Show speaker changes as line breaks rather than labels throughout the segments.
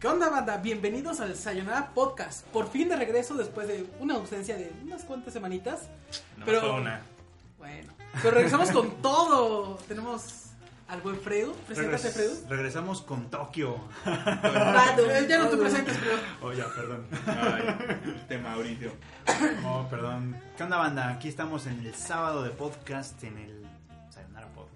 ¿Qué onda, banda? Bienvenidos al Sayonara Podcast. Por fin de regreso después de una ausencia de unas cuantas semanitas.
No,
Pero-
fue una.
Bueno, pero regresamos con todo. Tenemos al buen Fredo. Preséntate,
Regres-
Fredo.
Regresamos con Tokio.
Fredo, Ya no te presentes, Fredo.
Oh, ya, perdón.
Ay, de Mauricio.
Oh, perdón. ¿Qué onda, banda? Aquí estamos en el sábado de podcast, en el Sayonara Podcast.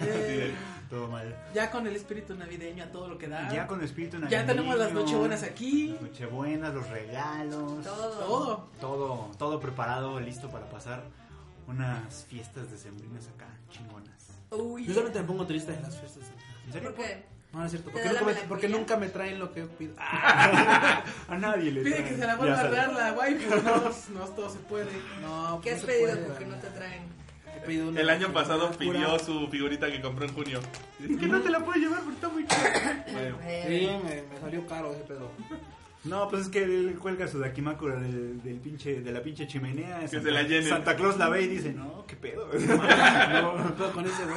Eh,
Todo mal.
ya con el espíritu navideño a todo lo que da.
Ya con espíritu
Ah. Ya
navideño.
tenemos las nochebuenas aquí.
Las nochebuenas, los regalos.
Todo.
Todo.
Todo, todo preparado, listo para pasar unas fiestas decembrinas acá, chingonas.
Uy.
Yo solamente me pongo triste en las fiestas.
¿En serio?
¿Por qué?
No, no es cierto.
¿Te
Porque,
da la
nunca me,
melancolía?
porque nunca me traen lo que pido. Ah,
A nadie le
Pide
traen.
que se la
Ya
vuelva a
sabes.
dar la wifi. No, no todo se puede.
no,
¿Qué
no
has
se
pedido
puede,
porque no
¿verdad?
te traen?
He pedido una-
El año pasado
una
pidió
cura.
su figurita que compró en junio.
Es que no te la puedes llevar porque está muy cara.
Bueno, eh,
Sí, me, me salió caro ese pedo.
No, pues es que él cuelga su dakimakura del, del pinche, de la pinche chimenea. Que
se la llenen.
Santa Claus la ve y dice, no, qué pedo.
No, pedo con ese güey.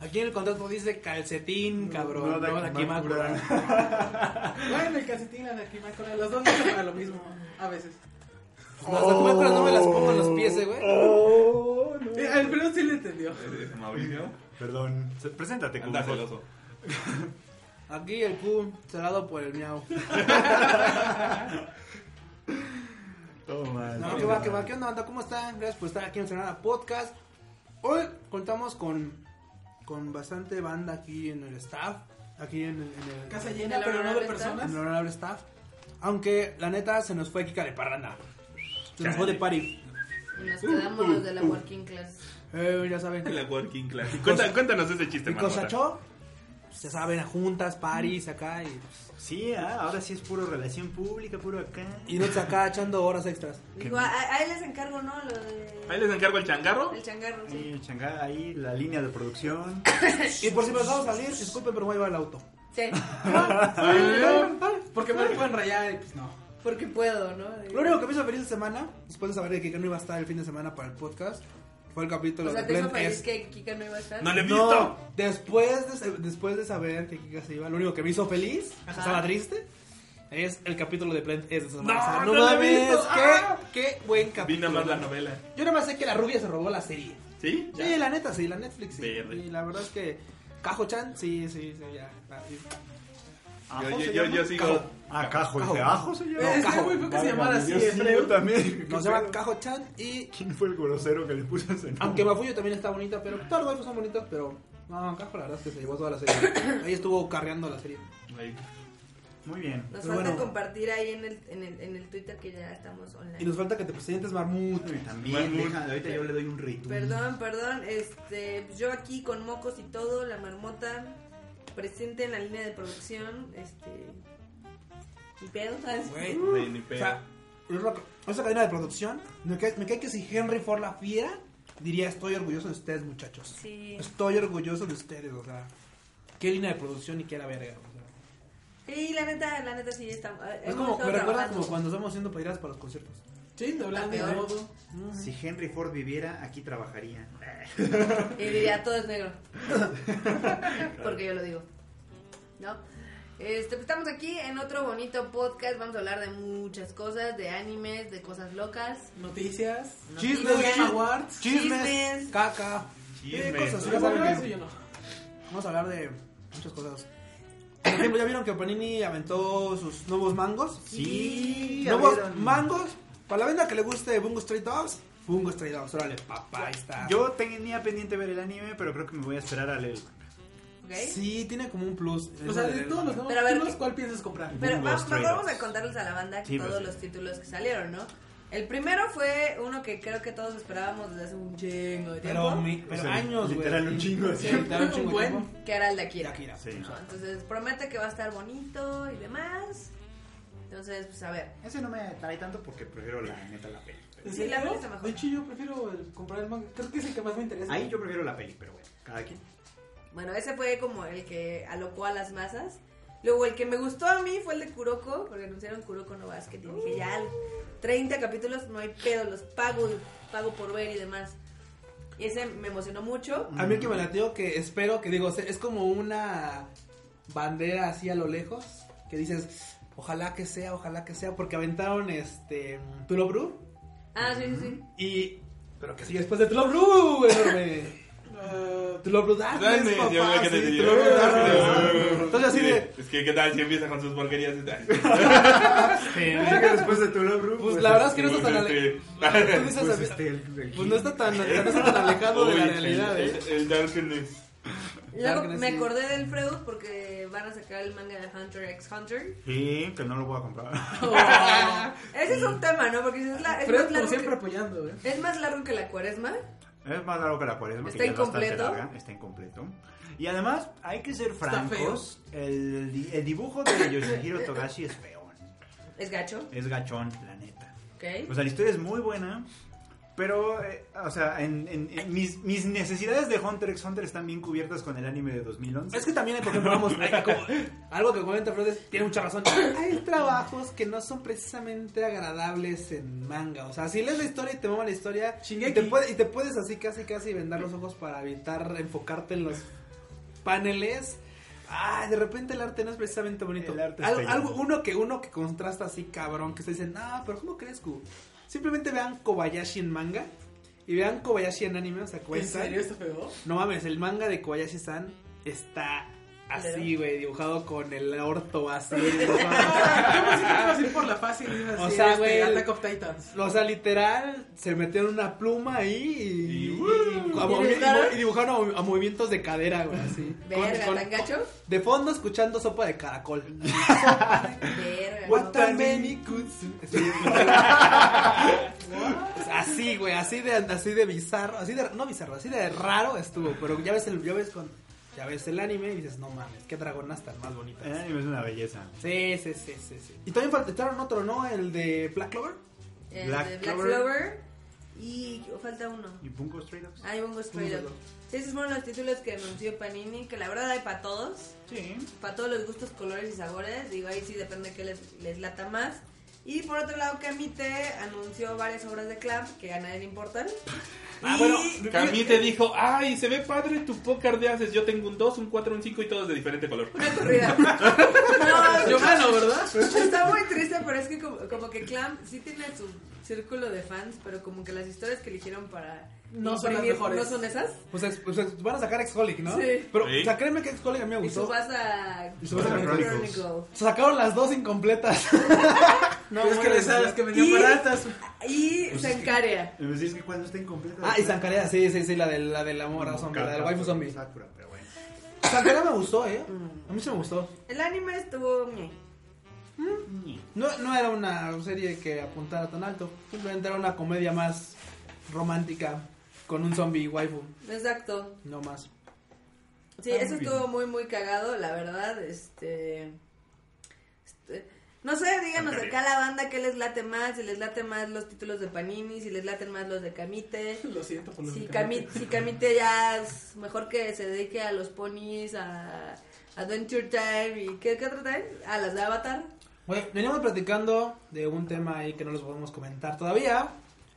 Aquí en el contrato dice calcetín, cabrón. No,
no,
aquí más
Dakimakura.
Bueno, el calcetín, la de aquí, Las dos no son para lo mismo. A veces.
Las dakimakuras no me las pongo en los pies, eh, güey.
Oh, no.
Eh, El Fredo sí le entendió.
es eh, Mauricio.
Perdón, Se- preséntate,
Anda
Cubo.
celoso.
Aquí el Q cerrado por el miau.
Todo mal.
No, que va, que va, ¿qué onda, banda? ¿Cómo están? Gracias por estar aquí en Senada Podcast. Hoy contamos con, con bastante banda aquí en el staff, aquí en el, en el-
Casa
¿En
llena,
el
pero no de
honorable
personas.
en el honorable staff. Aunque la neta se nos fue Kika de Parranda. Se nos fue de party.
Y Nos quedamos los
Uh,
de la working class.
Eh, ya saben.
La working class. Cuenta- cuéntanos ese chiste,
Y cosa
Marmota.
cho, se saben, a juntas, paris acá y,
Sí, ah, ahora sí es puro relación pública, puro acá.
y nosotros acá echando horas extras.
Digo, a, a- ahí les encargo, ¿no? Lo de...
Ahí les encargo el changarro.
El changarro, sí.
Y changá, ahí la línea de producción.
Y por si me vamos a salir, disculpen, pero voy a llevar el auto.
Sí,
Ah, Porque me lo pueden rayar y pues no.
porque puedo, ¿no? De-
Lo único que me hizo feliz esta semana, después de saber que no iba a estar el fin de semana para el podcast, fue el capítulo
O sea,
de
te hizo
Blend
feliz
S.
que Kika no iba a estar.
No le he
No,
visto.
después de, después de saber que Kika se iba, lo único que me hizo feliz, que
Ajá.
estaba triste, es el capítulo de Blend S de esta semana.
No,
O sea,
no lo he
mames,
visto.
qué,
Ah.
qué buen
Vi
capítulo.
nada más la novela.
Yo nada más sé que la rubia se robó la serie.
¿Sí?
Sí, la neta, sí, la Netflix, sí.
Verde.
Y la verdad es que Cajo-chan, sí, sí, sí, ya. ya, sí. Ah,
Ajo
Yo- yo-
se
yo-
llama.
yo sigo-
Cajo. Ah, cajo,
Cajo.
dije, ajo se llama.
Eh,
No,
Está
cajo.
muy feo que se llamara así,
Dios
este
eh,
mío,
Fredo.
también.
Nos llaman Cajo-chan y
¿Quién fue el grosero que le puso ese nombre?
Aunque Mafuyo también está bonita, pero todas las waifus son bonitas, pero no, Cajo la verdad es que se llevó toda la serie. Ahí estuvo carreando la serie.
Ahí.
Muy bien.
Nos
Pero
falta
bueno.
compartir ahí en el, en, el, en el Twitter que ya estamos online.
Y nos falta que te presentes Marmut.
También,
Bueno,
deja, ahorita yo le doy un ritmo.
Perdón, perdón. Este, pues yo aquí con mocos y todo, la marmota presente en la línea de producción. Este. Y pedo, ¿sabes?
Güey.
Ni- ni
O
pedo.
sea, rock- esa cadena de producción, me cae, me cae que si Henry Ford la fiera, diría estoy orgulloso de ustedes, muchachos.
Sí.
Estoy orgulloso de ustedes, o sea, qué línea de producción y qué la verga. o sea.
Sí, la neta, la neta sí eh, ya estamos.
Es como, me recuerda como cuando estamos haciendo pedidas para los conciertos.
Sí, doblando
Está peor.
todo.
Si Henry Ford viviera, aquí trabajaría.
Y diría, todo es negro. Porque yo lo digo. ¿No? Este, pues estamos aquí en otro bonito podcast. Vamos a hablar de muchas cosas: de animes, de cosas locas.
Noticias.
Chismes,
noticias,
Game Awards.
Chismes,
Chismes.
caca.
Chismes.
eh, cosas así,
¿Ya
ya saben que-
eso yo no?
Vamos a hablar de muchas cosas. Por ejemplo, ¿ya vieron que Panini aventó sus nuevos mangos?
Sí,
Nuevos
abrieron.
mangos. Para la venda que le guste Bungo Stray Dogs, Bungo Stray
Ah.
Dogs, órale, papá, ahí está.
Yo tenía pendiente ver el anime, pero creo que me voy a esperar a leer.
¿ok?
Sí, tiene como un plus.
O sea, de todos los nuevos
Pero a ver,
títulos,
¿qué-
¿cuál piensas comprar?
Pero
Bungo
va-
Stray
mejor vamos
Dogs.
a contarles a la banda
Sí,
todos
pues, sí.
los títulos que salieron, ¿no? El primero fue uno que creo que todos esperábamos desde hace un chingo de tiempo,
Pero, mi- pero
O sea,
años, güey.
literal, un chingo,
Sí,
sí.
literal, un chingo. de
Buen.
tiempo.
que era el de
Y
Akira.
Akira.
Sí.
¿no? Entonces promete que va a estar bonito y demás. Entonces, pues a ver.
Ese no me trae tanto porque prefiero la neta la peli. pero-
¿En
Sí,
serio?
la verdad está mejor.
De hecho, yo prefiero el- comprar el manga. Creo que es el que más me interesa.
Ahí yo prefiero la peli, pero bueno, cada quien.
Bueno, ese fue como el que alocó a las masas. Luego el que me gustó a mí fue el de Kuroko, porque anunciaron Kuroko no Basket y dije, ya, 30 capítulos, no hay pedo, los pago, pago por ver y demás. Y ese me emocionó mucho.
A mí el que me latió que espero que digo, se- es como una bandera así a lo lejos que dices, ojalá que sea, ojalá que sea, porque aventaron este Tulo Brew
Ah, sí, sí, sí.
y pero que sigue después de Tulo Brew, enorme.
Ah,
Tulo Brew
Dame,
Darkness,
yo veo
papá,
que te Pues,
sí,
digo.
Tulo Brew Darkness. Entonces así de,
Es que, ¿qué tal si empieza con sus porquerías?
Llega Pues después de tu logro.
pues la verdad es que no está tan ale-
Sí.
tú dices,
Pues, este, el- el-
pues no está tan, no está tan alejado de la
Uy, el-
realidad,
El,
eh.
el Darkness.
Luego
Darkness,
me
sí.
acordé del Freud porque van a sacar el manga de Hunter x Hunter.
Sí, que no lo voy a comprar.
Ese es un tema, ¿no? Porque es, la- es
Fred,
más
por
largo
siempre apoyando, ¿eh?
que, es más largo que la cuaresma.
Es más largo que la cuaresma,
Está
que ya es bastante
incompleto.
larga. Está incompleto. Y además, hay que ser francos, el, di- el dibujo de Yoshihiro Togashi es peón.
Es gacho,
Es gachón, la neta.
¿ok?
O sea, la historia es muy buena, pero, eh, o sea, en, en- en mis, mis necesidades de Hunter x Hunter están bien cubiertas con el anime de 2011.
Es que también hay, por ejemplo, vamos, hay como- algo que comenta Freud es- tiene mucha razón. Hay trabajos que no son precisamente agradables en manga. O sea, si lees la historia y te mama la historia,
Shingeki.
y te, puede- y te puedes así casi casi vendar los ojos para evitar enfocarte en los paneles. Ah, de repente el arte no es precisamente bonito.
El arte es
algo,
bello.
algo- uno que uno que contrasta así cabrón, que se dicen, ah, pero ¿cómo crees, Q? Simplemente vean Kobayashi en manga y vean Kobayashi en anime, o sea,
¿En
Kobayashi-san.
serio está feo?
No mames, el manga de Kobayashi-san está así, güey, dibujado con el orto así. o sea,
Ah, Yo pensé que te ibas a ir por la fácil. ibas a
O
decir,
sea,
este,
güey, el-
Attack of Titans.
O sea, literal, se metieron una pluma ahí y,
Y-
y- a
¿Y
movi-
dibujaron?
y dibujaron a, a movimientos de cadera, güey, así. Con-
Verga,
con-
¿tan gacho?
de fondo escuchando sopa de caracol.
Verga.
Pues, Watameni kutsu. Sí. así, güey, así de así de bizarro, así de no bizarro, así de raro estuvo, pero ya ves el ya ves con ya ves el anime y dices, "No mames, qué dragonas tan más bonitas."
El anime es una belleza.
Sí, sí, sí, sí, sí. Y también faltaron otro, ¿no? El de Black Clover.
El
Black
de Este, Black
Clover.
Clover. Y falta uno.
¿Y Punko Stray Dogs?
Ah, y Bungo Stray Dogs. Sí, esos fueron los títulos que anunció Panini, que la verdad hay para todos.
Sí.
para todos los gustos, colores y sabores. Digo, ahí sí depende que les, les lata más. Y por otro lado, Camite anunció varias obras de Clamp que a nadie le importan.
Ah,
y
bueno,
Camite dijo,
"Ah,
ay, se ve padre tu póker de haces. Yo tengo un 2, un 4, un 5 y todos de diferente color.
una corrida. no,
Yo gano, ¿verdad?
está muy triste, pero es que como, como que Clamp sí tiene su círculo de fans, pero como que las historias que eligieron para
No son las
imprimir
mejores.
no son esas.
Pues, ex- pues, ex- van a sacar Exholic, ¿no?
Sí.
Pero,
Sí.
o sea, créeme que Exholic a mí me
Y
gustó.
Subasa
Y
Subasa
Chronicle.
Chronicles.
Sacaron las dos incompletas.
No, es que
bueno,
le sabes que
Y-
venían baratas.
Y Sankaria.
Pues Es decir, que cuando está incompleta.
Ah, y Zancarea, sí, sí, sí, la de la de la morra zombie, la del waifu zombie.
Sakura, pero bueno.
Zancarea me gustó, ¿eh?
Mm.
A mí se me gustó.
El anime estuvo... ñe.
No, no era una serie que apuntara tan alto. Simplemente era una comedia más romántica con un zombie waifu,
Exacto.
no más.
Sí,
Está
eso
muy
estuvo muy, muy cagado, la verdad. Este. este, no sé, díganos
Contrario.
acá a la banda qué les late más. Si les late más los títulos de Panini, si les laten más los de Camite.
Lo siento por los
Si
de
Camite, si Camite ya es mejor que se dedique a los ponis, a Adventure Time y. ¿Qué, qué otro time? A las de Avatar.
Bueno, veníamos platicando de un tema ahí que no los podemos comentar todavía.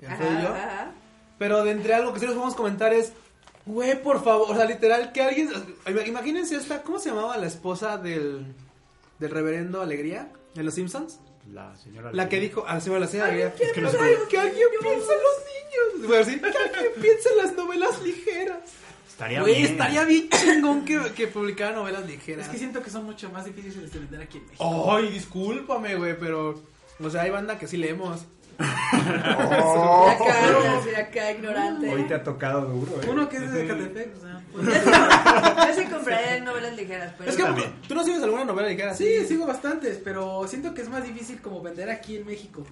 el Freddy
Ajá,
y yo.
ajá, ajá.
Pero de entre algo que sí les podemos comentar es, güey, por favor, o sea, literal, que alguien, ima- imagínense esta, ¿cómo se llamaba la esposa del, del reverendo Alegría en Los Simpsons?
La señora.
La que dijo, ah, se me la señora Alegría,
Es que no
"Ay,
puedo.
que alguien piense en los niños, Bueno, sí, que alguien piense en las novelas ligeras.
Estaría
Güey,
bien.
estaría bien chingón que, que publicara novelas ligeras.
Es que siento que son mucho más difíciles de vender aquí en México.
Ay, discúlpame, güey, pero, o sea, hay banda que sí leemos.
Oh.
Acá, así, acá, ignorante.
Hoy te ha tocado duro, ¿eh?
Uno que es de Catepec, o sea. pues-
Yo sí compraría novelas ligeras, pero...
Es que
También.
tú no sigues alguna novela ligera.
Sí, sigo bastantes, pero siento que es más difícil como vender aquí en México.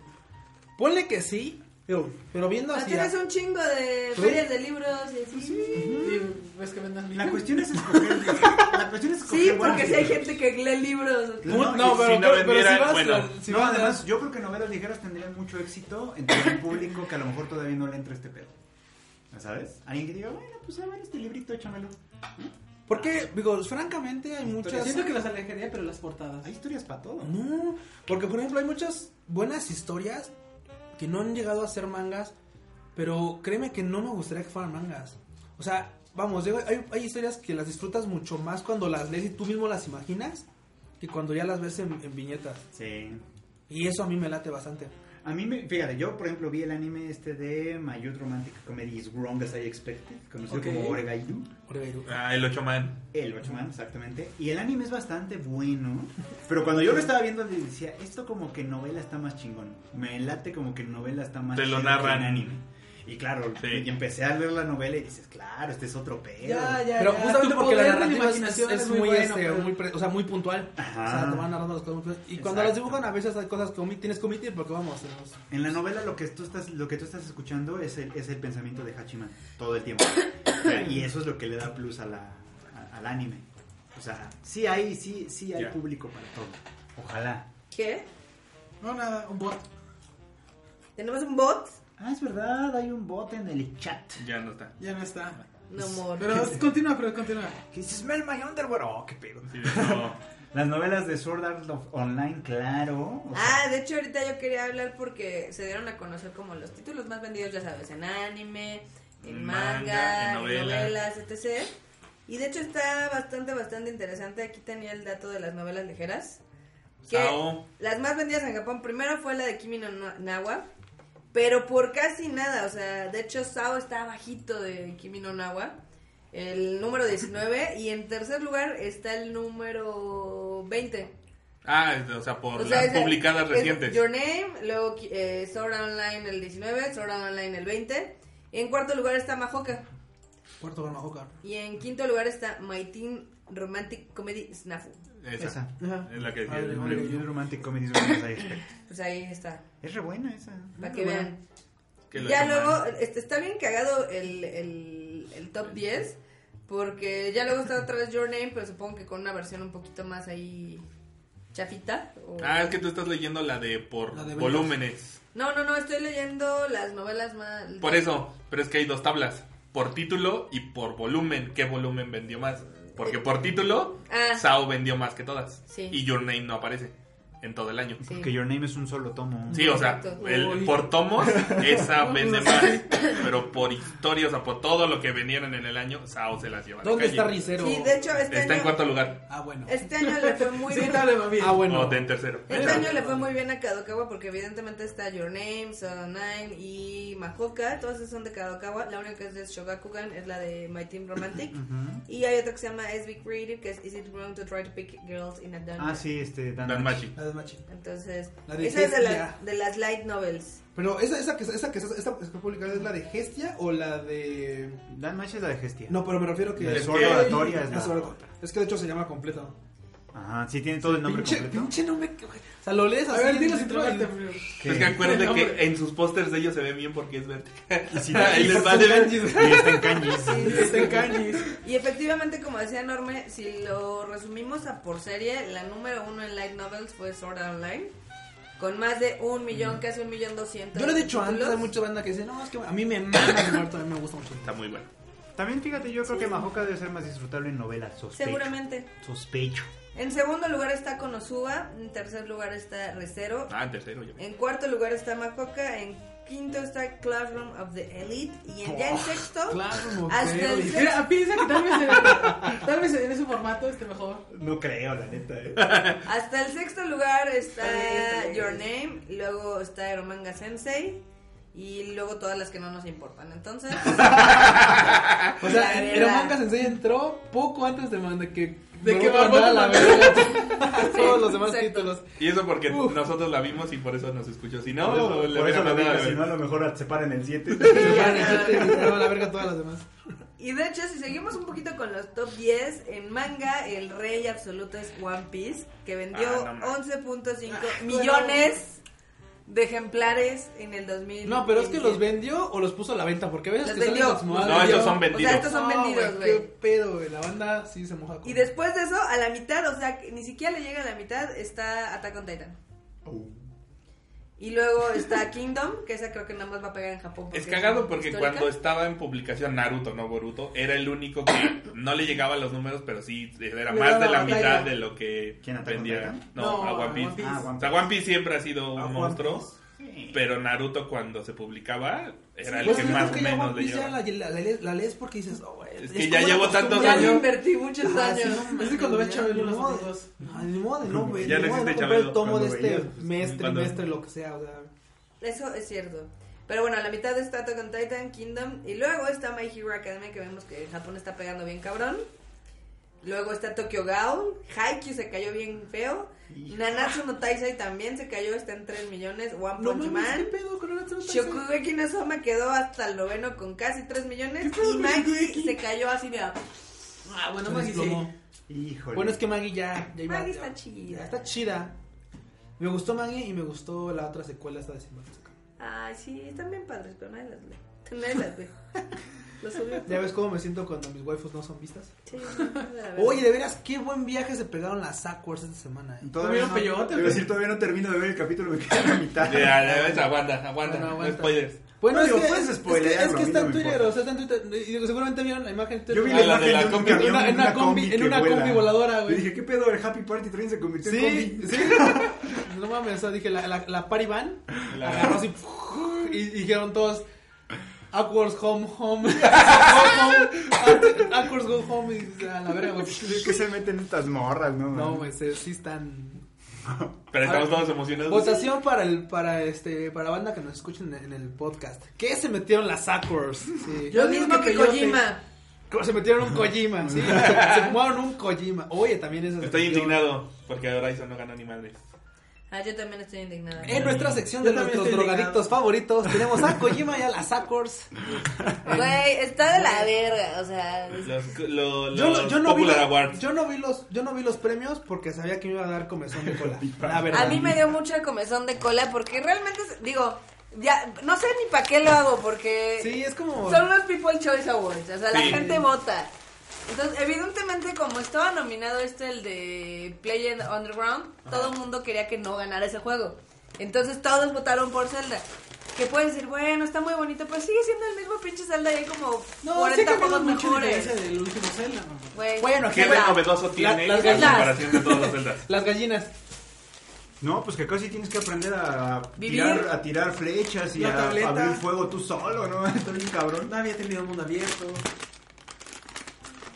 Ponle que sí, pero, pero viendo
Ah,
hacia...
tienes un chingo de
¿Sí?
ferias de libros y así.
Mm. Y ves pues, que vendas mil.
La cuestión es escoger. La cuestión es escoger
Sí,
buenas
porque si hay
ideas.
gente que lee libros.
Put-
No, y
No, pero,
si no
pero- pero
vendiera,
si vas...
bueno.
si
no,
vas-
además, yo creo que novelas ligeras tendrían mucho éxito entre un público que a lo mejor todavía no le entra este pedo. ¿Ya ¿Sabes? Alguien que diga, bueno, pues a ver este librito, échamelo.
Porque, digo, francamente hay muchas...
Siento que las alejaría, pero las portadas.
Hay historias para todo.
No, porque por ejemplo hay muchas buenas historias que no han llegado a ser mangas, pero créeme que no me gustaría que fueran mangas. O sea, vamos, digo, hay, hay historias que las disfrutas mucho más cuando las lees y tú mismo las imaginas que cuando ya las ves en, en viñetas.
Sí.
Y eso a mí me late bastante.
A mí me, fíjate, yo por ejemplo vi el anime este de My Youth Romantic Comedy is Wrong as I Expected, conocido
Ok.
como Oregaidu.
Oregairu.
Ah, el 8 man.
El Watchman, exactamente. Y el anime es bastante bueno. Pero cuando yo lo estaba viendo, le decía, esto como que novela está más chingón. Me late como que novela está más
Te lo
chido
narran.
que en anime. Y claro,
Sí.
y empecé a leer la novela y dices, claro, este es otro pedo.
Ya, ya,
Pero
ya.
justamente
Tu
porque
poder
la
de
narrativa es,
imaginación
es muy,
bueno,
este,
pero-
muy pre- o sea, muy puntual.
Ajá.
Ah.
O sea, te van narrando las cosas muy puntuales. Y cuando
Exacto.
las dibujan a veces hay cosas que omi- tienes que omitir porque vamos, tenemos-
En la novela lo que tú estás, lo que tú estás escuchando es el, es el pensamiento de Hachiman todo el tiempo. O sea, y eso es lo que le da plus a la- a- al anime. O sea, sí hay, sí, sí hay
Ya.
público para todo. Ojalá.
¿Qué?
No, nada, un bot.
¿Tenemos un bot?
Ah, es verdad, hay un bot en el chat.
Ya no está.
Ya no está.
No, amor.
Pero es- continúa, pero continúa.
Que dices, smell my underwear. Oh, qué pedo.
Sí, no.
Las novelas de Sword Art of Online, claro. o sea,
Ah, de hecho ahorita yo quería hablar porque se dieron a conocer como los títulos más vendidos, ya sabes, en anime, en
En
manga,
manga,
en
en novela.
novelas, etc. Y de hecho está bastante, bastante interesante. Aquí tenía el dato de las novelas ligeras. Que
Sao.
las más vendidas en Japón, primero fue la de Kimi no Na- Nawa, pero por casi nada, o sea, de hecho Sao está bajito de Kimi no Nawa, el número 19, y en tercer lugar está el número 20.
Ah, es de- o sea, por
O sea,
las
es de-
publicadas
es
recientes.
Your Name, luego eh, Sword Art Online el 19, Sword Art Online el 20. En cuarto lugar está Mahoka.
Puerto Bermejoca.
Y en quinto lugar está My Teen Romantic Comedy Snafu.
Esa.
Esa.
Ajá.
Es la que decía.
Ah,
el-
vale, vale.
Review Romantic Comedy is Romance I Expect.
Pues ahí está,
Es re buena esa.
para que
Bueno,
vean.
que el
ya
8 man.
luego, este, está bien cagado el, el, el top 10, porque ya luego está otra vez Your Name, pero supongo que con una versión un poquito más ahí chafita. o-
Ah, es que tú estás leyendo la de por
La de ventas.
volúmenes.
No, no, no, estoy leyendo las novelas más...
Por eso, pero es que hay dos tablas. Por título y por volumen. ¿Qué volumen vendió más? Porque por título,
Ah.
Sao vendió más que todas.
Sí.
Y Your Name no aparece en todo el año.
Sí.
Porque Your Name es un solo tomo.
Sí, o sea,
Exacto.
Uy.
el, por tomos, esa
No,
vende
no
más. Pero por historia, o sea, por todo lo que vendieron en el año, Sao se las lleva. a la
¿Dónde
calle.
está Ricero?
Sí, de hecho,
Está
este
en
año-
cuarto lugar.
Ah, bueno.
Este año le fue muy
Sí,
bien.
dale, va bien.
Ah, bueno.
No, está en tercero.
Este
Pero-
año le fue muy bien a Kadokawa porque evidentemente está Your Name, Soul Nine y Mahoka, todas esas son de Kadokawa. La única que es de Shogakukan es la de My Team Romantic.
Ujú.
Y hay otra que se llama SB Creative que es Is It Wrong to Try to Pick Girls in a Dungeon.
Ah, sí, este. Dan
Dan
Machi.
Machi.
La de Machi.
Entonces,
La de
esa es de, la-
Hestia.
de las light novels.
Pero esa, esa, que- esa, que- esa, esa que está publicada es la de Gestia o la de...
Dan Machi es la de Gestia.
No, pero me refiero que...
La de
es
Sword
que-
Oratoria es
la
la
Sword-
otra.
Es que de hecho se llama completo.
Ajá, sí, tiene todo el nombre
pinche,
completo.
pinche nombre que- O sea, lo lees
A
así
ver,
en
dilo
el
sin
título
trabarte.
y-
Es que
El
acuérdate
nombre.
que en sus pósters de ellos se ve bien porque es verde.
Y si
Ahí les va
Son
de ver.
kanjis.
Y está en kanjis.
Está en Cañis.
Y efectivamente, como decía Norme, si lo resumimos a por serie, la número uno en light novels fue Sword Art Online. Con más de un millón, casi un millón doscientos.
Mm. Yo lo he dicho antes,
títulos.
hay mucha banda que dice, no, es que a mí me manda el muerto, a mí me gusta mucho.
Está muy bueno.
También fíjate, yo creo que Mahoka debe ser más disfrutable en novelas. Sospecho.
Seguramente.
Sospecho.
En segundo lugar está Konosuba, en tercer lugar está Recero,
Ah, en tercero yo.
en cuarto lugar está Makoka, en quinto está Classroom of the Elite y en, ya en sexto
Claro,
hasta el sexto,
Mira, piensa que tal vez, en, tal vez en ese formato esté mejor.
No creo, la neta. ¿eh?
hasta el sexto lugar
Está
está
bien,
Your
está
Name, luego está Eromanga Sensei y luego todas las que no nos importan. Entonces,
O
La
sea,
verdad.
Eromanga Sensei entró poco antes de, man- de que
¿De
Me
qué
voy a mandar a la verga todos los demás
exacto.
títulos.
Y eso porque
Uf.
nosotros la vimos y por eso nos escuchó. Si no,
Por
le eh.
eso, por
hubiera
eso lo
mandado a
digo,
la
si no a
verga.
lo mejor se paran el 7.
Me van a decir que me mandaba a la verga todas las demás.
Y de hecho, si seguimos un poquito con los top 10, en manga el rey absoluto es One Piece, que vendió
Ah, no mames.
11.5
Ah,
millones de ejemplares en el 2000.
No, pero es que los vendió o los puso a la venta, porque a veces
Los
que salen
vendió.
las modas-
No, ellos son
O sea, estos
vendidos.
son
No,
vendidos,
Qué
güey.
pedo, güey. La banda sí se moja. con-
Y después de eso, a la mitad, o sea, que ni siquiera le llega a la mitad, está Attack on Titan.
Oh,
Y luego está Kingdom, que esa creo que nada más va a pegar en Japón.
Es cagado porque
histórica.
cuando estaba en publicación Naruto, no Boruto, era el único que no le llegaba los números, pero sí era
Le
más
daba
de la
batalla.
mitad de lo que
¿Quién atacó
vendía.
Titan?
No,
No,
a One Piece.
One Piece.
Ah, One
O sea, One Piece siempre ha sido
A
un
One
monstruo,
Piece.
pero Naruto cuando se publicaba era el
Pues
que
yo
más
creo
o
que ya
menos
One
le
Piece ya
llegaba.
la, la- la- la lees porque dices, oh, güey.
Es que ya
como
llevo
una costumbre.
tantos
Ya
años.
le invertí muchos
Ah, sí,
años.
no, es que cuando ve Chabelo,
Los
no,
otros.
Ay, ni modo de no, güey.
Ya
ni
no
modo de
existe
comprar el
Chabelo.
tomo de
Cuando
este
veías,
mestre,
cuando-
mestre, lo que sea, o sea.
Eso es cierto. Pero bueno, a la mitad está Attack on Titan, Kingdom. Y luego está My Hero Academia, que vemos que en Japón está pegando bien cabrón. Luego está Tokyo Ghoul. Haikyuu se cayó bien feo.
Hijo.
Nanatsu no Taisai también se cayó, está en 3 millones. One
No
Punch
mames, qué
Man.
pedo con el otro
Shokugeki no Soma quedó hasta el noveno con casi 3 millones. Y Maggie se cayó así, mira.
Ah, bueno,
Se
Maggie sí.
desplomó.
Híjole.
Bueno, es que Maggie ya, ya iba-
Maggie
ya-
está chida.
Está chida. Me gustó Maggie y me gustó la otra secuela esta de Simba.
Ay, sí, están bien padres, pero nadie las ve. Nadie las ve. Los subió.
Ya ves cómo me siento cuando mis waifus no son vistas.
Sí, la verdad.
Oye, de veras, qué buen viaje se pegaron las Sackwords esta semana, eh.
Todavía
¿Tuvieron
no,
peyote,
te iba a decir, todavía no termino de ver el capítulo, me queda en la mitad.
Ya, ya ves, aguanta, aguanta,
Bueno,
no
aguanta.
spoilers.
Bueno,
No,
es,
digo,
que,
puedes
es que-
spoilearlo,
es que
a mí no
está en
me
Twitter,
importa.
o sea, está en Twitter. y digo, seguramente vieron la imagen en Twitter.
Yo vi
Ah,
la
la de
imagen
la
de un
combi.
camión,
En una- en una combi-
que
en una
vuela.
combi voladora, güey.
Y dije, ¿qué pedo? El Happy Party Train se convirtió en
Sí,
combi.
sí. No mames, o sea, dije, la, la, la party van
La-
agarró así y, y dijeron todos, Upwards home, home, go home, Up- Upwards go home, y dices, a la verga, güey.
¿Qué se meten estas morras, no?
No,
man?
güey, se- sí están...
Pero estamos
Ahora,
todos emocionados.
Votación para el, para este, para banda que nos escuchen en, en el podcast. ¿Qué se metieron las Upwards? Sí.
Yo
Lo
digo
mismo
que
que
peyote.
Kojima.
¿Cómo se metieron un Kojima? Sí, se fumaron un Kojima. Oye, también eso. se
Estoy
metió-
indignado porque Horizon no ganó ni madres.
Ah, yo también estoy indignada.
En nuestra sección
Yo
de
también
nuestros
estoy indignado.
drogadictos favoritos tenemos a Kojima y a las Upwards.
Güey, está de la verga, o sea. es-
Los, lo- los
Yo, no- yo no vi
Popular
los-
Awards.
yo no vi los yo no vi los premios porque sabía que me iba a dar comezón de cola. La verdad.
A mí me dio mucha comezón de cola porque realmente, es- digo, ya no sé ni para qué lo hago porque
Sí, es como
son los People Choice Awards, o sea, la
Sí.
gente vota. Entonces, evidentemente, como estaba nominado este, el de Legend Underground, todo el mundo quería que no ganara ese juego. Entonces, todos votaron por Zelda. Que puedes decir, bueno, está muy bonito, pero sigue siendo el mismo pinche Zelda y hay como
No, sí
40
que
juegos
mucho la
mejores.
diferencia del último Zelda, mamá.
Güey,
Bueno,
¿Qué
La-
novedoso tiene
las
en
gallinas.
comparación de todos los celdas?
las gallinas.
No, pues que casi tienes que aprender a
Vivir.
tirar, a tirar flechas y
La
a
tableta.
abrir fuego tú solo, ¿no? Está bien cabrón.
No había tenido mundo abierto.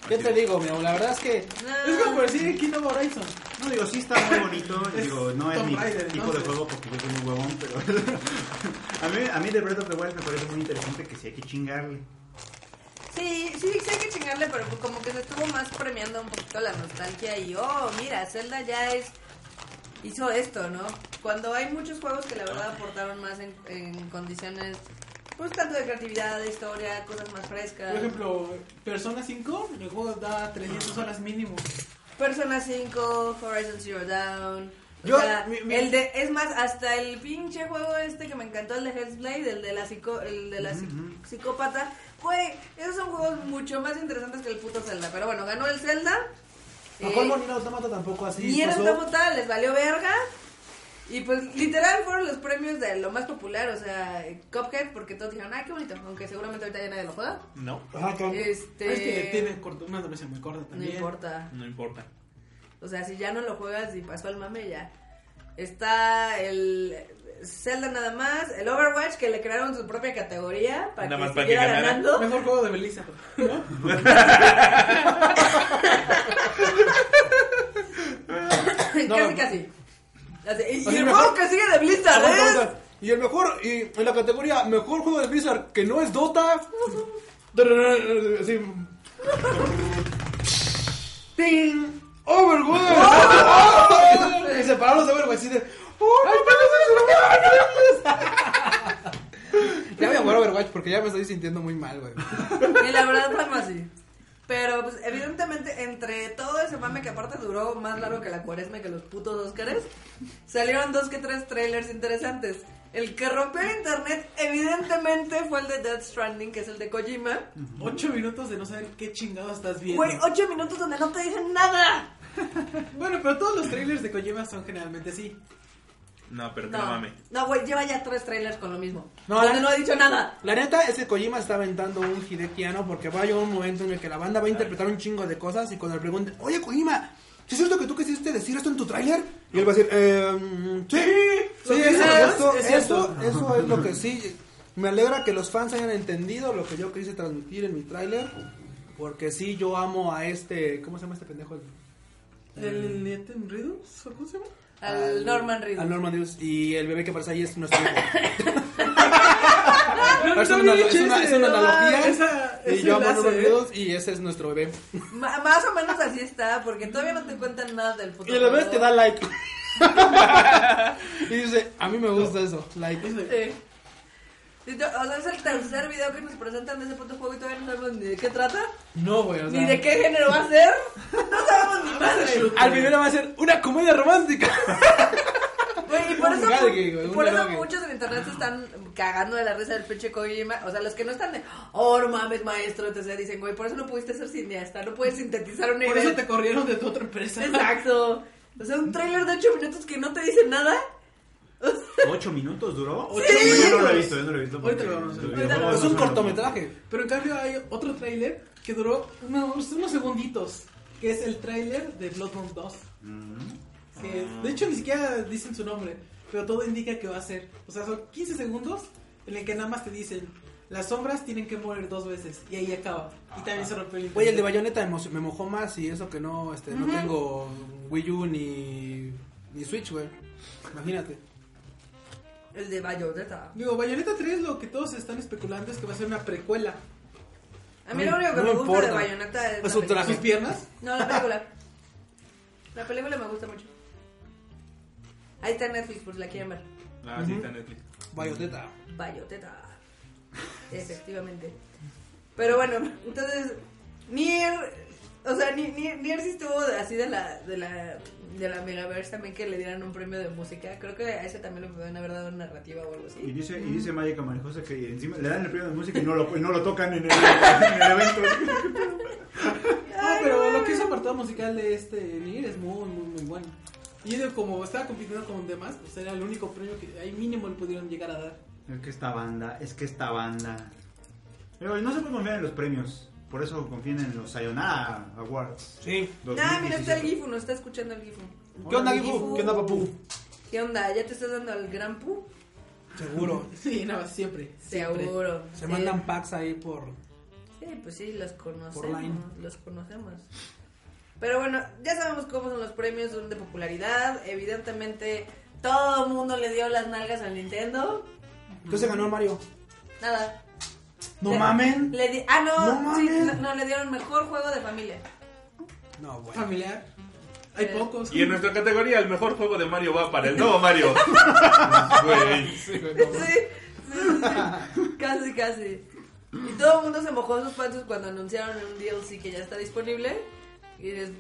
¿Qué te digo, mi amor? La verdad es que
no.
Es como decir Kingdom Horizon.
No, digo, sí está muy bonito.
Es
digo, no es
Tomb
mi
Raider,
tipo
entonces.
de juego porque yo soy muy huevón, pero. a, mí, a mí The Breath of the Wild me parece muy interesante que sí hay que chingarle.
Sí, sí, sí hay que chingarle, pero pues como que se estuvo más premiando un poquito la nostalgia y, oh, mira, Zelda ya es hizo esto, ¿no? Cuando hay muchos juegos que la verdad aportaron más en, en condiciones, pues tanto de creatividad, de historia, cosas más frescas.
Por ejemplo, Persona 5, el juego da 300 horas mínimo.
Persona 5, Horizon Zero Dawn. o
Yo-
sea,
mi- mi-
el de, es más, hasta el pinche juego este que me encantó, el de Hellblade, el de la, psico, el de la psi-
Ujú.
psicópata. Güey, esos son juegos mucho más interesantes que el puto Zelda. Pero bueno, ganó el Zelda.
a
eh,
Colmo ni Automata tampoco así
y eran
pasó.
tan fatal, les valió verga. Y pues literal fueron los premios de lo más popular, o sea, Cuphead, porque todos dijeron, ay, qué bonito, aunque seguramente ahorita ya nadie lo juega.
No,
Ajá, cabrón.
Este,
Es que tiene corto- una duración muy corta
no
también.
importa.
no importa.
O sea, si ya no lo juegas y pasó al mame ya. Está el Zelda nada más, el Overwatch que le crearon su propia categoría para
Nada
que
más para que
siguiera
ganara.
ganando.
Mejor juego de Belisa. ¿no?
casi,
No,
casi. Así, y
O sea,
el
mejor-
juego que sigue de Blizzard ¿eh?
Aguanta,
es-
aguanta. Y el mejor y en la categoría mejor juego de Blizzard que no es Dota. Sí.
¡Ting!
¡Overwatch! Y se pararon los Overwatch así de... ¡Oh, no mames, Overwatch! Ya voy a jugar Overwatch porque ya me estoy sintiendo muy mal, güey.
Y la verdad fue así. Pero, pues, evidentemente, entre todo ese mame que aparte duró más largo que la cuaresma y que los putos Óscares, salieron dos que tres trailers interesantes. El que rompió el internet, evidentemente, fue el de Death Stranding, que es el de Kojima.
Ocho minutos de no saber qué chingado estás viendo.
Güey, ocho minutos donde no te dicen nada.
Bueno, pero todos los trailers de Kojima son generalmente así.
No, pero que no
No,
mames.
no, güey, lleva ya tres trailers con lo mismo.
No,
No,
la-
donde no ha dicho nada.
La neta es que Kojima está aventando un hidequiano porque va a llegar un momento en el que la banda va a interpretar un chingo de cosas y cuando le pregunten, oye Kojima, ¿sí ¿es cierto que tú quisiste decir esto en tu tráiler? Y él va a decir, ehm, sí, sí,
Lo que
eso,
dices
eso,
es
eso, eso es lo que sí. Me alegra que los fans hayan entendido lo que yo quise transmitir en mi tráiler porque sí, yo amo a este, ¿cómo se llama este pendejo?
¿El Nathan Riddles? ¿O ¿Cómo se llama?
Al, Norman Reedus.
Al Norman Reedus. Y el bebé que aparece ahí es nuestro hijo.
No,
es,
no
una,
había
es
dicho
una-
ese,
es una
no,
analogía.
esa-
y
ese
yo amo a
enlace,
Norman
¿eh?
Reedus y ese es nuestro bebé.
Ma- más o menos así está, porque todavía no te cuentan nada del
Y
futuro.
el bebé te da like. y dice, a mí me gusta eso, like.
Sí. Y to- O sea, es el tercer video que nos presentan de ese puto juego y todavía no sabemos ni de qué trata,
No, güey, o sea.
ni de qué género va a ser. No sabemos ni madre.
Al bebé le va a hacer una comedia romántica.
Güey, y por
Un
eso,
galgue, güey, un
por eso
galgue.
muchos en internet se están cagando de la risa del pinche Kojima. O sea, los que no están de, oh, no mames, maestro, entonces dicen, güey, por eso no pudiste ser cineasta, no puedes sintetizar una
Por
idea.
eso te corrieron de tu otra empresa.
Exacto. O sea, un tráiler de 8 minutos que no te dice nada.
¿Ocho minutos duró?
Ocho
Yo no lo he
minutos.
visto, yo no lo he visto.
Ahorita
porque
lo vamos a ver.
los
Ahorita
videojuegos
es
no
un
son lo
cortometraje.
Pero en cambio hay otro tráiler que duró unos, unos segunditos, que es el tráiler de Bloodborne 2.
mismo. Mm.
que de hecho ni siquiera dicen su nombre, pero todo indica que va a ser. O sea, son 15 segundos en el que nada más te dicen, las sombras tienen que morir dos veces, y ahí acaba. Y también se rompió el
Güey, el de
internet.
Bayonetta emo- me mojó más y eso que no, este, no tengo Wii U ni, ni Switch, güey. Imagínate.
El de Bayonetta.
Digo, Bayonetta 3 lo que todos están especulando es que va a ser una precuela.
A mí
No
lo único que
no
me
me
gusta de
importa.
Bayonetta es.
Es
la
un traje.
¿Sus
película.
piernas?
No, la película. la película me gusta mucho. Ahí está en Netflix, por si la quieren ver.
Ah, sí, está en Netflix.
Bayonetta.
Bayonetta. Efectivamente. Pero bueno, entonces. Nier. O sea, Ni- Nier, Nier sí estuvo así de la, de la. De la Megaverse también que le dieran un premio de música. Creo que a ese también le podían haber dado narrativa o algo
Y
así.
dice, y dice Maya Camarijosa que encima le dan el premio de música y no lo, y no lo tocan en el, en el evento.
No, Ah, pero lo que es apartado musical de este Nier es muy, muy, muy bueno. Y de- como estaba compitiendo con demás, pues era el único premio que ahí mínimo le pudieron llegar a dar.
Es que esta banda, es que esta banda. Pero no se puede confiar en los premios. Por eso confían en los Sayonara Awards.
Sí.
Ah, mira, está el
2017.
Gifu, no está escuchando el Gifu.
¿Qué onda,
Hola,
Gifu?
Gifu.
¿Qué onda, papu?
¿Qué onda? ¿Ya te estás dando al gran pu?
Seguro.
Sí, nada más, siempre. siempre.
Seguro.
Se
Sí.
mandan packs ahí por...
Sí, pues sí, los
Por line.
conocemos. Los conocemos. Pero bueno, ya sabemos cómo son los premios son de popularidad. Evidentemente, todo el mundo le dio las nalgas al Nintendo.
¿Qué se ganó el Mario?
Nada.
¡No
Le-
mamen!
Le di- ah, no,
No
sí,
mamen.
no, no, le dieron mejor juego de familia.
No, güey.
Familiar. Hay
Eh,
pocos.
Y en nuestra categoría, el mejor juego de Mario va para el nuevo Mario. Güey.
Sí, sí, sí. casi, casi. Y todo el mundo se mojó sus pantos cuando anunciaron un DLC que ya está disponible. Y dices,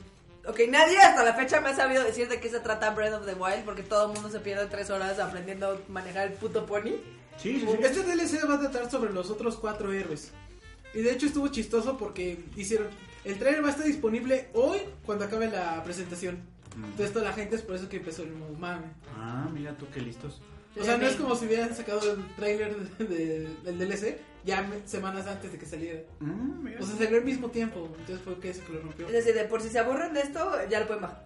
ok, nadie hasta la fecha me ha sabido decir de qué se trata Breath of the Wild porque todo el mundo se pierde tres horas aprendiendo a manejar el puto pony.
Sí, sí, sí.
Este DLC va a tratar sobre los otros cuatro héroes. Y de hecho estuvo chistoso porque hicieron... El trailer va a estar disponible hoy cuando acabe la presentación. Entonces toda la gente es por eso que empezó el mame.
Mm. Ah, mira tú qué listos.
O sea, no es como si hubieran sacado el trailer de- de- del DLC ya me- semanas antes de que saliera.
Mm, mira.
O sea, salió al mismo tiempo. Entonces fue que eso que lo rompió.
Es decir, de por si se aburren de esto, ya lo pueden bajar.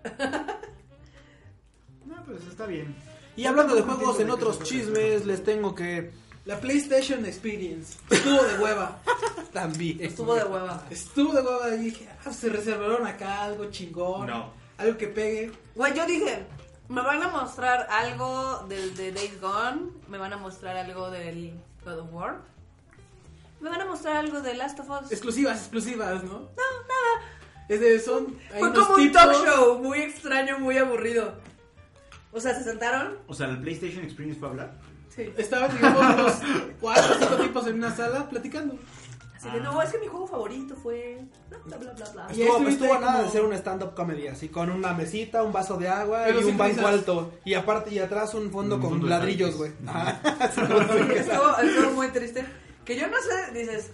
no, pues está bien.
Y hablando de juegos, en otros chismes les tengo que...
La PlayStation Experience. Estuvo de hueva.
También.
Estuvo de hueva.
Estuvo de hueva. Y dije, ah, se reservaron acá algo chingón.
No.
Algo que pegue.
Güey, yo dije, me van a mostrar algo del de Days Gone, me van a mostrar algo del God of War, me van a mostrar algo de Last of Us.
Exclusivas, exclusivas, ¿no? Es de, son. hay
Fue
unos
como un
tipos-
talk show, muy extraño, muy aburrido. O sea, se sentaron.
O sea, el PlayStation Experience fue hablar.
Sí.
Estaban, digamos, los cuatro o cinco tipos en una sala platicando.
Así de, no, es que mi juego favorito fue. Bla, bla, bla, bla. bla.
Y ahí
Estuvo, pues,
estuviste
estuvo a nada
como-
de ser un stand-up comedy, así con una mesita, un vaso de agua
Pero
y
sin
un banco
risas.
alto. Y aparte, y atrás un fondo
Un
con
fondo de
ladrillos, güey.
tanques.
Ajá.
estuvo, estuvo muy triste. Que yo no sé, dices,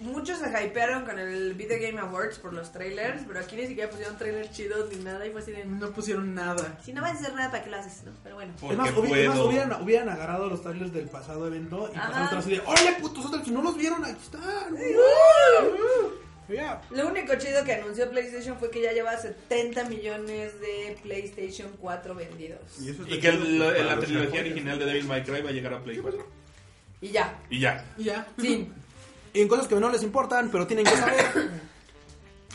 muchos se hypearon con el Video Game Awards por los trailers, pero aquí ni siquiera pusieron trailers chidos ni nada y fue así de, "Mm,
No pusieron nada.
si no vas a hacer nada, ¿para qué lo haces? no? Pero bueno.
Es más,
Porque
hubi- es más,
puedo.
hubieran, hubieran agarrado los trailers del pasado evento y
Ajá.
pasaron atrás y de, ¡Oye, putos, otros que no los vieron! ¡Aquí están! Ya.
Lo único chido que anunció PlayStation fue que ya lleva 70 millones de PlayStation 4 vendidos.
eso
Y que el- la- la trilogía original de Devil May Cry va a llegar a Play 4.
Y ya.
Y ya.
Y ya.
Fin.
Y en cosas que no les importan, pero tienen que saber.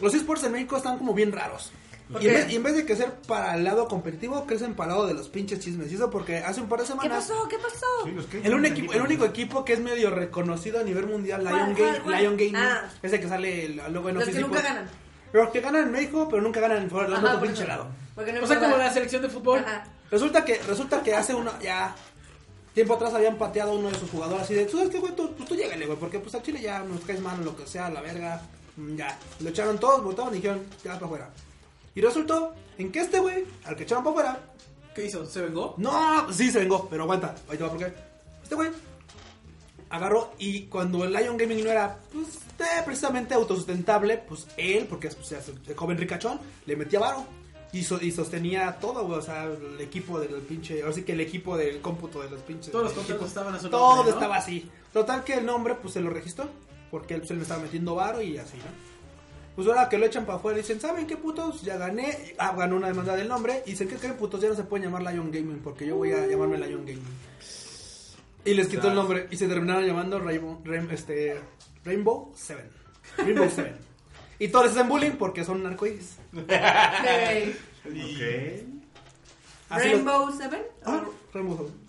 los esports en México están como bien raros.
¿Por
Y en,
qué?
vez, y en vez de que ser para el lado competitivo, crecen para el lado de los pinches chismes. Y eso porque hace un par de
¿Qué
semanas.
pasó? ¿Qué pasó?
El, un equipo- el único equipo que es medio reconocido a nivel mundial,
¿Cuál,
Lion,
cuál,
Game-
cuál?
Lion Gaming,
Ah.
ese que sale el- luego en
Los que
Office
nunca
Depot.
ganan.
pues. Los que ganan en México, pero nunca ganan en el
Ajá,
otro
por
pinche
eso.
lado.
Porque no
O sea,
importa.
como la selección de fútbol.
Ajá.
Resulta que, resulta que hace uno, ya, tiempo atrás habían pateado a uno de sus jugadores así de, tú sabes qué, güey, tú, pues tú llégale, güey, porque pues a Chile ya nos caes mal, lo que sea, la verga, mm, ya. Lo echaron todos, votaron y dijeron, ya para afuera. Y resultó en que este güey, al que echaron para afuera,
¿Qué hizo? ¿Se vengó?
no, sí se vengó, pero aguanta, ahí te va porque este güey agarró y cuando el Lion Gaming no era pues, eh, precisamente autosustentable, pues él, porque es, pues, es el joven ricachón, le metía varo y, so- y sostenía todo, güey, o sea, el equipo del pinche, ahora sí que el equipo del cómputo de los pinches.
Todos los
equipos,
contratos estaban a su
Todo
nombre, ¿no?
estaba así. Total que el nombre pues se lo registró, porque él pues, él le estaba metiendo varo y así, ¿no? Pues ahora que lo echan para afuera, dicen, ¿saben qué putos? Ya gané, ah, ganó una demanda del nombre. Y dicen, ¿qué creen putos? Ya no se pueden llamar Lion Gaming, porque yo voy a llamarme Lion Gaming. Y les quitó el nombre y se terminaron llamando Rainbow, Rain- este, Rainbow Seven. Rainbow Seven. Y todos les hacen bullying porque son narcoides.
Ok.
Ok.
Así los-
Rainbow Seven.
Ah, Rainbow Seven.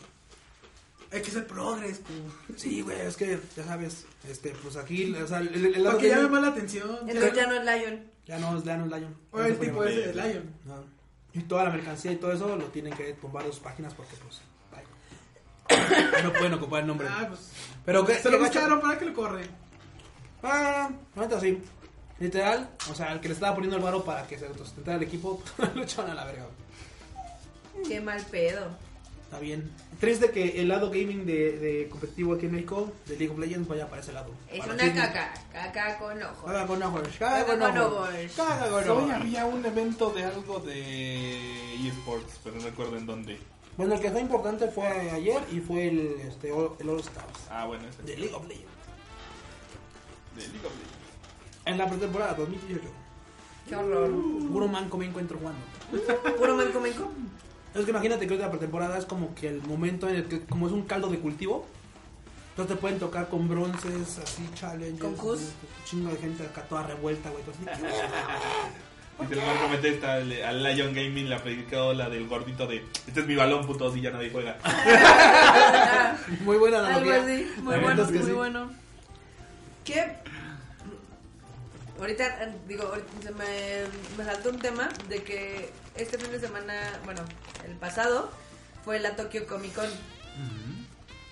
Hay que ser progres, pues. como.
Sí, güey, es que, ya sabes, este, pues aquí, o sea, el, el- el-
Porque llame más la atención.
Entonces ya no es Lion.
Ya no, es- ya no es Lion.
O el tipo ese de Lion.
No. Y toda la mercancía y todo eso lo tienen que tumbar de sus páginas porque, pues, bye. no pueden ocupar el nombre.
Ah, pues.
Pero que
Se lo buscaron, ¿para qué lo corre?
Ah, neta sí. Literal, o sea, el que le estaba poniendo el varo para que se autosustentara el equipo, lo echaron a la verga. güey.
Qué mal pedo.
Está bien. Triste que el lado gaming de, de competitivo aquí en México, de League of Legends, vaya para ese lado.
Es
Para
una
chisme.
caca. Caca con ojos.
Caga con ojos,
Caga
caga con
con
ojos,
ojos.
caga con
Hoy
ojos.
había un evento de algo de eSports, pero no recuerdo en dónde.
Bueno, el que fue importante fue ayer y fue el, este, All- el All Stars
Ah, bueno, ese.
de League of Legends.
de League of Legends.
En la pretemporada 2018.
Qué horror.
Puro manco me encuentro jugando.
Puro manco manco.
Es que imagínate que ahorita la pretemporada es como que el momento en el que, como es un caldo de cultivo, no te pueden tocar con bronces, así, challenges.
Con cus.
así, Chingo de gente acá toda revuelta, güey. Entonces, ¿qué verga?
Y te lo van a meter esta- le- al Lion Gaming, la predicó la del gordito de Este es mi balón, putos, y ya nadie juega.
Muy buena
Algo
analogía.
así, muy
La
bueno,
verdad
muy
es que sí.
bueno. ¿Qué? Ahorita, eh, digo, ahorita se me, me saltó un tema de que este fin de semana, bueno, el pasado, fue la Tokyo Comic Con.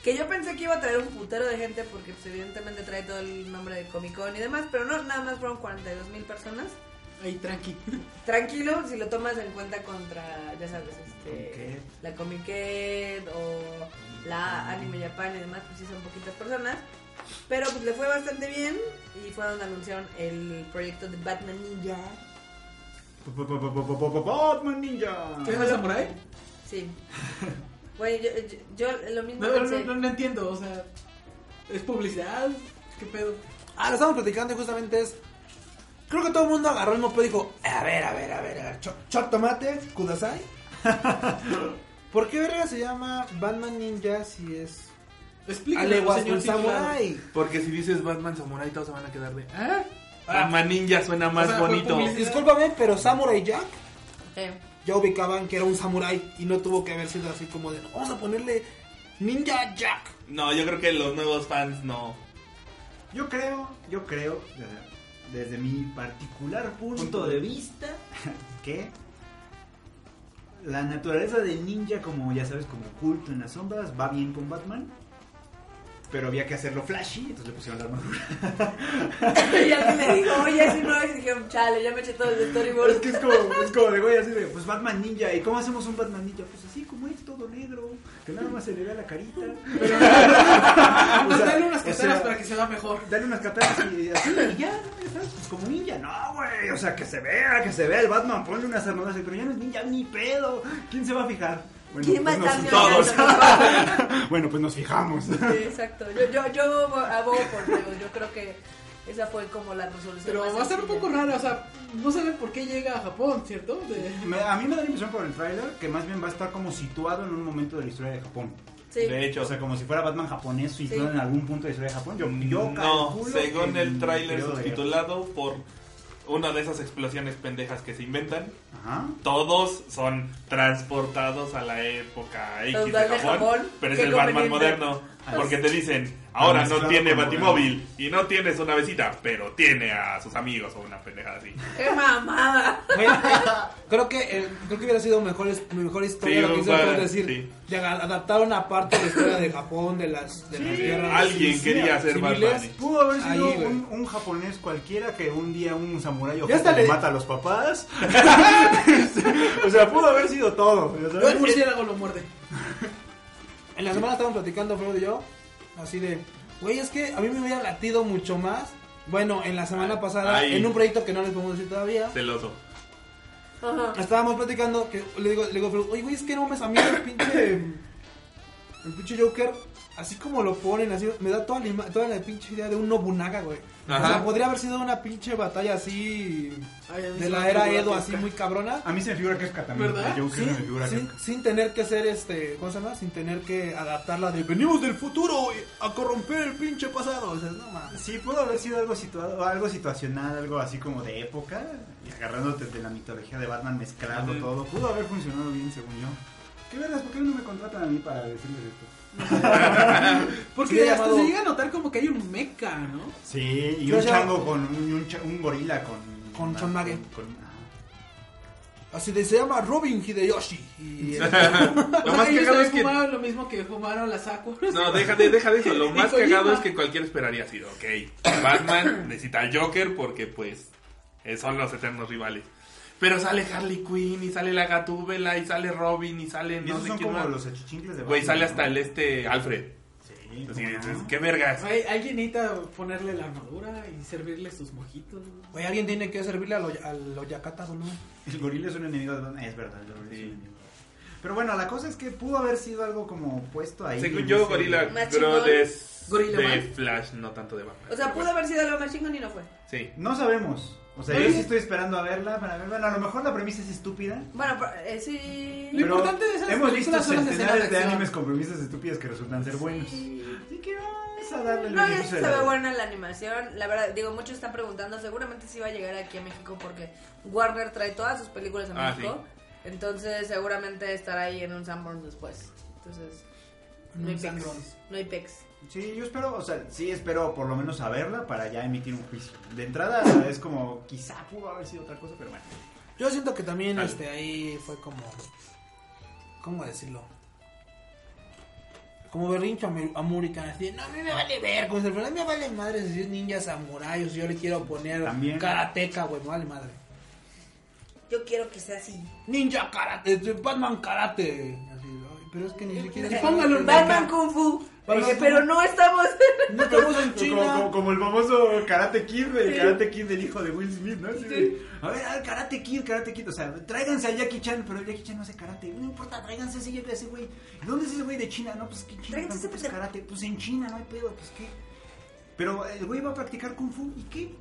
Que yo pensé que iba a traer un putero de gente porque pues, evidentemente trae todo el nombre de Comic Con y demás, pero no, nada más fueron 42 mil personas.
Ahí, tranqui.
Tranquilo si lo tomas en cuenta contra, ya sabes, este,
Comiquet.
la Comiquet o la Anime Japan y demás, pues sí son poquitas personas. Pero pues le fue bastante bien y fue donde anunciaron el proyecto de Batman Ninja.
Po- po- po- po- po- po- po- Batman Ninja.
¿Qué es el samurai?
Sí. Güey, yo, yo- yo lo mismo
No, no,
pensé.
no, no entiendo, o sea. ¿Es publicidad? ¿Qué pedo?
Ah, lo estamos platicando y justamente es. Creo que todo el mundo agarró el mopo y dijo: A ver, a ver, a ver, a ver. Chop, chop tomate, Kudasai. ¿Por qué verga se llama Batman Ninja si es.
Explíquenlo,
Aleguas
señor
con
Samurai.
Samurai?
Porque si dices Batman Samurai, todos se van a quedar de ¿Ah? Batman Ninja suena más
O sea, fue
bonito.
publicidad.
Discúlpame, pero Samurai Jack
Eh,
ya ubicaban que era un samurái y no tuvo que haber sido así como de vamos a ponerle Ninja Jack.
No, yo creo que los nuevos fans no.
Yo creo, yo creo, o sea, desde mi particular punto de vista, que la naturaleza del ninja, como ya sabes, como oculto en las sombras, va bien con Batman. Pero había que hacerlo flashy, entonces le pusieron la armadura.
y alguien le dijo, oye, si no es, y dije, chale, ya me eché todo el storyboard.
Es que es como, es como de güey, así de, pues Batman ninja. ¿Y cómo hacemos un Batman ninja? Pues así como es, todo negro, que nada más se le da la carita.
Pero, pues
sea,
dale unas
o
caseras
sea,
para que se vea mejor.
Dale unas katanas y así, y ya, ¿no? Ya sabes, pues como ninja. No, güey, o sea, que se vea, que se vea el Batman, ponle unas armaduras, pero ya no es ninja ni pedo. ¿Quién se va a fijar? Bueno,
¿Quién va a
pues
estar
nos-
violando?
bueno, pues nos fijamos.
Sí, exacto. Yo, yo, yo abogo por Dios. Yo creo que esa fue como la resolución.
Pero
más
va a ser un
sencilla.
poco rara, o sea, no saben por qué llega a Japón, ¿cierto? De-
Me- a mí me da la impresión por el tráiler que más bien va a estar como situado en un momento de la historia de Japón.
Sí.
De hecho,
O sea, como si fuera Batman japonés situado en algún punto de la historia de Japón. Yo, yo
Mm, no,
calculo
según
que
el tráiler
periodo de-
subtitulado por una de esas explosiones pendejas que se inventan,
Ajá.
todos son transportados a la época X de
Feudal de
Japón,
Japón,
pero es
qué
el Batman
conveniente.
moderno, porque te dicen, ahora
Ah,
no
claro,
tiene
como
batimóvil y no tiene su navecita, pero tiene a sus amigos o una pendejada así.
¡Qué mamada!
Güey, creo que eh, creo que hubiera sido mejor es- mejor historia
Sí,
lo que
un
hicieron
par-
es decir
sí.
de aga- adaptar una parte de la historia de Japón de las de las guerras
Alguien
sí,
quería hacer Bad
civiles.
Bunny.
Pudo haber sido
Ahí, güey.
un, un japonés cualquiera que un día un samurái
Ya hasta
ojete le
le-
mata a los papás. o sea, pudo haber sido todo. ya
Yo
sabes.
el murciélago lo muerde.
En la semana estábamos platicando Flor y yo así de, güey, es que a mí me hubiera latido mucho más. Bueno, en la semana pasada
Ahí.
en un proyecto que no les podemos decir todavía.
Celoso.
Ajá.
Estábamos platicando que le digo, le digo, a Flor, oye, güey, es que no mames, a mí el pinche. El pinche Joker, así como lo ponen, así, me da toda la, ima- toda la pinche idea de un Nobunaga, güey. O
Ajá.
sea, podría haber sido una pinche batalla así.
Ay, a mí
De
se me
la
hace
era
muy
Edo,
grotesca.
así muy cabrona.
A mí se me figura que es también.
¿Verdad?
Yo creo que
Sí,
se me Ah, figura
sin,
Kafka.
sin tener que hacer este, ¿cómo se llama? Sin tener que adaptarla de venimos del futuro y a corromper el pinche pasado. O sea, no mames.
Sí, pudo haber sido algo situado, algo situacional, algo así como de época, y agarrándote de la mitología de Batman, mezclando
Ujú.
todo. Pudo haber funcionado bien, según yo. ¿Qué vergas? ¿Por qué no me contratan a mí para decirles esto?
Porque
Hubiera
hasta
llamado-
se llega a notar como que hay un meca, ¿no?
Sí, y
Yo
un
ya-
chango con un, un cha- un gorila con
Con Chonmage.
con- ah. con- ajá.
Así de, se llama Robin Hideyoshi. Y,
O
lo
sea,
más
ellos
cagado es
también
que
fumaron lo mismo que fumaron las Sakura.
No, deja de, deja de eso. Lo más
Y Kojima.
cagado es que cualquiera esperaría sido, ok, Batman necesita al Joker porque pues eh, son los eternos rivales. Pero sale Harley Quinn y sale la Gatúbela y sale Robin y sale
Y
no
esos
sé
son
quién
como
más.
los achichincles de
Güey,
Batman,
sale
¿no?
hasta el este Alfred.
Sí,
Así
¿cómo
dices,
no?
qué vergas.
Güey, alguien necesita ponerle la armadura y servirle sus mojitos. ¿no?
Güey, alguien tiene que servirle al Oya- al Oyakata, boludo.
El gorila es un enemigo de Batman. Es verdad, el gorila es
Sí.
un enemigo. Pero bueno, la cosa es que pudo haber sido algo como puesto ahí.
Según
no
yo,
sé.
Gorilla
Más
Grodd
chingón.
es
Gorilla
de
Man.
Flash, no tanto de Batman.
O sea, pudo haber sido algo más chingón y no fue.
Sí.
No sabemos. O sea, yo
Oye.
sí estoy esperando a verla para ver. Bueno, a lo mejor la premisa es estúpida.
Bueno, pero, eh, sí.
Lo importante de esas
hemos visto
películas son las escenas de
centenares de
acción.
animes con premisas estúpidas que resultan ser buenos.
Sí.
Así que vamos a darle el
No, ya
beneficio
se
de la
ve
duda.
buena la animación. La verdad, digo, muchos están preguntando. Seguramente sí va a llegar aquí a México porque Warner trae todas sus películas a
Ah,
México. Entonces, seguramente estará ahí en un Sanborns después. Entonces,
En
no hay
un
pex.
Sanborns.
No hay pex.
Sí, yo espero, o sea, sí espero por lo menos saberla para ya emitir un juicio. De entrada es como, quizá pudo haber sido otra cosa, pero bueno.
Yo siento que también
Al-
este ahí fue como. ¿Cómo decirlo? Como berrincho amu- amurican, así de, no, a mí me vale ver, como si al final, a mí me vale madre si es ninja samurai o si yo le quiero poner
También.
karateca, güey, me vale madre.
Yo quiero que sea así.
Ninja karate, este, Batman karate. Así, ay, pero es que ni siquiera.
póngalo en
Batman
meca.
Kung Fu.
Batman
Dije,
Kung
pero
Fu.
no estamos.
No estamos
Como,
en
como-
China.
como el famoso Karate Kid, el
Sí.
Karate Kid del hijo de Will Smith, ¿no? Así de, A ver, al Karate Kid, Karate Kid, o sea, tráiganse a Jackie Chan, pero Jackie Chan no hace karate, no importa, tráiganse ese Jackie- ese güey. ¿Dónde es ese güey de China? No, pues que China
Tráiganse ese
tampoco es
pendejo.
karate, pues en China no hay pedo, pues qué. Pero el güey va a practicar kung fu, ¿y qué?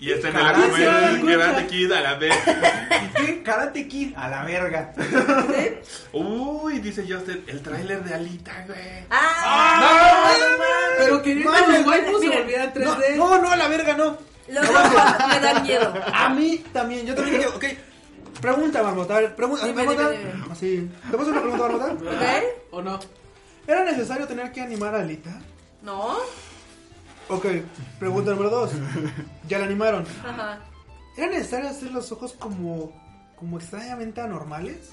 Y este me la
Carajo,
comió el
escucha.
Karate Kid a la vez.
¿Y qué? Karate Kid, a la verga.
Uy, dice Justin, el tráiler de Alita, güey.
¡Ah!
Pero queriendo
Vale,
los waifus se
mira, ¿eh?
volvieran
No,
3D.
no, no, a la verga, no.
Los ojos me dan miedo.
A mí también, yo también quiero. Ok, pregunta, Marmota, a ver, pregunta.
Dime,
Marmota,
dime, dime.
así. ¿Te paso una pregunta, Marmota?
¿Verdad? ¿O no?
¿Era necesario tener que animar a Alita?
¿No?
Ok, pregunta número dos. Ya la animaron.
Ajá.
¿Era necesario hacer los ojos como, como extrañamente anormales?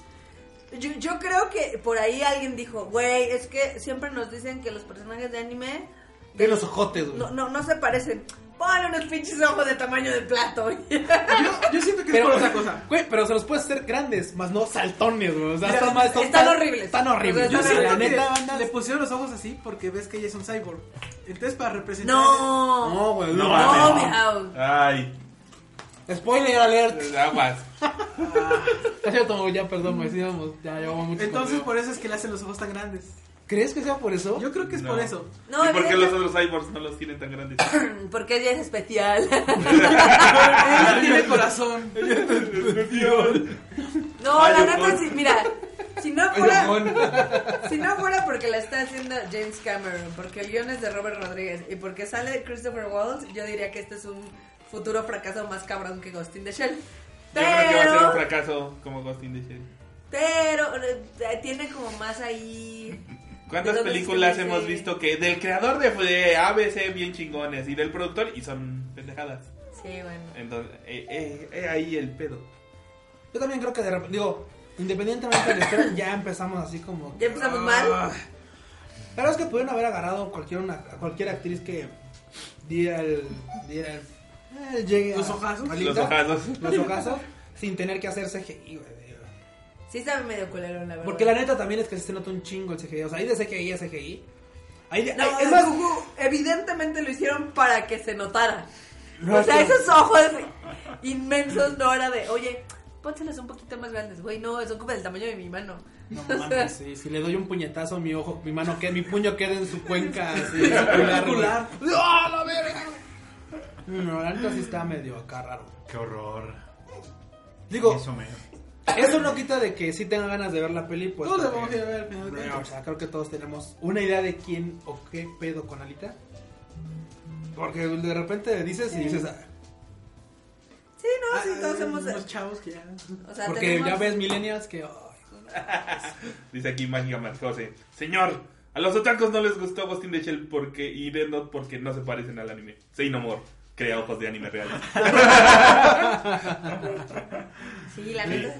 Yo, yo creo que por ahí alguien dijo, güey, es que siempre nos dicen que los personajes de anime
De los ojotes, güey.
no, no, no se parecen. Ponle unos pinches ojos de tamaño de plato. güey.
Yo, yo siento que
Pero,
es por otra cosa.
Güey, pero se los puedes hacer grandes, más no saltones, güey. O sea,
Mira,
están más. son
están
tan-
horribles.
Tan horribles.
O sea,
Yo
están
la
siento que
neta, banda.
le pusieron los ojos así porque ves que ella es un cyborg. Entonces, para representar.
no.
No, güey.
No,
No,
mames.
miau.
Ay,
Spoiler alert.
aguas.
Está cierto, güey, ya, perdón, güey. sí, vamos, ya llevamos mucho.
Entonces,
contenido.
por eso es que le hacen los ojos tan grandes.
¿crees que sea por eso?
Yo creo que es
No.
por eso.
No,
¿Y por qué los
evidente-
otros cyborgs no los tienen tan grandes?
porque ella es especial.
Ella tiene corazón.
No,
Ay,
la
Ocon.
neta sí, mira, si no
Ay,
fuera,
Ocon.
si no fuera porque la está haciendo James Cameron, porque el guion es de Robert Rodríguez y porque sale Christopher Waltz, yo diría que este es un futuro fracaso más cabrón que Ghost in the Shell.
Yo creo que va a ser un
Pero,
fracaso como Ghost in the Shell.
pero eh, tiene como más ahí.
¿Cuántas
¿De dónde
películas
se dice?
hemos visto que del creador de, de ABC bien chingones y del productor y son pendejadas?
Sí, bueno.
Entonces, eh, eh, eh, ahí el pedo.
Yo también creo que de repente, digo, independientemente de la historia, ya empezamos así como.
Ya empezamos
Ah.
mal.
La verdad es que pudieron haber agarrado cualquier una, a cualquier actriz que diera el. Diera el eh, llegue
Los
a-
ojazos.
a
Los
Linda,
ojados.
Los ojazos, sin tener que hacer CGI, güey.
Sí sabe medio culero, la verdad.
Porque la neta también es que se nota un chingo el CGI. O sea, hay de CGI a CGI. Hay de-
No,
hay-
es
es más,
evidentemente lo hicieron para que se notara.
No,
o sea,
es que-
esos ojos inmensos no era de, oye, pónselos un poquito más grandes, güey, no, son como del tamaño de mi mano.
No mames, sí, si le doy un puñetazo, mi ojo, mi mano queda, mi puño queda en su cuenca, así, en su cular, güey.
Circular.
¡Ah, la verga! No, no, la neta sí está medio acá raro.
Qué horror.
Digo,
Eso
eso,
me.
no quita de que sí tenga ganas de ver la peli, pues.
Todos la vamos
porque-
a ir a ver al final de
Bueno, o
Ah,
cuentas.
sea, creo que todos tenemos una idea de quién o qué pedo con Alita. Porque de repente dices y dices, ah,
Sí, no, sí, todos
Ah,
hemos...
Unos chavos que ya.
O sea,
eh, porque
tenemos-
ya ves millennials que, ay,
Dice aquí Mágica Max José. Señor, a los otakus no les gustó Ghost in the Shell porque, y Death Note porque no se parecen al anime. Say no more. Crea ojos de anime reales.
Sí,
eh,
la neta.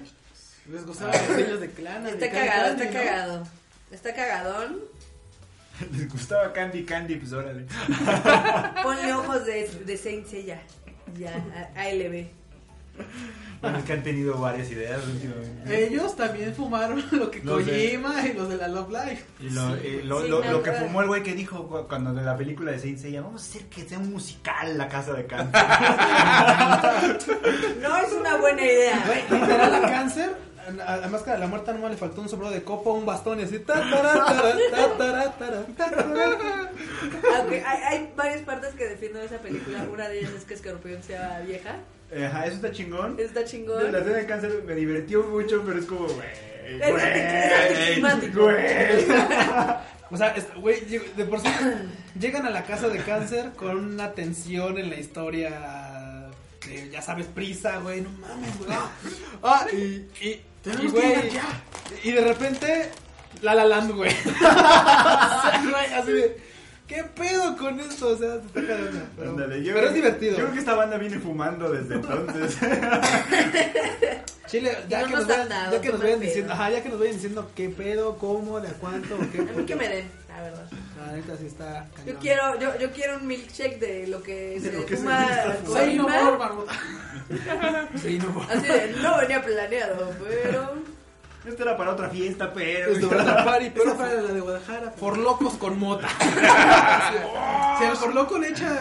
Les gustaban los sellos de clan.
Está cagado, está cagado. Está cagadón.
Les gustaba Candy Candy, pues órale.
Ponle ojos de, de Saint Seiya. Ya, a- ALB.
Bueno, es que han tenido varias ideas últimamente.
Eh,
Ellos también fumaron lo que
Los de-
Kojima y los de la Love Life.
Y lo, eh, lo,
Sí,
lo-
me
lo que
acuerdo.
fumó el güey que dijo cu- cuando de la película de Saint Seiya, vamos a hacer que sea un musical la casa de Candy.
No es una buena idea.
literal a cáncer. A a la máscara de la muerta nomás le faltó un sombrero de copa, un bastón y así. ta, tará, tará, ta, tará, tará, ta, tará.
Aunque hay, hay varias partes que defiendo de esa película. Una de ellas es que Escorpión sea vieja.
Ajá, eso está chingón.
Está chingón.
La escena de cáncer me divertió mucho, pero es como, güey.
Es anticlimático.
güey.
O sea, es- güey, lleg- de por sí llegan a la casa de cáncer con una tensión en la historia. de, ya sabes, prisa, güey, no mames, güey. Ah, y, y,
Tenemos
y,
que
güey,
ir allá.
y de repente, la la land, güey. O sea, güey, así de, ¿qué pedo con esto? O sea, se está cagando, pero,
Ándale, yo
pero
creo
es
que-
divertido.
Yo creo que esta banda viene fumando desde entonces.
Chile, ya,
No
que
nos
nos vayan,
han dado,
ya que
qué
nos
mal
vayan
pedo.
diciendo, ajá, ya que nos vayan diciendo qué pedo, cómo, de a cuánto, qué.
A mí que me den, la verdad.
La neta sí está cañón.
Yo quiero, yo, yo quiero un milkshake de lo que
De
se
lo que se
fuma
está fumando.
Soy no
Kojima.
more, barbota.
Sí, no.
Así de, no venía planeado, pero.
Esto era para otra fiesta, pero.
Esto para la party,
Pero
pero
para la de Guadalajara.
for locos con mota.
Si al por loco le echas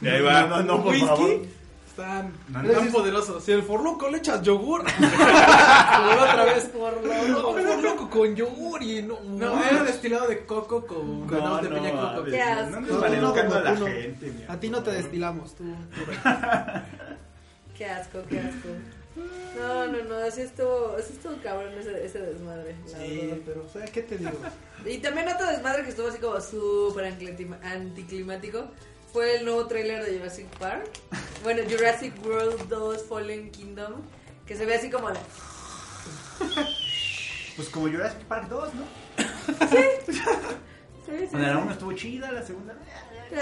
Y ahí va.
No, no, no, por
whisky,
favor.
están
No, no.
tan poderosos.
Si el forloco le echas yogur, Como la otra vez forloco, forloco con yogur y no.
No, era destilado de coco con
No,
ganados de
no,
piña
no,
coco.
ver. Qué
no
asco.
No,
andes maleducando
no,
a la
tú no.
gente. mi
A ti no te destilamos, tú. tú ve.
Qué asco, qué así No, no, no, así estuvo, así estuvo cabrón ese, ese desmadre. la
Sí,
verdad.
pero, o sea, ¿qué te digo?
Y también otro desmadre que estuvo así como súper anclitima- anticlimático fue el nuevo tráiler de Jurassic Park. Bueno, Jurassic World 2 Fallen Kingdom, que se ve así como...
Pues como Jurassic Park 2, ¿no?
Sí, sí.
Bueno, la 1 estuvo chida, la segunda.
La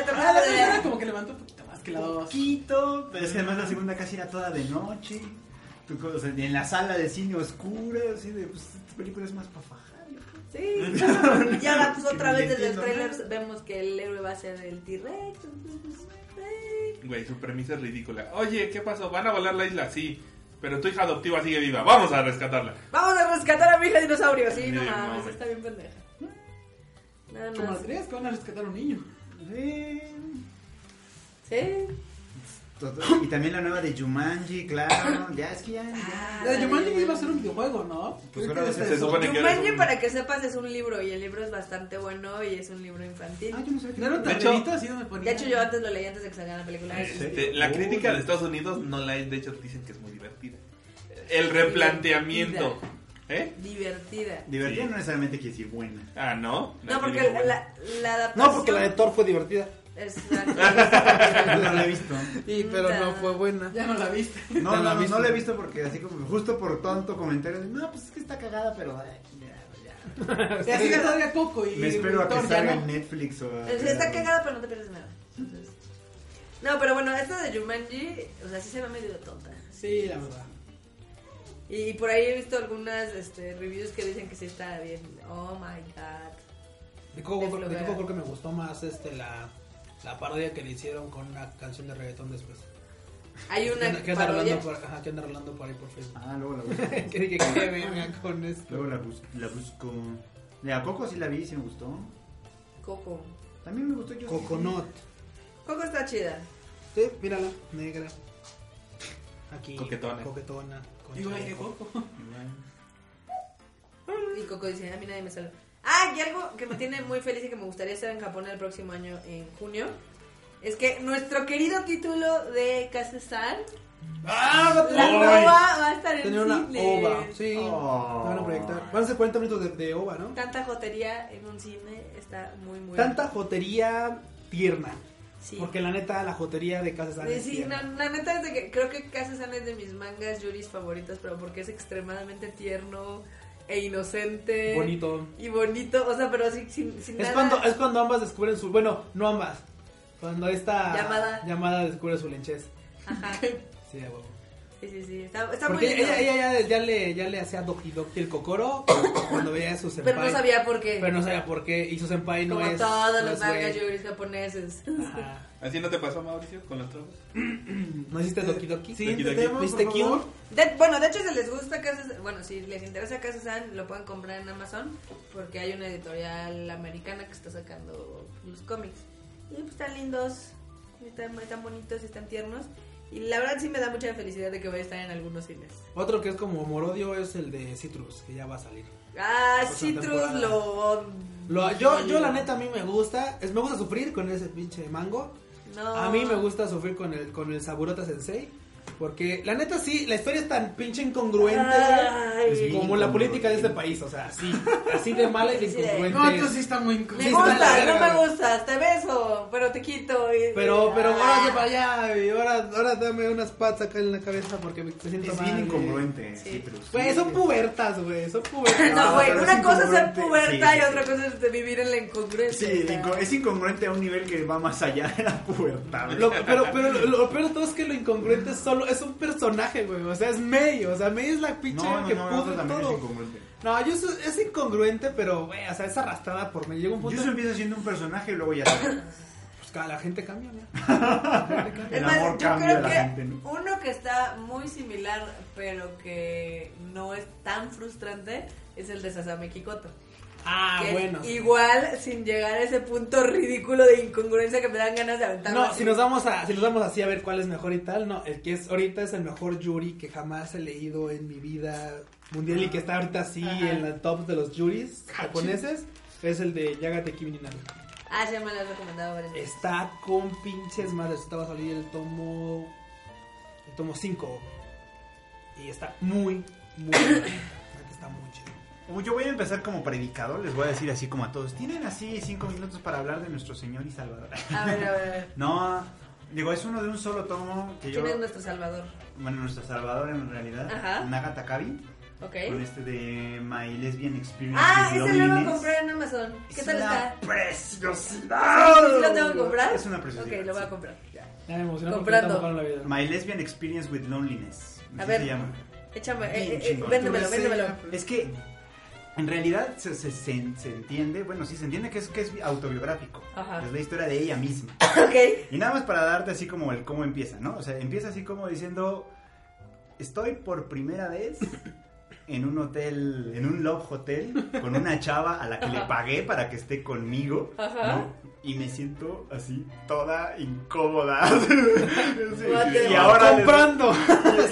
Ah,
tercera
la tercera
de...
como que levantó un poquito más que la dos.
Poquito, pero es que además la segunda casi era toda de noche. Tú co- o sea, en la sala de cine oscura, así de, pues, esta película es más para fajar. yo creo.
Sí. Y ahora pues otra vez desde el
Entiendo.
trailer vemos que el héroe va a ser el T-Rex. entonces, pues, eh.
Güey, su premisa es ridícula. Oye, ¿qué pasó? ¿Van a volar la isla? Sí. Pero tu hija adoptiva sigue viva. Vamos a rescatarla.
Vamos a rescatar a mi hija dinosaurio. Sí, no
Sí,
mames,
mames.
está bien pendeja. Nada
Como
más.
las tres que van a rescatar a un niño.
Sí.
Sí.
Todo- Y también la nueva de Jumanji, claro. Ya es que ya. ya.
La de Jumanji iba a ser un videojuego, ¿no?
Pues
Creo
ahora
que
va a ser-
este es
se supone que eres
Jumanji,
un-
para que sepas, es un libro y el libro es bastante bueno y es un libro infantil.
Ah, yo no sabía que
¿No era un
De hecho-
tablerito así donde ponía?
De hecho, yo antes lo leí antes de que saliera la película.
¿En serio?
Este, la
Uy.
crítica de Estados Unidos no la es. De hecho, dicen que es muy divertida. El replanteamiento. ¿Eh?
Divertida.
Divertida
Sí.
no necesariamente quiere decir buena.
Ah, no.
No, porque
digo, bueno.
la, la adaptación.
No, porque la de Thor fue divertida.
No
Exacto.
la he visto.
Y pero no fue buena.
Ya no la viste.
No,
¿Te
no,
la
no,
viste?
no la he visto porque así como justo por tonto comentario de, no, pues es que está cagada, pero ay, ya, ya.
Y así que salga Coco y.
Me espero a que
Thor ya
salga
no.
en Netflix o a-
Es- Está cagada, pero no te pierdes nada. Entonces, No, pero bueno, esta de Jumanji, o sea, sí se ve medio tonta.
Sí, la verdad.
Y por ahí he visto algunas este, reviews que dicen que sí está bien. Oh my god.
De Coco,
Es
de
lo
Coco
que-
creo que me gustó más este la, la parodia que le hicieron con una canción de reggaetón después.
Hay una
que anda
parodia.
rolando por, ajá, que anda rolando por ahí por Facebook.
Ah, luego la busco.
que dije que venga con
luego
esto.
la, bus- la busco. De a Coco sí la vi, sí me gustó.
Coco.
También me gustó yo.
Coconut.
Coco está chida.
Sí, mírala, negra. Aquí.
Coquetona.
Coquetona. con
Igual que
chaleco.
Coco.
Y Coco dice, a mí nadie me salva. Ah, y algo que me tiene muy feliz y que me gustaría estar en Japón el próximo año, en junio, es que nuestro querido título de Kazasan,
¡Ah,
la
¡Ay!
ova va a estar en
Tener una
cine.
ova. Sí.
Oh.
la Van a proyectar. Van a ser 40 minutos de, de ova, ¿no?
Tanta jotería en un cine está muy, muy...
Tanta jotería tierna.
Sí.
Porque la neta, la jotería de casa
Sí, sí, no, la neta es de que creo que Kazasan es de mis mangas yuris favoritos, pero porque es extremadamente tierno e inocente.
Bonito.
Y bonito, o sea, pero sin, sin, sin nada.
Es cuando, eh, es cuando ambas descubren su. Bueno, no ambas. Cuando esta
Llamada.
llamada descubre su lenchez.
Ajá.
Sí, de huevo.
Sí, sí, sí. Está, está muy
Porque
lindo.
ella, ella ya, ya le, ya le hacía Doki Doki el Kokoro cuando veía a su senpai.
Pero no sabía por qué.
Pero no sabía por qué. Y su senpai no
Como
es.
todos
no
los
es güey.
mangas yuris japoneses.
Ajá.
¿Así no te pasó, Mauricio, con los tragos?
¿No hiciste Doki Doki?
Siguiente
Doki Doki.
tema.
¿Viste
por
Cure?
favor.
De- bueno, de hecho, si les gusta Casa bueno, si les interesa Casa San, lo pueden comprar en Amazon porque hay una editorial americana que está sacando los cómics. Y pues están lindos, y están, están bonitos, y están tiernos. Y la verdad sí me da mucha felicidad de que voy a estar en algunos cines.
Otro que es como Morodio es el de Citrus, que ya va a salir.
Ah,
Otra
Citrus
temporada.
lo...
Lo- yo, yo la neta a mí me gusta, es, me gusta sufrir con ese pinche mango.
No.
A mí me gusta sufrir con el con el Saburota Sensei, porque la neta sí, la historia es tan pinche incongruente
Ay.
Es
como la
Incongruente.
política de este país, o sea, sí, así de mala y de
Sí, sí, de-
incongruente.
No, entonces sí está muy incómodo.
Me
está
gusta,
la
no
verga.
me gustas, te beso, pero te quito. y-
Pero, pero ahora
Ah.
para allá, y ahora, ahora dame unas patas acá en la cabeza porque me siento
Es
mal.
bien
güey.
incongruente,
Sí.
Citrus.
Güey, son pubertas, güey, son pubertas.
No, güey,
pero
una
es
cosa es ser
incongruente.
puberta
Sí,
y
sí,
otra
sí.
cosa es de vivir en la incongruencia.
Sí,
o sea.
inco- es incongruente a un nivel que va más allá de la pubertad.
Lo- pero pero lo, lo peor de todo es que lo incongruente es solo es un personaje, güey. O sea, es May. O sea, May es la pinche
No, no,
que
no,
pudre
eso también es
todo.
incongruente.
no, yo soy- es incongruente, pero, güey, o sea, es arrastrada por May. Llega un punto
Yo empiezo siendo un personaje y luego ya soy.
pues, cada- la gente cambia, mira.
Es
El
más,
amor
yo
cambia
creo
a la
que
gente, ¿no?
uno que está muy similar, pero que no es tan frustrante, es el de Sasame Kikoto.
Ah,
Que es
bueno.
Igual, sin llegar a ese punto ridículo de incongruencia que me dan ganas de aventar.
No, si nos vamos a, si nos vamos así a ver cuál es mejor y tal, no, el que es ahorita es el mejor Yuri que jamás he leído en mi vida mundial y que está ahorita así
Ajá.
en la top de los Yuris japoneses, es el de Yagate Kimi ni Nami.
Ah, sí, me lo has recomendado varias veces.
Está con pinches madres. Esta va a salir el tomo. El tomo 5. Y está muy, muy. buena. Neta, está muy chido.
Como Yo voy a empezar como predicador, les voy a decir así como a todos. Tienen así cinco minutos para hablar de nuestro Señor y Salvador.
A ver, a ver, a ver.
No, digo, es uno de un solo tomo que yo...
¿Quién es nuestro salvador?
Bueno, nuestro Salvador en realidad,
Ajá.
Nagata Kabi.
Ok.
Con este de My Lesbian Experience.
Ah,
with
ese lo voy a
Loneliness.
comprar en Amazon. ¿Qué
Es
tal
una
está?
¡Preciosidad!
Sí, sí lo tengo que comprar.
Es una
Ok,
preciosidad.
lo voy a comprar. Ya.
Ya me emocioné porque
Comprando.
ya está mojado la vida.
My Lesbian Experience with Loneliness.
A
así
ver.
se llama.
Échame,
Bien
eh, eh,
chingón.
véndemelo,
Tú eres
véndemelo.
ella.
Es que en realidad se, se- se- se entiende, bueno, sí se entiende que es, que es autobiográfico.
Ajá.
Es la historia de ella misma.
Ok.
Y nada más para darte así como el cómo empieza, ¿no? O sea, empieza así como diciendo, estoy por primera vez en un hotel, en un love hotel, con una chava a la que le pagué para que esté conmigo,
Ajá.
¿no? Y me siento así toda incómoda. Sí,
What the-
y ahora les-
comprando.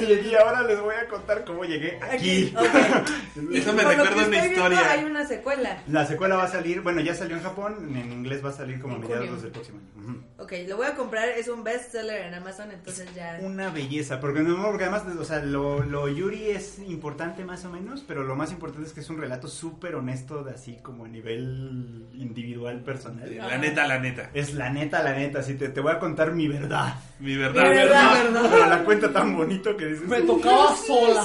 y- y ahora les voy a contar cómo llegué aquí.
Ok. Y
Eso me
por lo que
recuerda una
estoy viendo,
historia.
hay una secuela.
La secuela va a salir, bueno, ya salió en Japón, en inglés va a salir como a
En
mediados
junio.
del próximo año. Ujú.
Ok, lo voy a comprar. Es un bestseller en Amazon, entonces ya.
Una belleza, porque, no, porque además, o sea, lo, lo Yuri es importante más o menos, pero lo más importante es que es un relato súper honesto, de así como a nivel individual, personal.
La neta, la neta.
Es la neta, la neta, así te, te voy a contar mi verdad.
Mi
Mi
verdad.
verdad.
Pero la cuenta tan bonito que dices.
Me tocaba sola.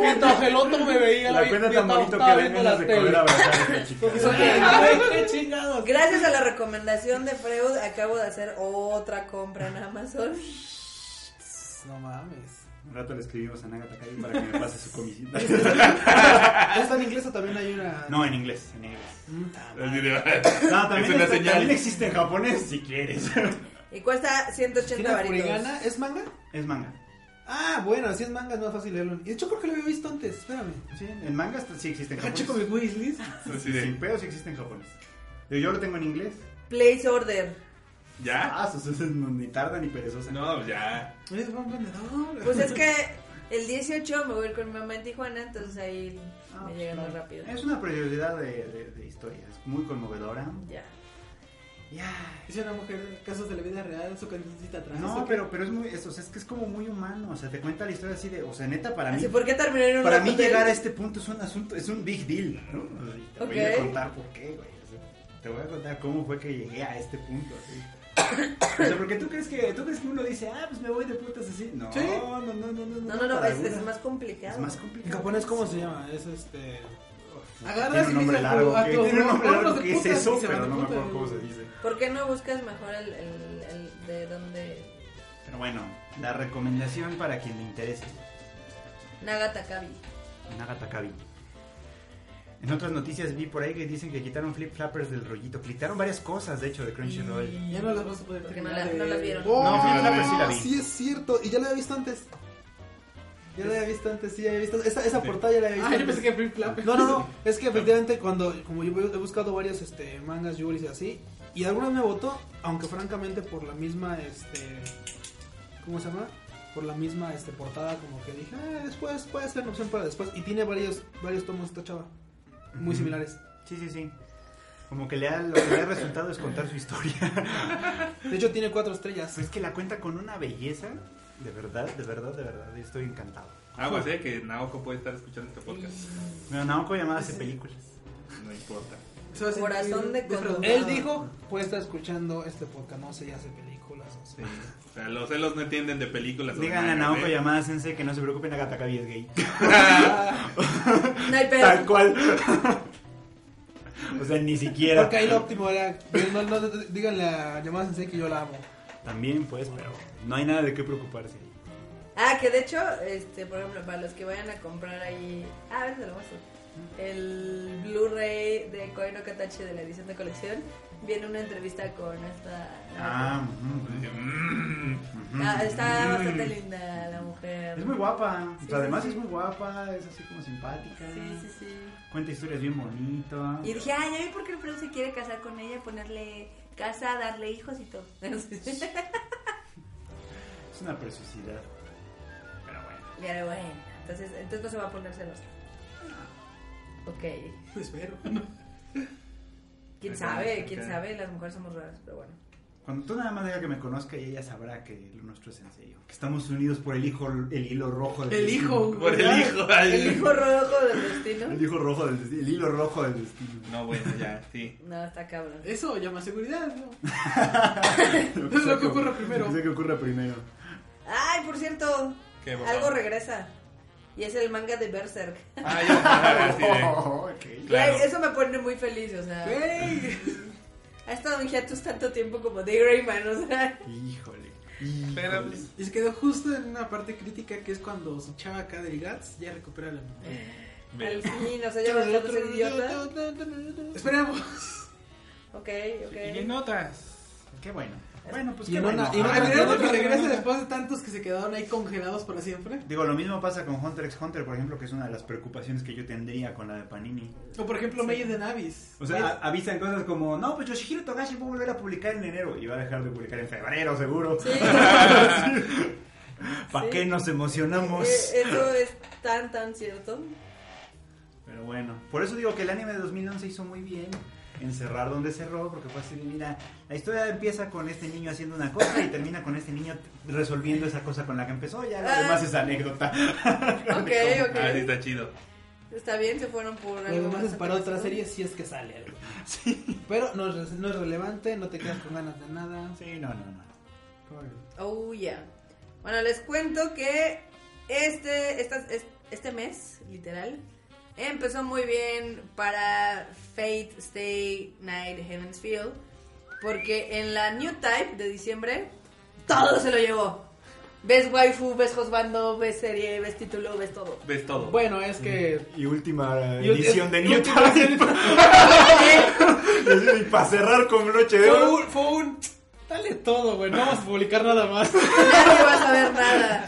Mientras el otro me veía.
La cuenta tan bonito que
vengo
vengas de comer a abrazar a esta chica.
¡Qué chingados!
Gracias a la recomendación de Freud, acabo de hacer otra compra en Amazon.
No mames.
Un rato le escribimos a Nagata Kari para que me pase su comisita.
¿Esta en inglés o también hay una.?
No, en inglés, en inglés. Ah,
Así de-
No,
Es
también,
una
está-
señal.
también existe en japonés si quieres.
Y cuesta 180
¿Tiene
varitos.
furigana? ¿Es manga?
Es manga.
Ah, bueno, si es manga es más fácil leerlo. De hecho, creo que lo había visto antes. Espérame.
Sí, en manga está- sí existe en japonés.
Cacho con Weasley.
Así de,
Sin pedo sí existe en japonés. Yo, yo lo tengo en inglés.
Place order.
¿Ya?
Ah, sus- sus- no, ni tarda ni perezosa.
No, ya.
Es buen vendedor.
Pues es que el 18 me voy a ir con mi mamá en Tijuana, entonces ahí
Ah,
me
pues,
llega más
claro.
rápido.
Es una prioridad de, de, de historia. Es muy conmovedora.
Ya.
Ya.
Es una mujer, casos de la vida real, su cancioncita atrás. ¿o
No,
qué?
pero, pero es muy. Es, o sea, es que es como muy humano. O sea, te cuenta la historia así de. O sea, neta, para mí.
Así, ¿por qué terminé en un
Para
love
mí
hotel?
llegar a este punto es un asunto. Es un big deal, ¿no? O sea, y te voy a
Ok.
contar por qué, güey. O sea, te voy a contar cómo fue que llegué a este punto. así. O sea, porque tú crees que tú crees que uno dice, ah, pues me voy de putas así. No,
Sí.
no, no, no, no, no.
No, no, no,
para
es, es
alguna-
más complicado.
Es más
En
complicado.
japonés, ¿cómo se llama? Es este.
Agarras
Tiene
y
un nombre
dices a tu-
largo.
a
que-
tu-
Tiene un nombre
morros
largo
de
que es
putas y
eso,
se van
pero
de
no me acuerdo
putas.
cómo se dice.
¿Por qué no buscas mejor el, el, el de dónde?
Pero bueno, la recomendación para quien le interese.
Nagata Kabi.
Nagata Kabi. En otras noticias vi por ahí que dicen que quitaron flip flappers del rollito. Quitaron varias cosas, de hecho, de Crunchyroll.
Ya no las vas a poder
Porque
terminar
no la-
de-
no las vieron.
No,
Oh, sí,
Flip Flapper sí la vi.
es cierto. Y ya la había visto antes. Ya la había visto antes, sí, ya había visto. Esa, esa portada ya la había visto.
Ah, yo
antes.
pensé que Flip Flap.
No, no, no. Es que efectivamente cuando, como yo he buscado varias este, mangas, yuris y así, y algunas me votó, aunque francamente por la misma, este, ¿cómo se llama? Por la misma este, portada, como que dije, ah, después puede ser una opción para después. Y tiene varios, varios tomos esta chava, muy
Ujú.
similares.
Sí, sí, sí. Como que le ha, lo que le ha resultado es contar su historia.
De hecho tiene cuatro estrellas.
Pues es que la cuenta con una belleza. De verdad, de verdad, de verdad. Yo estoy encantado.
Aguas, eh, que Naoko puede estar escuchando este podcast.
Pero Naoko llamada hace películas.
No importa.
Se va a sentir
Corazón de
defraudado.
condón.
Él dijo, puede estar escuchando este podcast, no sé, ya hace películas. o
Sí.
sea.
este, O sea, los celos no entienden de películas. o de
Díganle a
mangas,
Naoko
¿eh?
llamada Sensei que no se preocupen, Nagata Kabi es gay.
No hay pedo.
Tal cual. o sea, ni siquiera.
Porque ahí lo óptimo era, no, no, no, díganle a Yamada Sensei que yo la amo.
También, pues, pero no hay nada de qué preocuparse ahí.
Ah, que de hecho, este, por ejemplo, para los que vayan a comprar ahí. Ah, a ver, se lo muestro. El Blu-ray de Koe no Katachi de la edición de colección. Viene una entrevista con esta.
Ah,
Dije, "Mm".
Ah, está
Mm.
bastante linda la mujer.
es muy guapa. O
Sí,
sea, además
sí,
es
sí.
muy guapa, es así como simpática.
Sí, sí, sí.
Cuenta historias bien bonitas.
Y dije, ah, ya vi por qué el Freud se quiere casar con ella, ponerle casa, darle hijos y todo. Pero
Es una preciosidad. Pero bueno.
bueno, entonces, entonces no se va a poner celoso. Ok.
Espero.
¿Quién
Ok,
sabe? ¿Quién
ok.
sabe? Las mujeres somos raras, pero bueno.
Cuando tú nada más digas que me conozca y ella sabrá que lo nuestro es en serio. Que estamos unidos por el hijo, el hilo rojo del
El
destino.
hijo.
Por el hijo. ay.
El hijo rojo del destino.
El hijo rojo del destino. El hilo rojo del destino.
No, bueno, ya, sí.
No, está cabrón.
Eso llama seguridad, ¿no?
Lo
Es lo que
sea
ocurre primero.
Lo que sea que ocurra primero.
Ay, por cierto,
¿Qué, papá?
algo regresa. Y es el manga de Berserk.
Ah, ya, ajá, así de-
Oh, ok.
Claro.
Eso me pone muy feliz, o sea. Ha estado en hiatus tanto tiempo como de Greyman, o sea.
Híjole.
Pero,
Híjole.
pues,
Y se quedó justo en una parte crítica que es cuando su chava acá del Gats ya recupera la memoria.
Al
ve.
fin, o sea, ya me a ser idiota.
Esperamos.
Ok,
Y en
ok.
notas.
Qué bueno. Bueno, pues
Y
qué
en
bueno.
una- y en
Ah,
una-
Ajá.
¿Adivinaron que regresa después de tantos que se quedaron ahí congelados para siempre?
Digo, lo mismo pasa con Hunter x Hunter, por ejemplo, que es una de las preocupaciones que yo tendría con la de Panini.
O por ejemplo, Mayer de Navis.
O sea, a- avisan cosas como, no, pues Yoshihiro Togashi va a volver a publicar en enero y va a dejar de publicar en febrero, seguro.
Sí.
¿Para
Sí.
qué nos emocionamos?
Eh, Eso es tan, tan cierto.
Pero bueno, por eso digo que el anime de 2011 hizo muy bien en cerrar donde cerró, porque fue así, de, mira, la historia empieza con este niño haciendo una cosa y termina con este niño resolviendo esa cosa con la que empezó, ya lo
Ah.
demás es anécdota.
Ok,
Ah, sí,
ok.
está chido.
Está bien, se fueron por algo
Lo demás es
bastante
para otra
más-
serie si es que sale algo. Pero no es, no es relevante, no te quedas con ganas de nada.
Sí, no, no, no.
Oh, yeah. Bueno, les cuento que este, estas- es- este mes, literal, empezó muy bien para Fate Stay Night Heaven's Field. Porque en la New Type de diciembre, todo se lo llevó. Ves waifu, ves josbando, ves serie, ves título, ves todo.
Ves todo.
Bueno, es que.
Y última
Y ulti-
edición de New
última
Type. Y para cerrar con broche de
Fue
oro.
un, fue un- Dale todo, güey. No vamos a publicar nada más.
Nadie va a saber nada.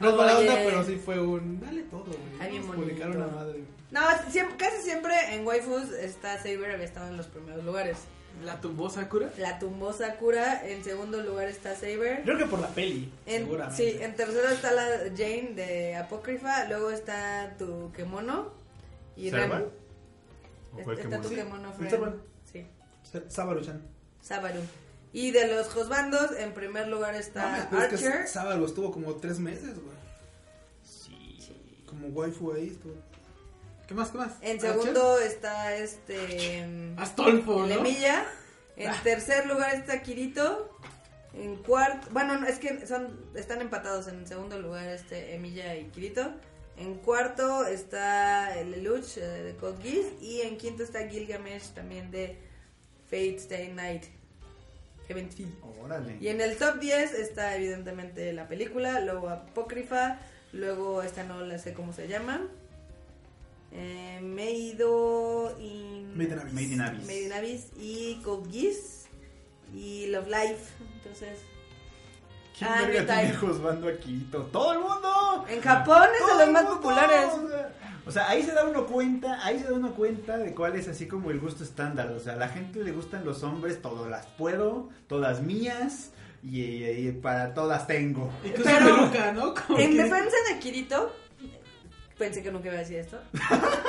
No es mala
Oye.
onda, pero sí fue un. Dale todo, güey.
Ay, bien
Vamos a publicar
bonito.
una madre.
No, siempre- casi siempre en waifus está Saber había estado en los primeros lugares.
La tumbó Sakura.
La tumbó Sakura, en segundo lugar está Saber.
Creo que por la peli.
En,
seguramente.
sí, en tercero está la Jane de Apócrifa, luego está tu Kemono y
¿Serval?
Ren.
¿O
Es-
cuál
Está tu
Kemono?
Kemono
Sí,
Friend.
Serval.
Sí,
Se- Sábaro-chan.
Sabaru. Y de los Josbandos, en primer lugar está
Mames, Ah, pero es
Archer.
que Sábaro estuvo como tres meses, güey. Como waifu ahí estuvo.
¿Qué más? ¿Qué más?
En segundo está este.
Archer.
mm,
Astolfo, ¿no? Ah.
Lemilla. En tercer lugar está Kirito. En cuarto, bueno, no, es que son están empatados. En segundo lugar este Emilia y Kirito. En cuarto está Lelouch eh, de Code Geass y en quinto está Gilgamesh también de Fate Stay Night. Heaven Field.
Órale.
Y en el top 10 está evidentemente la película, luego Apócrifa, luego esta no la sé cómo se llama. Eh, Meido y...
Made in Abyss.
Made in Abyss.
Made in Abyss y Code Geass y Love Life. Entonces,
¿Quién
Ah,
verga
New
tiene
Type.
juzgando a Kirito? ¡Todo el mundo!
en Japón es de
¡Todo
Eh, los
el
más
mundo!
populares.
O sea, O sea, ahí se da uno cuenta, ahí se da uno cuenta de cuál es así como el gusto estándar. O sea, a la gente le gustan los hombres, todas las puedo, todas mías y, y- y para todas tengo.
Incluso
Pero-
peluca, ¿no? Como
En
que-
defensa de Kirito, pensé que nunca iba a decir esto.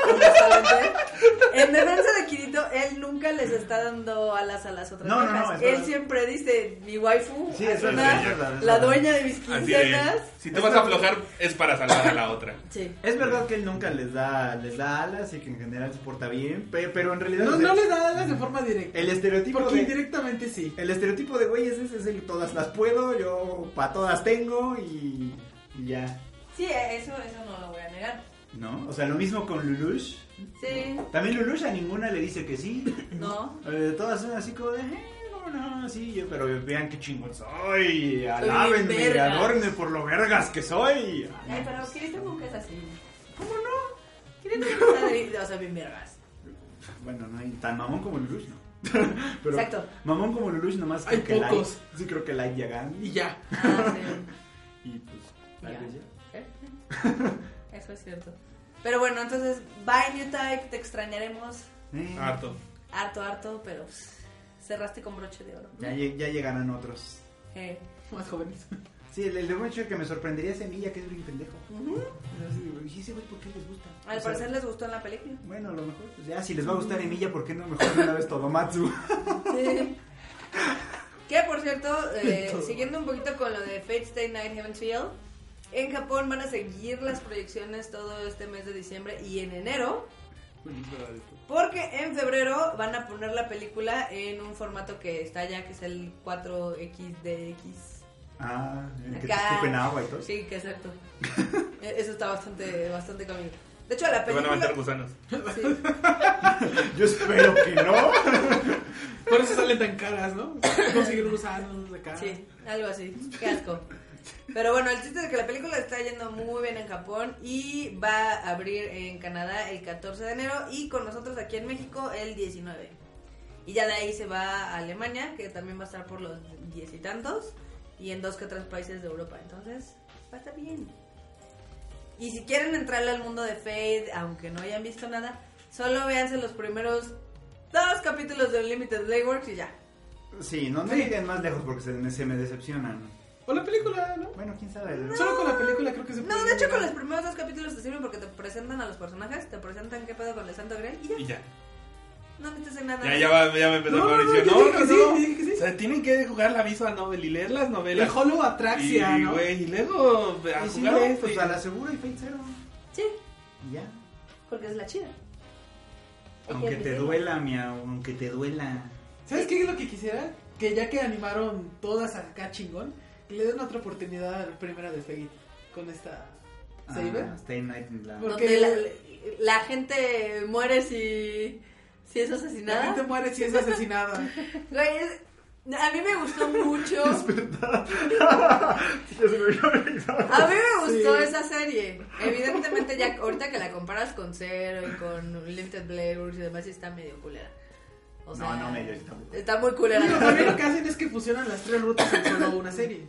honestamente. en defensa de Kirito, él nunca les está dando alas a las otras
No, no,
viejas.
no, es
él
verdad.
siempre dice, mi waifu,
Sí, es
Asuna,
verdad, es verdad, es
Ah, la
verdad.
dueña de mis
Así de.
quincenas.
Si tú vas a aflojar, es para salvar a la otra.
Sí.
Es verdad que él nunca les da, les da alas y que en general se porta bien, pe- pero en realidad
No,
o sea,
no le da alas
Mm.
de forma directa.
el estereotipo
Porque
de,
indirectamente sí.
el estereotipo de güeyes ese es el todas las puedo, yo para todas tengo y, y ya.
Sí, eso, eso no lo voy a negar.
¿No? O sea, lo mismo con Lulush.
Sí,
También Lulush a ninguna le dice que sí.
no.
Eh, todas son así como de, "Eh, no, no, sí, yo- pero vean qué chingón soy.
bien
Alábenme, y
vergas".
adórenme por lo vergas que soy. Ah,
Ay, pero Kirito nunca es así. ¿Cómo no? Kirito nunca está de, o sea, bien vergas.
Bueno, no hay tan mamón como Lulush, no. Pero
Exacto.
Mamón como Lulush nomás
Hay
creo que Light-
pocos.
sí, creo que Light Yagami.
Y ya.
Ah, sí.
Y pues, tal
Ya.
vez ya.
¿Eh? Eso es cierto. Pero bueno, entonces, bye New Type, te extrañaremos
Eh,
Ah.
Harto.
harto, harto, pero pues, cerraste con broche de oro.
Eh, ya, lleg- ya llegarán otros.
Eh,
Más jóvenes.
Sí, el, el de Witcher que me sorprendería es Semilla, que es bien pendejo.
ujú.
Y ese güey, ¿por qué les gusta?
Al
O sea,
parecer les gustó en la película.
Bueno, a lo mejor, pues ya, si les va a gustar Emilia, ¿por qué no mejor de una vez Todomatsu?
que por cierto, eh, siguiendo un poquito con lo de Fate Stay Night Heaven's Field, en Japón van a seguir las proyecciones todo este mes de diciembre y en enero. Porque en febrero van a poner la película en un formato que está ya, que es el 4XDX.
Ah, que te
Acá.
escupen agua y todo.
Sí, que exacto. Eh, Eso está bastante, bastante cómico. De hecho, la
Te van a
película.
aventar gusanos.
Sí.
Yo espero que no.
Por eso salen tan caras, ¿no? Conseguir gusanos de cara.
Sí, algo así. Qué asco. Pero bueno, el chiste es que la película está yendo muy bien en Japón y va a abrir en Canadá el 14 de enero y con nosotros aquí en México el 19. Y ya de ahí se va a Alemania, que también va a estar por los diez y tantos, y en dos que otros países de Europa. Entonces, va a estar bien. Y si quieren entrarle al mundo de Fade, aunque no hayan visto nada, solo véanse los primeros dos capítulos de Unlimited Playworks y ya.
Sí, no, no
Sí.
lleguen más lejos porque se, me- se me decepcionan.
O la película, ¿no?
Bueno, quién sabe.
Solo con la película creo que se
No,
puede
de hecho
lograr.
con los primeros dos capítulos te sirven porque te presentan a los personajes, te presentan qué pedo con el Santo Grail y ya,
Y ya.
no metes en nada.
Ya, ya, va- ya me empezó
No,
a
no, no,
decir,
yo
no,
dije que
no,
sí,
no.
yo dije que sí.
O sea, tienen que jugar la visual novel y leer las novelas.
El Hollow
y,
Atraxia, ¿no?
güey, y luego a
Y si
jugar
no,
esto.
pues
y-
a la segura y Fate Zero.
Sí,
Y ya.
porque es la chida.
Aunque
Ejemplo.
te duela, miau, aunque te duela.
¿Sabes qué es lo que quisiera? Que ya que animaron todas acá chingón, que le den otra oportunidad a la primera de Fate con esta
Ah,
Saber.
Stay Night in la...
Por-
Donde
Porque-
la, la gente muere si, si es asesinada.
La gente muere si es asesinada.
Güey, es- a mí me gustó mucho.
Ya se me había olvidado.
A mí me gustó
Sí.
esa serie. Evidentemente, ya ahorita que la comparas con Zero y con Limited Playworks y demás, sí está medio culera. O sea,
No, no medio, está muy-
Está muy culera.
Digo, también lo que hacen es que fusionan las tres rutas en solo una serie.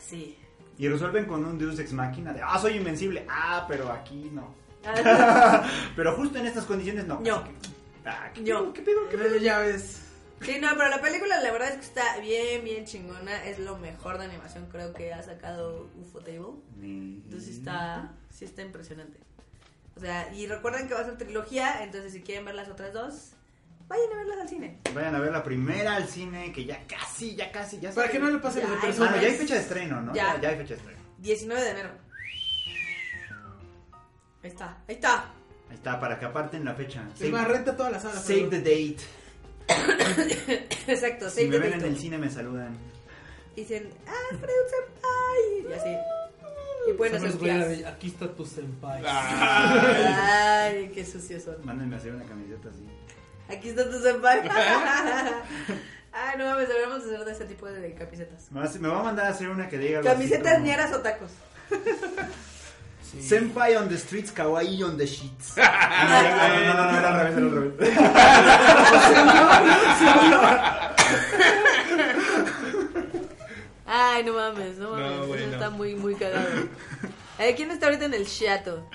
Sí.
Y resuelven con un Deus Ex Máquina de, ah, soy invencible. Ah, pero aquí no.
Ah,
Pero justo en estas condiciones no.
No.
Así que- Ah, ¿qué
Yo.
pedo? ¿Qué pedo? ¿Qué pedo?
Eh, ya ves.
Sí, no, pero la película la verdad es que está bien, bien chingona. Es lo mejor de animación creo que ha sacado UFO Table.
Ni-
Entonces sí está,
Mm.
sí está impresionante. O sea, y recuerden que va a ser trilogía, entonces si quieren ver las otras dos, vayan a verlas al cine.
Vayan a ver la primera al cine, que ya casi, ya casi, ya
Para
se-
que no le pase lo de
Ya,
Ah, no,
personas.
ya hay fecha de estreno, ¿no?
Ya.
Ya, ya hay fecha de estreno.
19 de enero. Ahí está, ahí está.
Ahí está, para que aparten la fecha.
Es más, renta toda la sala. por
save
favor.
the date.
Exacto,
Si
seis
me
de
ven en
TikTok.
el cine me saludan.
Y Dicen, ah, Freud Senpai. Y así. Y pueden hacer
Siempre les voy a la
flash.
de, Aquí está tu senpai.
Ah,
Ay, qué sucios son.
Mándenme a hacer una camiseta así.
Aquí está tu senpai. ah, no mames, deberíamos hacer de ese tipo de camisetas.
Me va a hacer- me va a mandar a hacer una que diga algo así
Camisetas
como,
ñeras o tacos.
Sí.
Senpai on the streets, kawaii on the sheets. Ah, no, no, no, no, era al revés, era al revés.
Ay, no mames, no mames.
No,
eso
bueno.
está muy, muy cagado. Eh, ¿Quién está ahorita en el chato?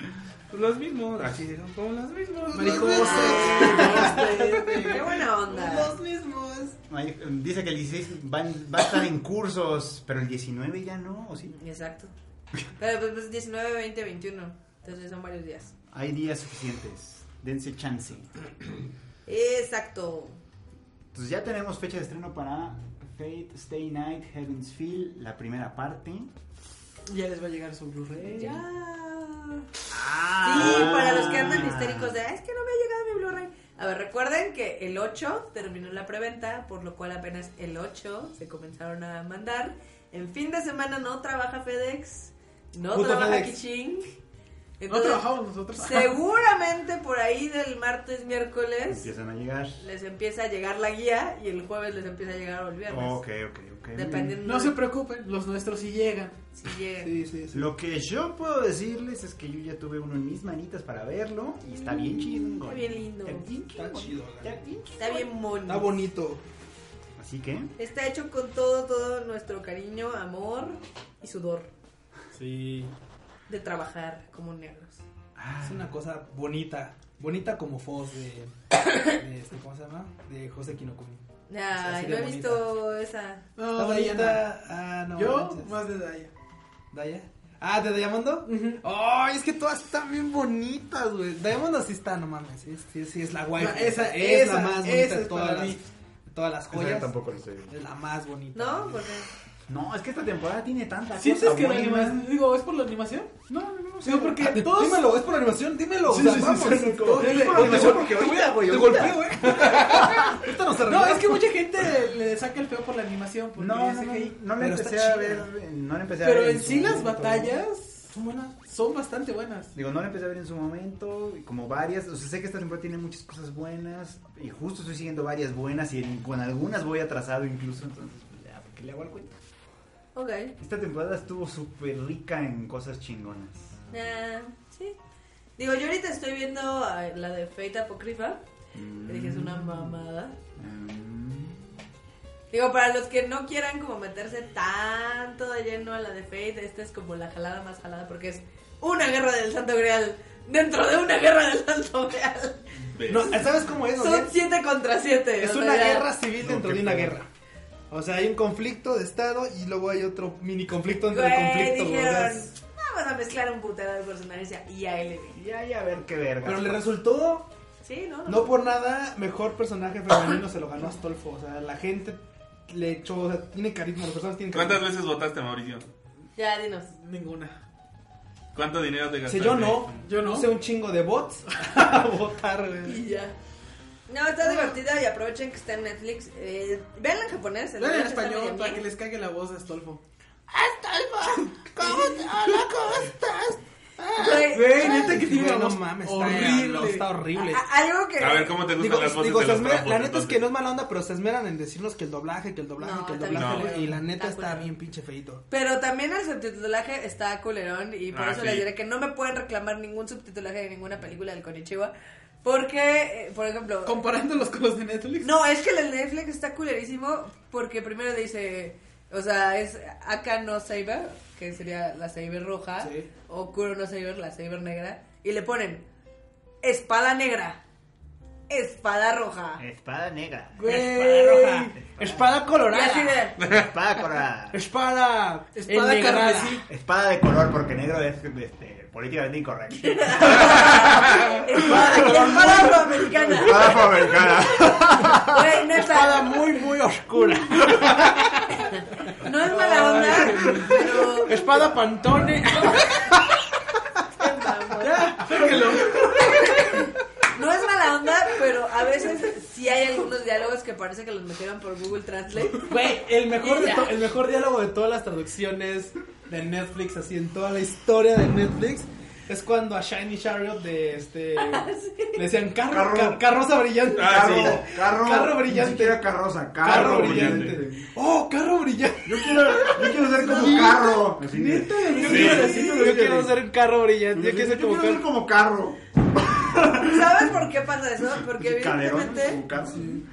Los mismos, así son como los mismos.
Mariposas.
Ah. Qué buena onda.
Los mismos.
Ay, Dice que el 16 van, va a estar en cursos, pero el 19 ya no, ¿o sí?
Exacto. Pero pues, pues 19, 20, 21. Entonces son varios días.
Hay días suficientes. Dense chance.
Exacto.
Entonces ya tenemos fecha de estreno para Fate, Stay Night, Heaven's Feel, la primera parte.
Ya les va a llegar su Blu-ray.
Ya.
Ah.
Ah.
Sí, para los que andan histéricos de, "Ah, es que no me ha llegado mi Blu-ray. A ver, recuerden que el 8 terminó la preventa, por lo cual apenas el 8 se comenzaron a mandar. En fin de semana no trabaja FedEx, no
Puto
trabaja
FedEx.
Kiching.
No
Entonces,
trabajamos nosotros.
seguramente por ahí del martes, miércoles,
Empiezan a llegar.
les empieza a llegar la guía y el jueves les empieza a llegar o el viernes.
Ok, ok, ok.
Dependiendo
No se preocupen, los nuestros sí llegan.
si llega.
Sí, sí, sí.
Lo que yo puedo decirles es que yo ya tuve uno en mis manitas para verlo y está bien chido.
Mm, Está bien lindo.
Está bien
Está chido, la
Está bien
Está bien mono.
Está bonito.
Así que,
Está hecho con todo, todo nuestro cariño, amor y sudor
Sí.
de trabajar como negros.
ah,
Es una cosa bonita. Bonita como Foz de. de este, ¿Cómo se llama? De José Kinokuni.
Ay,
así
no he
de bonita.
visto esa.
No,
Está
Diana.
bonita. Ah, no.
Yo,
manches.
más de Daya.
¿Daya? Ah, ¿de Diamondo? Ay, es que todas están bien bonitas, güey. Diamondo sí está, no mames. Sí, sí, sí, es la guay.
No, esa-
es
esa-
la más bonita
esa
de
es
todas
para
las,
mí.
de todas las joyas.
lo sé.
Es la más bonita.
¿No? Porque
No, es que esta temporada tiene tanta
¿Sientes
cosa
que la
buena.
animación? Digo, ¿es por la animación?
No, no, no,
Sí,
Ah,
porque todos-
Dímelo, es por animación, dímelo. o sea, vamos.
como-
Dile,
es por animación
te
porque
gol-
ahorita, güey,
Te
ahorita.
golpeo, eh. Esto nos
No,
arreglamos.
es que mucha gente le saca el feo por la animación. Porque
No,
es
no, no,
CGI.
no la
Pero está
empecé a
chida.
ver, eh, no la empecé a ver.
Pero en
su
sí las
momento.
batallas
Son buenas.
son bastante buenas.
Digo, no la empecé a ver en su momento, y como varias, o sea, sé que esta temporada tiene muchas cosas buenas, y justo estoy siguiendo varias buenas, y en- con algunas voy atrasado incluso, entonces, pues, ya, ¿por qué le hago al cuento?
Ok.
Esta temporada estuvo súper rica en cosas chingonas.
Ah, sí. Digo, yo ahorita estoy viendo ah, la de Fate Apocrypha. que Mm. Dije, es una mamada.
Mm.
Digo, para los que no quieran como meterse tanto de lleno a la de Fate, esta es como la jalada más jalada porque es una guerra del Santo Grial dentro de una guerra del Santo Grial.
¿Ves?
No, ¿sabes cómo es? O sea,
Son siete contra siete.
Es
o sea,
una
ya-
guerra civil
No,
dentro
qué
de una
pedo.
guerra. O sea, hay un conflicto de estado y luego hay otro mini conflicto entre
Güey,
conflictos. o sea,
dijeron,
es-
vamos a mezclar un putero de personajes y a- y a LB.
Ya, ya, a ver qué verga.
Pero le resultó,
Sí, ¿no?
no por nada, mejor personaje femenino se lo ganó Astolfo. O sea, la gente le echó, o sea, tiene carisma, las personas tienen
¿Cuántas
carisma.
veces votaste, Mauricio?
Ya, dinos.
Ninguna.
¿Cuánto dinero te
O
gastaste?
sea, yo no,
Yo no.
Usé un chingo de bots a votar, güey.
Y ya. No, está divertida y aprovechen que está en Netflix. Eh, véanla en japonés.
Vean en
verdad está
español
medio
para que
bien.
les cague la voz a Astolfo.
Güey,
Güey, neta que tiene
Güey,
una
no
voz
mames, está
horrible.
Está horrible.
a- algo que...
A ver, ¿cómo te gustan
Digo,
las voces
digo,
de
se
los
esmeran-
trapos,
la neta es que
entonces?
no es mala onda, pero se esmeran en decirnos que el doblaje, que el doblaje,
No,
que el
está bien
doblaje,
culero.
güey, y la neta
Está
está
culero.
bien pinche feito.
Pero también el subtitulaje está culerón y por
Ah,
eso
sí.
les diré que no me pueden reclamar ningún subtitulaje de ninguna película del Konichiwa. Porque, eh, por ejemplo...
Comparándolos con los de Netflix.
No, es que el de Netflix está culerísimo porque primero dice, o sea, es acá no Saber, que sería la Saber roja,
Sí.
o Kuro no Saber, la Saber negra, y le ponen espada negra, espada roja.
Espada negra.
Güey.
Espada roja. Espada
Y
colorada.
así de,
Espada colorada.
Espada.
Espada
ennegrada.
carmesí.
Espada de color, porque negro es este, políticamente incorrecto.
espada, y espada afroamericana.
Espada afroamericana.
Güey, neta,
Espada muy, muy oscura.
no es mala onda, pero...
Espada pantone.
No es mala onda, pero a veces sí hay algunos diálogos que parece que los metieron por Google Translate.
Güey, el mejor, de
Ya.
to- el mejor diálogo de todas las traducciones de Netflix, así en toda la historia de Netflix, es cuando a Shiny Chariot de este.
Ah,
Le decían carro,
Carro.
ca- carroza brillante.
Ah,
Carro,
sí.
carro,
Carro
Ni
brillante.
siquiera carroza, carro,
Carro
brillante.
brillante. Oh, carro brillante.
Yo quiero, yo quiero ser como carro. Así de-
Yo,
Sí.
quiero,
Sí.
yo quiero ser un carro brillante. Yo
Yo
quiero ser como
quiero ser
carro.
como carro.
¿Sabes por qué pasa eso? Porque
Caderón,
evidentemente,
como carro.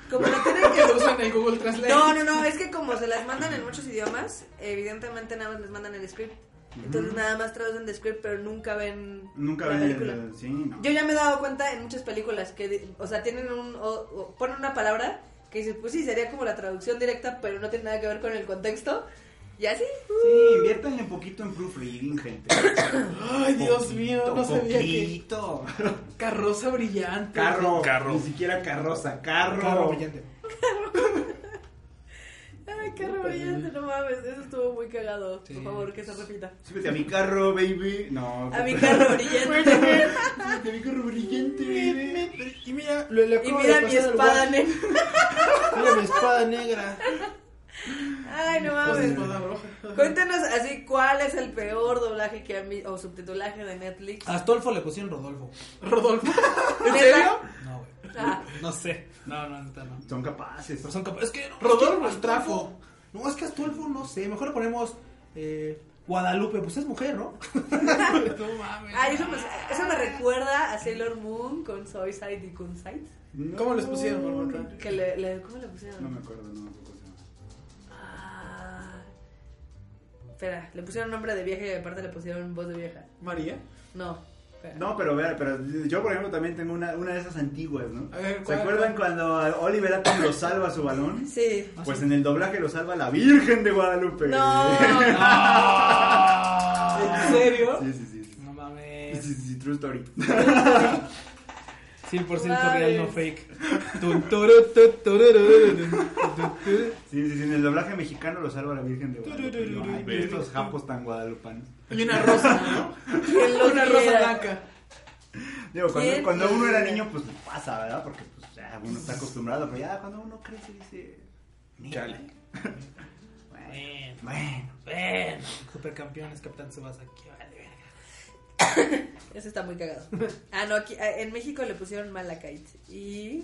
como lo tienen
Que
que...
lo usan en Google Translate.
No, no, no, es que como se las mandan en muchos idiomas, evidentemente nada más les mandan el script. Entonces nada más traducen el script, pero nunca ven
Nunca
la
ven
película.
el. Sí, no.
Yo ya me he dado cuenta en muchas películas que, di- o sea, tienen un, o, o ponen una palabra que dices, pues sí, sería como la traducción directa, pero no tiene nada que ver con el contexto. Y así,
Sí, inviértanle un poquito en proofreading, gente.
Ay, Dios mío, no sabía que.
poquito.
Carroza brillante.
Carro,
Carro.
Ni siquiera carroza, carro.
Carro brillante.
ay, qué brillante, no mames, eso estuvo muy cagado.
Sí.
Por favor, que se repita.
Súbete a mi carro, baby. No.
A mi carro brillante.
Súbete a mi carro brillante, baby.
Y mira, le, le
y
acabo de
mira mi
pasar el
espada
guante.
negra.
Mira mi espada negra.
Ay, no
Con
mames.
espada roja.
Cuéntenos así, ¿cuál es el peor doblaje que han visto o subtitulaje de Netflix?
A Astolfo le pusieron Rodolfo.
Rodolfo.
Ah, ¿En serio?
No, güey.
Ah,
No sé. No, no, neta, no.
Son capaces.
Pero son capa- Es que. no,
Rodolfo
es que Astolfo. No, es que Astolfo, no sé. Mejor le ponemos. eh, Guadalupe, pues es mujer, ¿no? no
ay,
mames.
Ah, eso, me, eso me recuerda a Sailor Moon con Soyside y Kunsight.
No.
¿Cómo los pusieron, por favor?
Que le, le- ¿Cómo le
No
pusieron?
me acuerdo, no. tampoco sé.
Ah, espera, le pusieron nombre de vieja y aparte le pusieron voz de vieja.
María.
No, espera.
No, pero ver, pero yo por ejemplo también tengo una, una de esas antiguas, ¿no?
A ver,
¿Se
¿cuál,
acuerdan cuando Oliver Atom lo salva su balón?
Sí.
Pues en el doblaje lo salva la Virgen de Guadalupe.
No.
¿En serio? Ah.
Sí, sí, sí. sí.
Eh.
No mames.
Sí, sí, sí, true story.
100%
Madres.
real, no fake. Tun, turu, tu, tururururu, tu, tu.
Sí, sí, sí, en el doblaje mexicano lo salva la Virgen de Guadalupe.
Turururu.
Ay, pero estos japos tan guadalupanos.
Y una rosa, ¿no?
¿Quién lo
una rosa
diera?
blanca.
Digo, cuando,
¿Quién
cuando uno era
diría?
niño, pues le pasa, ¿verdad? Porque pues, ya uno está acostumbrado, pero ya cuando uno crece dice... "Mira".
Chale.
bueno, bueno.
Bueno, supercampeones, Capitán Subasa. Qué vale, verga.
Eso está muy cagado. Ah, no, aquí, ah, en México le pusieron Malakite. Y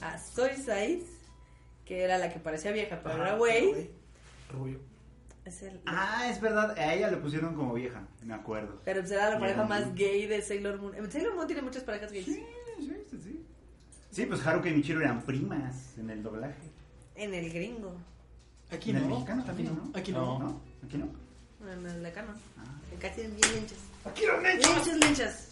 a Soy Size, que era la que parecía vieja, pero era güey.
Rubio.
es el-
Ah, es verdad, a ella le pusieron como vieja, me acuerdo.
Pero pues era la pareja
Ya.
más gay de Sailor Moon. Eh, Sailor Moon tiene muchas parejas gays.
Sí, sí, sí, sí. Sí, pues Haruka y Michiru eran primas en el doblaje.
En el gringo.
Aquí
en
no.
el mexicano también, ¿no?
Aquí no.
¿No? ¿Aquí no?
En el lacano.
Ah.
Acá tienen bien linchas.
¡Aquí lo han
Bien muchas linchas.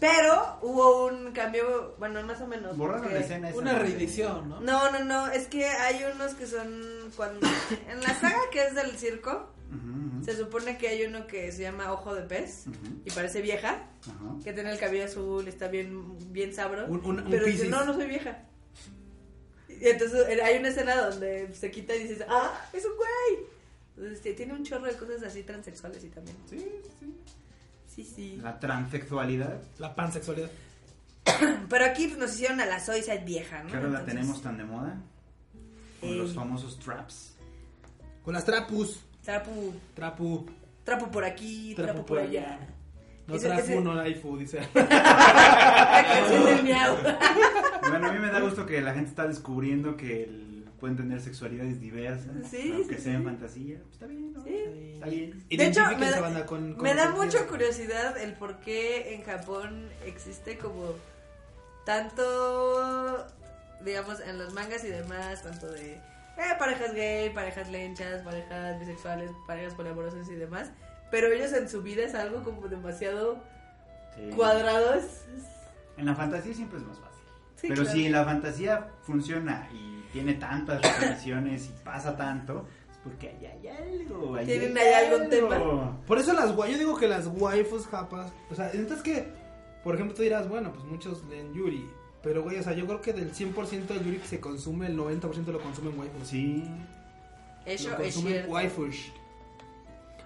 Pero hubo un cambio, bueno, más o menos.
Borraron
porque-
la escena esa.
Una
¿no?
reedición, ¿no?
No, no, no, es que hay unos que son cuando... En la saga que es del circo,
Ujú, ujú.
se supone que hay uno que se llama Ojo de Pez
Ujú.
y parece vieja,
Ajá.
que tiene el cabello azul, está bien, bien sabro.
Un- un- un
pero dice,
Piscis.
no, no soy vieja. Y entonces eh, hay una escena donde se quita y dices, ah, es un güey. Entonces este, tiene un chorro de cosas así transexuales y también.
Sí, sí.
Sí, sí.
La transexualidad,
La pansexualidad.
Pero aquí pues, nos hicieron a la Soisa vieja, ¿no?
que ahora la
Entonces,
tenemos tan de moda, con
Ey.
los famosos traps.
Con las trapus.
Trapo,
Trapu.
trapo por aquí, trapo,
Trapo
por
por
allá.
allá. No
Ese-
trapu,
ese-
no laifu, dice.
La canción del miau.
Bueno, a mí me da gusto que la gente está descubriendo que el- pueden tener sexualidades diversas,
Sí,
aunque
sí,
sea en
sí.
fantasía, pues está bien, ¿no?
Sí.
Está bien.
De hecho,
Identifica
me
esa
da-
banda con- con
Me da
ese
mucha
tío.
curiosidad el por qué en Japón existe como tanto, digamos, en los mangas y demás, tanto de eh, parejas gay, parejas lenchas, parejas bisexuales, parejas poliamorosas y demás, pero ellos en su vida es algo como demasiado
Sí.
cuadrados.
En la fantasía siempre es más fácil.
Sí,
Pero
claro.
si la fantasía funciona y tiene tantas repeticiones y pasa tanto, es porque ahí hay algo. ahí
Tienen
hay
ahí algún
algo.
tema.
Por eso las guay, yo digo que las waifus japas, o sea, entonces que, por ejemplo, tú dirás, bueno, pues muchos leen Yuri, pero güey, o sea, yo creo que del 100% de Yuri que se consume, el 90% lo consumen waifus.
Sí.
Eso
lo
es
consumen
cierto.
waifus.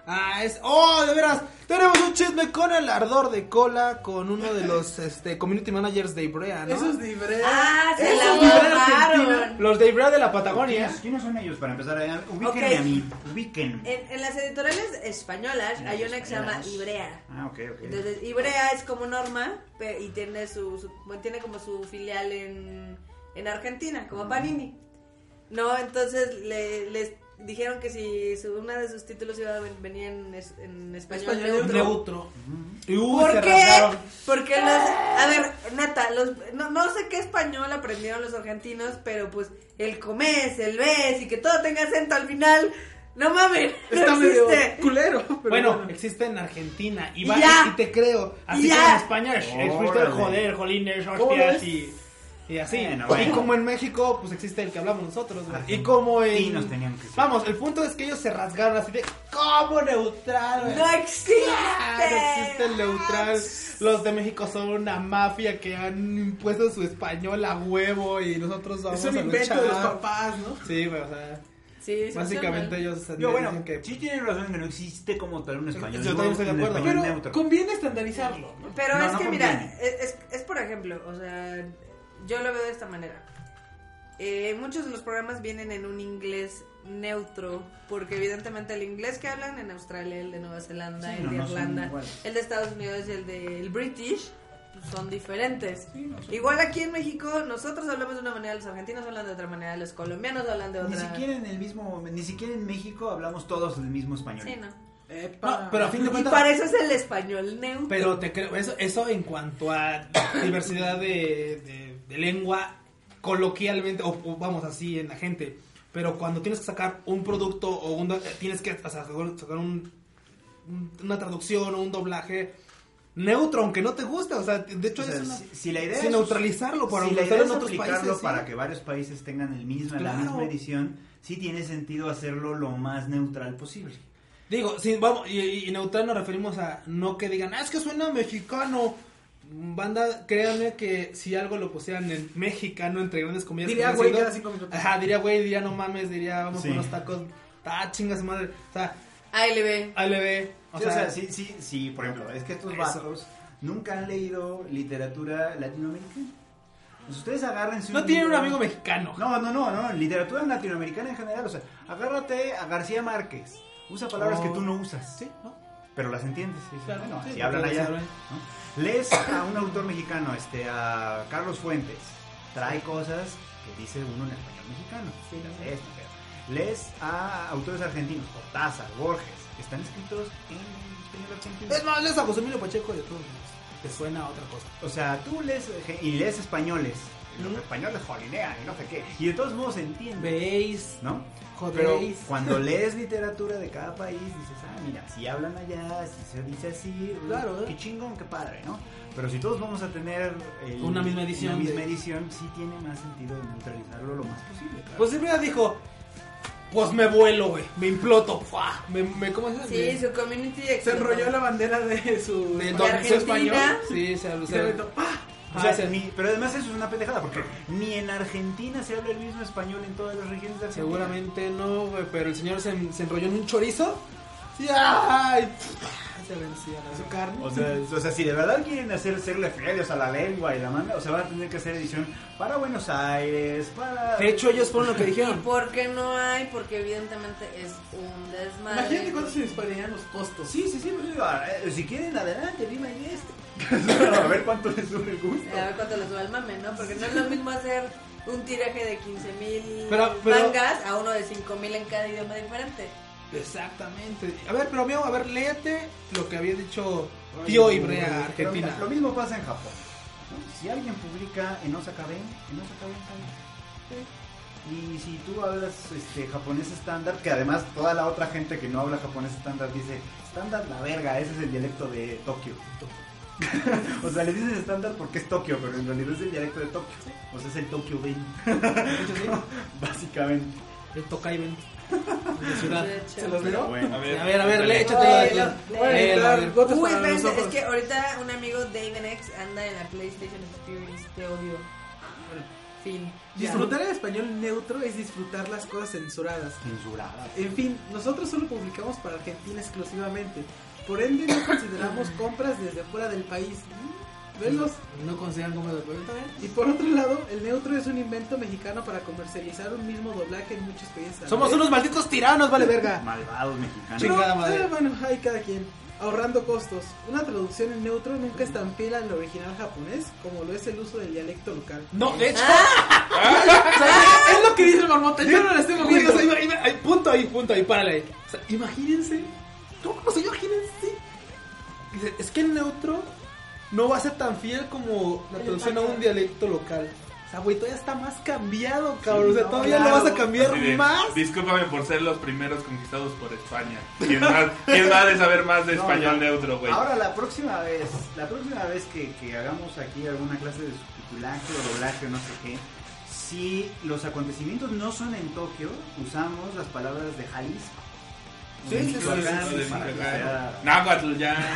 Ah, es, oh, de veras, tenemos un chisme con el ardor de cola con uno de los, este, community managers de Ibrea, ¿no?
Eso es libre.
Ah, se
Esos
la
de Ibrea
borraron.
Argentina, Los de Ibrea de la Patagonia.
¿Quiénes, quiénes son ellos para empezar? A... Ubíquenme
Ok.
a mí. Ubíquenme.
En, en las editoriales españolas
En las
hay una que se llama
españolas.
Ibrea.
Ah, ok, ok.
Entonces, Ibrea es como Norma pe- y tiene su, su- bueno, tiene como su filial en, en Argentina, como Panini. No, entonces le- les dijeron que si su- una de sus títulos iba a ven- venir en, es- en español,
Español
neutro.
Neutro. Y uy, se
¿Por qué?
rasgaron.
Porque los... A ver, neta, los, no, no sé qué español aprendieron los argentinos, pero pues el comés, el ves y que todo tenga acento al final, no mames, no
Está medio
existe.
culero. pero
Bueno, existe en Argentina y,
Y
va,
ya.
y te creo. Así
Y ya.
como en España, es
Órale.
Twitter, joder, jolines,
¿Cómo
hostias
ves?
y, y así.
Bueno,
y
bueno.
como en México, pues existe el que hablamos nosotros. güey.
Ajá.
Y como en.
Y nos tenían que ser.
Vamos, el punto es que ellos se rasgaron así de. ¿Cómo neutral? güey?
No existe.
Ah, no existe el neutral. Los de México son una mafia que han impuesto su español a huevo y nosotros vamos
es un
a
invento de los
luchar.
papás, ¿no?
Sí, güey, o sea,
Sí, sí,
básicamente
sí,
ellos
Yo,
dicen
bueno,
que
sí tienen razón que no existe como tal un español.
Yo también estoy de
un
acuerdo.
español
Pero
neutro.
conviene estandarizarlo, ¿no?
Pero
No,
es
no
que
conviene.
mira, e, es, es- es por ejemplo, o sea, yo lo veo de esta manera. Eh, muchos de los programas vienen en un inglés neutro, porque evidentemente el inglés que hablan en Australia, el de Nueva Zelanda,
Sí,
el
no,
de
no son
Irlanda,
iguales.
el de Estados Unidos y el del British pues, son diferentes. Igual aquí en México nosotros hablamos de una manera, los argentinos hablan de otra manera, los colombianos hablan de
Ni
otra.
siquiera en el mismo, ni siquiera en México hablamos todos el mismo español.
Sí, no.
Epa.
No, pero a fin de
Y
cuentas.
para eso es el español neutro.
Pero te creo, eso, eso en cuanto a diversidad de, de- de lengua coloquialmente, o, o vamos así en la gente. Pero cuando tienes que sacar un producto o un, do- tienes que o sea, sacar sacar un- un- una traducción o un doblaje neutro, aunque no te guste. O sea, de hecho,
O sea,
es una-
si, si la idea
sin
es
neutralizarlo para
si la
usarlo
idea
en
es
otros
aplicarlo
países, sí.
para que varios países tengan el mismo, la
Claro.
misma edición, sí tiene sentido hacerlo lo más neutral posible.
Digo, sí, vamos, y, y- y neutral nos referimos a no que digan, "Ah, es que suena mexicano. Banda, créanme que si algo lo pusieran en mexicano, entre grandes comillas.
Diría,
como
güey,
diciendo-
cada cinco minutos.
Ajá, diría, güey, diría, no mames, diría, vamos
Sí.
con los tacos. Ah, chingas madre. O sea,
ALB.
ALB. O sea,
sí, sí, sí, por ejemplo, es que estos
Eso.
vatos nunca han leído literatura latinoamericana. Pues ustedes agárrense
no tienen un
libro-
amigo mexicano.
No, no, no, no, literatura latinoamericana en general, o sea, agárrate a García Márquez. Usa palabras
Oh.
que tú no usas,
Sí, ¿no?
pero las entiendes. y dices,
Claro,
bueno,
sí,
así hablan
porque
allá.
las hablan.
¿no? Lees a un autor mexicano, este, a Carlos Fuentes, trae cosas que dice uno en español mexicano.
Sí.
las lees, no pedo. Lees a autores argentinos, Cortázar, Borges, que están escritos en español argentino.
Es más, les a José Emilio Pacheco de todos modos. Te suena a otra cosa.
O sea, tú lees eh, y lees españoles. y Los
Ujú.
españoles jolinean y no sé qué. Y de todos modos se entiende,
Veis,
¿no? Pero
jodéis.
cuando lees literatura de cada país, dices, ah, mira, si hablan allá, si se dice así, uh,
Claro, ¿eh?
qué chingón, qué padre, ¿no? Pero si todos vamos a tener el-
Una misma edición
una misma
de-
edición, sí tiene más sentido neutralizarlo lo más posible, claro.
Pues Silvia dijo, pues me vuelo, güey. Me imploto, fa. Me, me, ¿Cómo
Ah,
se
Sí, su community
Se
explotó.
enrolló la bandera de su
De
de
donde
Argentina.
español.
Sí, se
Y
habla.
se aventó. ¡Ah!
O sea, ni- pero además eso es una pendejada, porque ni en Argentina se habla el mismo español en todas las regiones de Argentina.
Seguramente no, güey, pero el señor se, se enrolló en un chorizo. Sí, ay, pff, se vencía. la
Su
verdad.
carne.
O sea, o sea, si de verdad quieren hacer serle fieles a la lengua y la manda, o sea, van a tener que hacer edición para Buenos Aires, para...
De hecho, ellos fueron lo que
¿Y
dijeron.
por qué no hay? Porque evidentemente es un desmadre.
Imagínate cuánto se dispararían los costos.
Sí, sí, sí, pues, digo, eh, si quieren, adelante, viva y este. a ver cuánto les sube el gusto.
A ver cuánto les va el mame, ¿no? Porque no es lo mismo hacer un tiraje de 15 mil
Pero- pero-
mangas a uno de 5 mil en cada idioma diferente.
Exactamente. A ver, pero veo, a ver, léete lo que había dicho tío Ibrea,
Pero mira,
Argentina.
Lo mismo pasa en Japón. ¿no? Si alguien publica en Osaka Ben, en Osaka Ben también. Y si tú hablas este, japonés estándar, que además toda la otra gente que no habla japonés estándar dice, estándar la verga, ese es el dialecto de Tokio. o sea, le dicen estándar porque es Tokio, pero en realidad es el dialecto de Tokio. O sea, es el Tokio Ben, básicamente.
El Tokaiben. De ciudad.
De hecho.
Se los
Pero
leo.
bueno.
A ver, a ver,
échale.
léete
Ay,
todo.
lo-
Léelo, a ver.
Gotas
Uy,
para los
espérense, es
ojos.
que ahorita un amigo Dave Nex anda en la PlayStation Experience, te odio. Fin. Ya.
Disfrutar el español neutro es disfrutar las cosas censuradas.
Censurada.
En fin, nosotros solo publicamos para Argentina exclusivamente. Por ende, no consideramos compras desde fuera del país. Mm, Velos.
No consideran como de pueblo también.
Y por otro lado, el neutro es un invento mexicano para comercializar un mismo doblaje en muchos países. a la
Somos
vez.
unos malditos tiranos, vale verga.
Malvados mexicanos.
Pero,
chingada madre.
eh, bueno, hay cada quien. Ahorrando costos. Una traducción en neutro nunca es tan fiel al original japonés como lo es el uso del dialecto local.
No, de hecho.
O sea, es lo que dice el marmota. Yo no les tengo
Güey, o
miedo.
sea, ima- ima- ay, punto ahí, punto ahí, párale. ahí. O sea, imagínense. ¿Cómo no se imagínense? Dice, es que el neutro no va a ser tan fiel como la
El
traducción a
español.
un dialecto local. O sea, güey, todavía está más cambiado, cabrón. o sea,
no,
todavía
claro.
lo vas a cambiar
Así de,
más.
Discúlpame por ser los primeros conquistados por España. ¿Quién más, quién más de saber más de
No,
español
no.
neutro, güey?
Ahora la próxima vez, la próxima vez que, que hagamos aquí alguna clase de subtitulaje o doblaje o no sé qué, si los acontecimientos no son en Tokio, usamos las palabras de Jalisco.
Sí,
De
sí, sí,
Michoacán,
sí, sí, sí,
para que sea-
Náhuatl ya.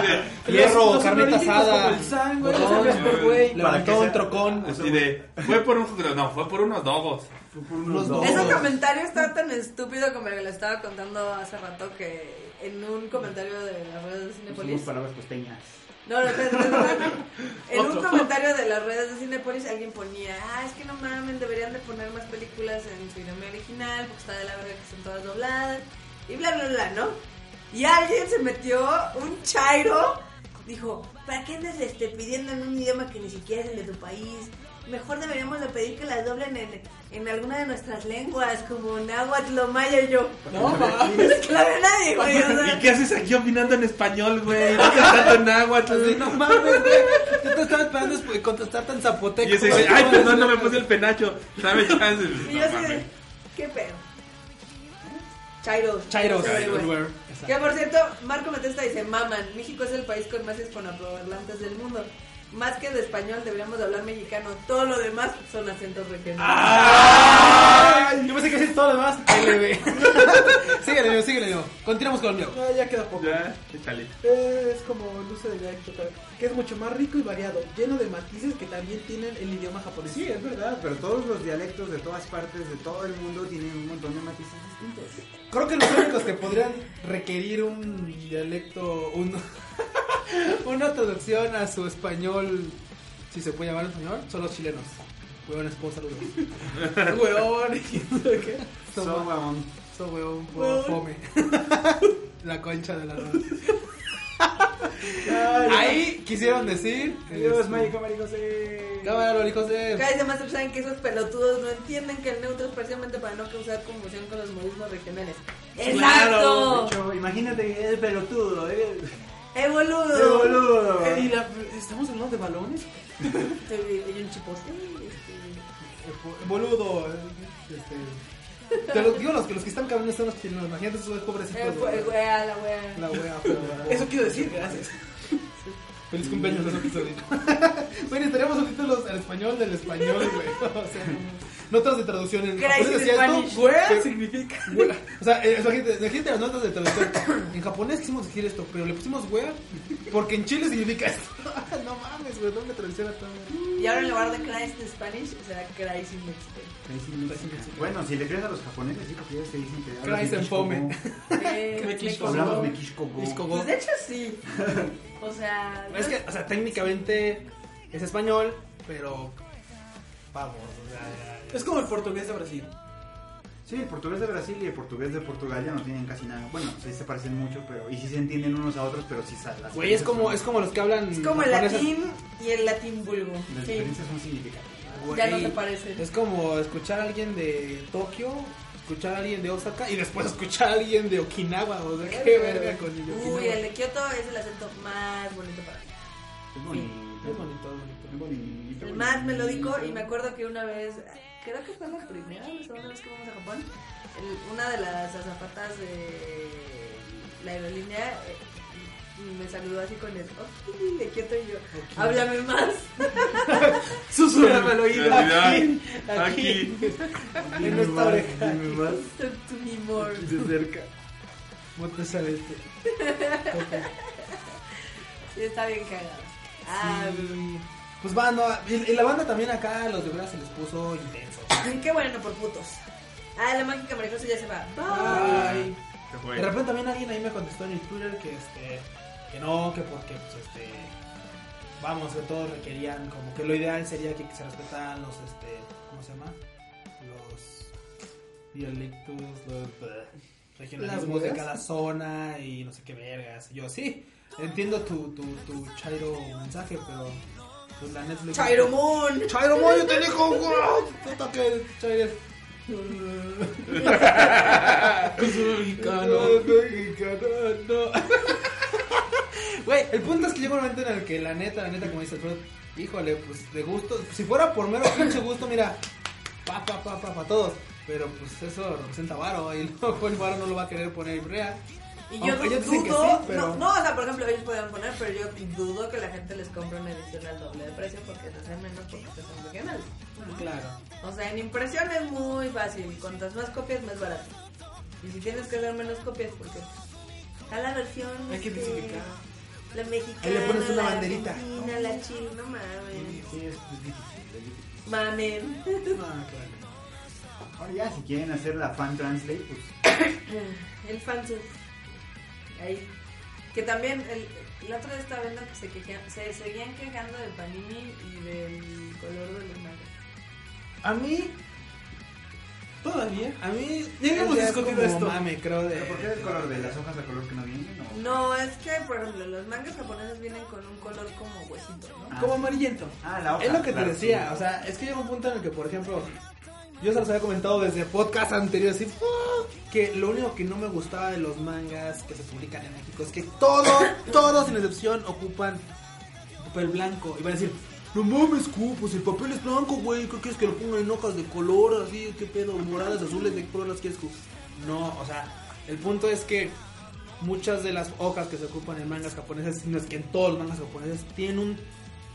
Así de-
Hierro,
Los
carnita
honoríficos
asada.
como el san, güey,
Bolón,
los hombres por güey.
Le
para que
aventó un
sea-
trocón.
o sea,
así de, Fue por un no, fue por unos dogos.
fue por unos
Los
dos.
Ese
dos.
comentario está tan estúpido como el que le estaba contando hace rato que en un comentario de las redes de
Usamos
Cinepolis.
palabras costeñas.
No, no, espérate, espérate. En un
Otro.
comentario de las redes de Cinepolis alguien ponía, ah, es que no mamen, deberían de poner más películas en su idioma original, porque está de la verga que son todas dobladas, y bla, bla, bla, ¿no? Y alguien se metió, un chairo, dijo, ¿para qué andas este, pidiendo en un idioma que ni siquiera es el de tu país? Mejor deberíamos de pedir que las doblen en, en alguna de nuestras lenguas, como náhuatl o maya, y yo.
No, ma.
Es que la ve nadie, güey. o sea.
¿Y qué haces aquí opinando en español, güey? No te tanto en náhuatl.
Así, no mames, güey. Yo te estaba esperando es- contestarte en zapoteco.
Y ese güey, ay, perdón, no me puse el penacho. Dame chance.
Y
No
yo así
mames.
de, ¿qué pedo? Chairo.
Chairo,
Sí, güey.
everywhere.
Que por cierto, Marco Matesta dice, maman, México es el país con más hispanoparlantes del mundo. Más que de español deberíamos de hablar mexicano. Todo lo demás son acentos regionales.
Ah. Yo pensé que es todo lo demás. LB. síguele, yo, síguele, yo. Continuamos con el mío.
No, ya queda poco.
Ya, échale.
Es como Luce de Galacto, que es mucho más rico y variado, lleno de matices que también tienen el idioma japonés.
Sí, es verdad, pero todos los dialectos de todas partes, de todo el mundo, tienen un montón de matices distintos.
Creo que los únicos que podrían requerir un dialecto, un- una traducción a su español, si se puede llamar español, son los chilenos. Huevones, puedo saludos.
Hueón, y no sé qué.
Son,
So, um,
son huevón,
Huevón.
fome. La concha de la lona.
ay,
Ahí quisieron decir.
Dios,
este,
mágico, marico, sí.
Cámara, los hijos de.
Guys, además saben que esos pelotudos no entienden que el neutro es precisamente para no causar confusión con los modismos regionales.
De
¡Exacto!
hecho, imagínate el pelotudo, eh.
¡Evoludo!
El
Ah.
boludo.
Eh, y la- ¿Estamos hablando de balones?
Hay un chipote. este,
Eh, Boludo. eh, Este. Te lo digo, los, que- los que están cabrón están los chilenos. Imagínate esos pobrecitos.
Eh, fue-
güey.
wea, la wea.
La wea, joder.
Eso quiero decir, gracias.
Feliz cumpleaños, eso quiso decir. Güey, necesitaríamos subtítulos al español del español, güey. O sea, notas de traducción en
Crisis
japonés decía
Spanish.
esto.
Hueón
pero-
significa.
güey, O sea, eh, imagínate, imagínate las notas de traducción. En japonés quisimos decir esto, pero le pusimos wea porque en Chile significa esto. no mames, güey, ¿dónde traducción a todo?
Y ahora en lugar de Christ in Spanish será Christ in Mexican.
Bueno, si le crees a los japoneses, sí, porque ellos te dicen que hablas
Christ en
mexisco,
fome.
¿no?
Eh,
Me quiso.
Hablamos mexisco. ¿no?
Disco go.
Pues de hecho sí. O sea,
Es que, o sea, técnicamente es español, pero. Vamos, o sea.
Es como el portugués de Brasil.
Sí, el portugués de Brasil y el portugués de Portugal ya no tienen casi nada. Bueno, sí se parecen mucho, pero. Y sí se entienden unos a otros, pero sí salen.
Güey, es como, es como los que hablan.
es como el
japonés.
latín y el latín vulgo.
Las
Sí.
diferencias son significativas.
Güey,
Ya no te parece.
Es como escuchar a alguien de Tokio, escuchar a alguien de Osaka y después escuchar a alguien de Okinawa. O sea, qué verga con el de Okinawa.
Uy, el de Kioto es el acento más bonito para mí.
Es bonito.
Es bonito, es bonito.
Es bonito.
El más melódico y me acuerdo que una vez, creo que fue la primera o la segunda vez que vamos a Japón, el- una de las azafatas de la aerolínea eh, me saludó así con el "Oki", de Kioto y yo, háblame más.
Susurrame al oído.
Aquí,
Aquí,
aquí.
en nuestra oreja.
Dime más,
Talk to me more.
de cerca.
Monte Celeste.
Sí, está bien cagado. Ah,
Y, Pues banda, y, y la banda también acá, los de verdad se les puso intenso.
Qué bueno por putos. Ah, la mágica mariposa ya se va. Bye.
Ay.
Se
De
fue.
repente también alguien ahí me contestó en el Twitter que este que no, que porque pues este vamos, que todos requerían como que lo ideal sería que se respetaran los este, ¿cómo se llama? Los dialectos, los bleh, regionalismos de
Las
cada zona y no sé qué vergas. Y Yo sí, entiendo tu tu tu chairo mensaje, pero pues la Netflix
Chairo Moon.
Chairo Moon, yo te digo, güey, puta que Chairo es-
Susurricano.
no. Güey, el punto es que llega un momento en el que la neta, la neta, como dice Alfredo, híjole, pues de gusto, si fuera por mero pinche gusto, mira, pa, pa, pa, pa, pa, todos. Pero pues eso representa varo y luego el varo no lo va a querer poner en real.
Y yo
Aunque ellos
dudo,
dicen que sí, pero-
no, no, o sea, por ejemplo, ellos podían poner, pero yo dudo que la gente les compre una edición al doble de precio porque no sea menos porque ustedes son regionales.
Claro.
O sea, en impresión es muy fácil, cuantas más copias, más barato. Y si tienes que hacer menos copias, porque está la versión.
Hay que
este,
diversificar.
La mexicana.
Ahí le pones una
la
banderita.
argentina, la china, no mames.
Sí, es es difícil. es difícil.
Mamen.
Ah, claro.
Ahora ya, si quieren hacer la fan translate, pues
El fanservice. Ahí. Que también, el, la otra vez estaba viendo que se, queja- se seguían quejando de Panini y del color de los mangas.
A mí,
Todavía.
a mí,
Ya habíamos
es
discutido
como
esto.
Mame, creo de,
¿Pero por qué el color de las hojas de color que no vienen? o?
No, es que, por ejemplo, los mangas japoneses vienen con un color como huesito, ¿no?
Ah,
Como amarillento.
Ah, la hoja.
Es lo que
claro,
te decía,
sí.
o sea, es que llega un punto en el que, por ejemplo, yo se los había comentado desde podcast anterior, así, ¡ah! que lo único que no me gustaba de los mangas que se publican en México es que todos, todos sin excepción ocupan papel blanco. Y van a decir, no mames, cu, pues el papel es blanco, güey, ¿qué quieres que lo pongan en hojas de color, así, qué pedo, moradas, azules, de qué color las quieres, cu? No, o sea, el punto es que muchas de las hojas que se ocupan en mangas japoneses, sino es que en todos los mangas japoneses tienen un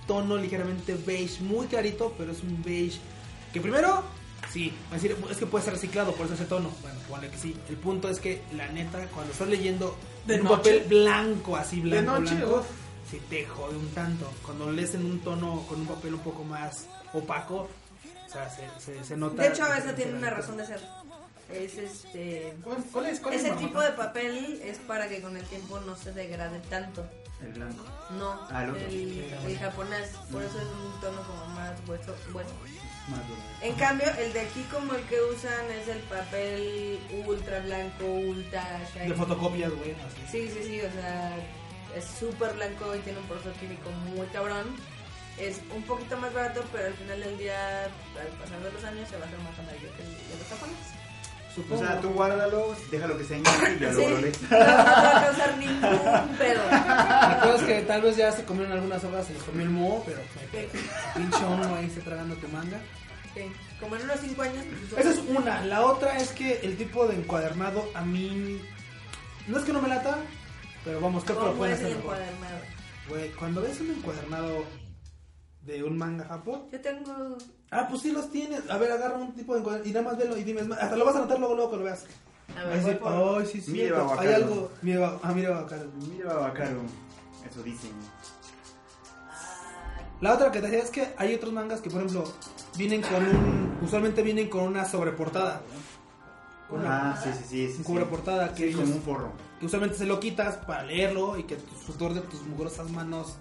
tono ligeramente beige, muy clarito, pero es un beige que primero, sí, va a decir, es que puede ser reciclado, por eso ese tono. Bueno, ponle que sí. El punto es que, la neta, cuando estás leyendo
De
un
noche.
papel blanco, así blanco,
noche,
blanco,
uf.
se te jode un tanto. Cuando lees en un tono con un papel un poco más opaco, o sea, se, se, se nota.
De hecho, a veces tiene una razón de ser. Es este.
¿Cuál, cuál es? ¿Cuál es,
Ese
mamá?
tipo de papel es para que con el tiempo no se degrade tanto.
El blanco.
No,
Ah, el
el,
otro.
el japonés, por eso es un tono como más hueso. hueso.
Más duro.
En cambio, el de aquí como el que usan es el papel ultra blanco, ultra shiny.
De fotocopias, güey. así.
Sí, sí, sí, o sea, es súper blanco y tiene un proceso químico muy cabrón. Es un poquito más barato, pero al final del día, al pasar de los años, se va a hacer más amarillo que el de los japoneses.
O
Supongo.
sea, tú guárdalo, déjalo que se añade y ya
Sí,
luego lo
no,
lees.
no te va a causar ningún pedo.
Recuerdas que tal vez ya se comieron algunas hojas, se les comió el moho, pero pues, pinche hongo ahí se tragando tu manga.
Sí, Como en unos 5 años. pues,
Esa es una. La otra es que el tipo de encuadernado a mí. No es que no me lata, pero vamos, creo que lo
¿Cómo
pueden
es el
hacer mejor.
encuadernado?
Güey, cuando ves un encuadernado de un manga japo.
Yo tengo.
Ah, pues sí los tienes. A ver, agarra un tipo de encuadernado y nada más velo y dime. es más, Hasta lo vas a notar luego, luego que lo veas.
A
Vas a
ver,
decir,
voy por-
ay, sí, sí.
Mira,
Hay
Bacardo.
algo. Mira, Bac- ah, mira, Bacardo.
Mira Bacaro, eso dicen.
Ah,
La otra que te decía es que hay otros mangas que, por ejemplo, vienen con un. Usualmente vienen con una sobreportada. Con una,
Ah, sí, sí, sí. sí, sí.
un cubreportada que
Sí, como
dices-
un forro.
que usualmente se lo quitas para leerlo y que tu sudor de tus mugrosas manos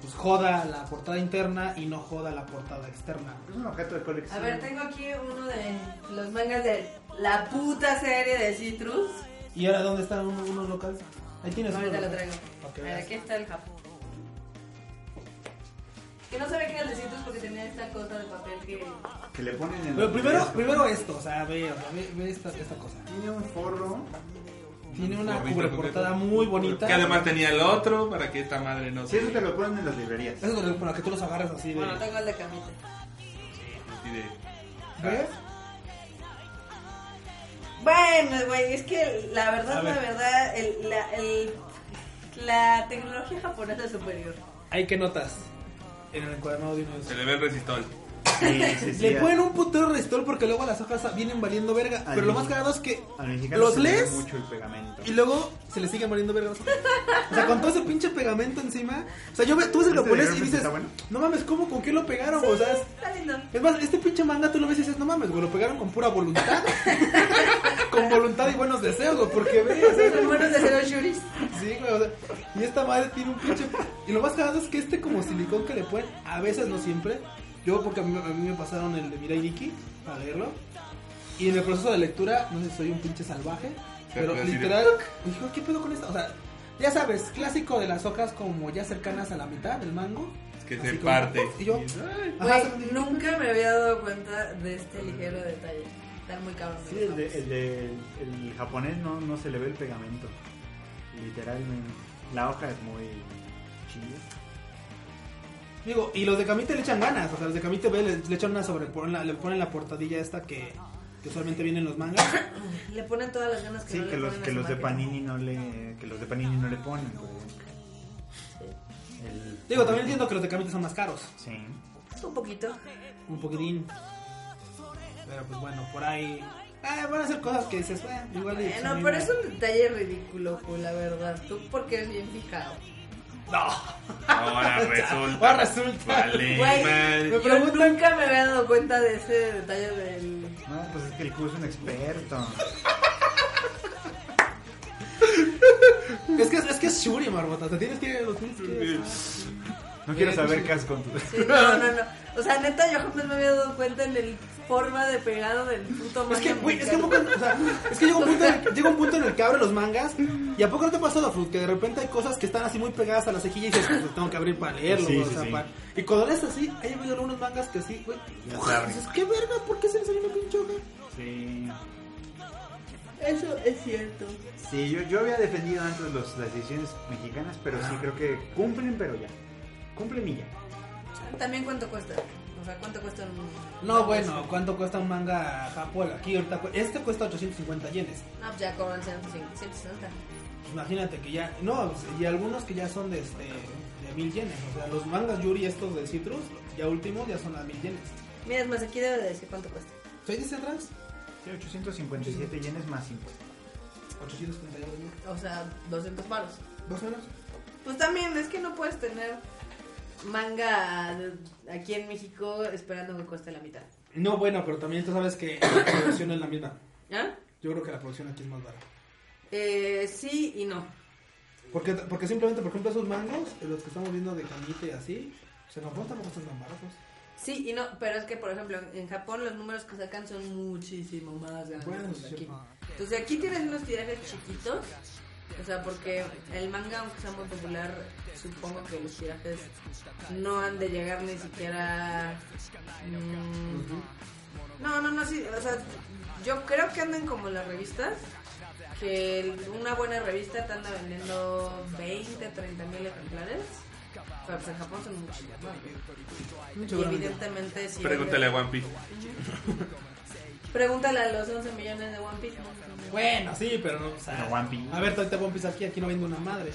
pues joda la portada interna y no joda la portada externa.
Es un objeto de
A
colección.
ver, tengo aquí uno de los mangas de la puta serie de Citrus.
¿Y ahora dónde están uno- unos locales? Ahí tienes uno.
Ahorita lo traigo.
Para que
A ver,
veas.
aquí está el Japón. Que no sabía que era el de Citrus porque tenía esta cosa de papel que.
Que le ponen en
Pero primero, primero esto, o sea, ve, o sea, ve, ve esta, esta cosa.
Tiene un forro.
Tiene una
Bonito,
cubreportada
bonito.
muy bonita.
Que además tenía el otro para que esta madre no
Si eso te
se...
lo ponen en las librerías.
Eso es lo que- bueno, que tú los agarras así de...
Bueno, tengo el de Camita.
y de-
¿Ves?
Bueno, güey, es que la
A
verdad, la
ver.
verdad, el- la, el- la tecnología japonesa es superior.
Hay que notas en el encuadernado de uno de esos.
Se le ve el resistol.
Sí, sí, sí,
Le
a-
ponen un putero restor porque luego las hojas vienen valiendo verga.
Al
Pero lo más
mexicano.
cagado es que
Al mexicano
los
se le ve
lees
mucho el pegamento.
Y luego se le sigue muriendo vergas. O sea, con todo ese pinche pegamento encima. O sea, yo ve, tú ves el
¿Este
japonés
de
y
Hermes
dices,
está bueno?
no mames, ¿cómo? ¿Con qué lo pegaron? O sea, es,
Está lindo.
es más, este pinche manga tú lo ves y dices, no mames, güey, lo pegaron con pura voluntad. con voluntad y buenos deseos, güey, porque ves.
Son buenos de cero shuris.
Sí, güey, o sea, y esta madre tiene un pinche. Y lo más cagado es que este, como silicón que le ponen, a veces no siempre. Yo, porque a mí, a mí me pasaron el de Mirai Nikki para leerlo. Y en el proceso de lectura, no sé si soy un pinche salvaje, pero
Así de-
literal, dijo, ¿qué pedo con esta? O sea, ya sabes, clásico de las hojas como ya cercanas a la mitad del mango.
Que
Así
se
como-
parte.
Y yo, ajá,
Güey,
se me dijo,
nunca me había dado cuenta de este ligero detalle. Está muy cabrón.
Sí, el, de- el, de- el japonés no, no se le ve el pegamento. Literalmente. La hoja es muy chida.
Digo, y los de Camite le echan ganas, o sea, los de Camite ve, le, le echan una sobre, ponen la- le ponen la portadilla esta que, que usualmente viene en los mangas.
Le ponen todas las ganas que
Sí,
no
que
le
los,
ponen a
que
su
los de
máquina.
Panini no le, que los de Panini no le ponen, por ejemplo. El-
Digo, también entiendo que los de Camite son más caros.
Sí.
Un poquito.
un poquitín. Pero pues bueno, por ahí. Ah, van a ser cosas que dices, bueno, igual. y pues a
Bueno,
mí
Eh, pero
no".
es un detalle ridículo, Ju, la verdad. Tú porque eres bien fijado.
Ahora resulta.
Ahora resulta.
Vale,
Eh,
Güey.
madre.
Me
Yo
preguntan-
nunca me había dado cuenta de ese detalle del...
No, pues es que el Q es un experto.
Es que es, que es Shuri, Marbota. Te tienes que. Lo tienes que
No quiero saber qué haces con tu...
Sí, no, no, no. O sea, neta, yo jamás me había dado cuenta en el forma de pegado del puto manga
es que, güey, es que,
mexicano.
poco- o sea, es que llega, un punto en el, llega un punto en el que abre los mangas. ¿Y a poco no te ha pasado, Fruit? Que de repente hay cosas que están así muy pegadas a la cejilla y dices, pues lo tengo que abrir para leerlo.
Sí,
güey,
sí,
o sea,
sí.
para- Y cuando lees así, hay habido algunos mangas que así, güey.
saben.
Dices, qué verga, ¿por qué se le salió una pinche hoja?
Sí.
Eso es cierto.
Sí, yo, yo había defendido antes los- las decisiones mexicanas, pero sí creo que cumplen, pero ya. Cumplen y ya.
También cuánto cuesta. O sea, cuánto cuesta un...
No, bueno, ¿cuánto cuesta un manga Japón? Aquí ahorita. cu- Este cuesta 850 yenes. Pues
No, pues ya cobran 150, 160.
Imagínate que ya, no, y algunos que ya son de este, de de mil yenes. O sea, los mangas Yuri estos de Citrus, ya últimos, ya son a mil yenes.
Mira, es más, aquí debe de decir cuánto cuesta.
¿Soy dice atrás?
Sí, 857 yenes más 5.
832 mil.
O sea, 200 paros.
¿Dos menos?
Pues también, es que no puedes tener manga de- aquí en México esperando que cueste la mitad.
No, bueno, pero también tú sabes que la producción es la misma.
¿Ah?
Yo creo que la producción aquí es más barata.
Eh, sí y no.
Porque, porque simplemente, por ejemplo, esos mangos, eh, los que estamos viendo de cañita y así, se nos tampoco están tan baratos.
Sí y no, pero es que, por ejemplo, en Japón los números que sacan son muchísimo más grandes
Bueno,
que
sí.
pues aquí. Entonces aquí tienes unos tirajes chiquitos, o sea, porque el manga, aunque sea muy popular, supongo que los tirajes no han de llegar ni siquiera... mm, No, no, no, sí, o sea, yo creo que andan como las revistas, que el- una buena revista te anda vendiendo 20, 30 mil ejemplares. Pero pues en Japón son muchísimos más. Y
Seguramente.
evidentemente sí.
Pregúntale a One Piece.
Pregúntale a los 11 millones de One Piece. ¿no?
Bueno, sí, pero no. O sea,
Pero One Piece.
A ver, ahorita One Piece aquí, aquí no vende una madre.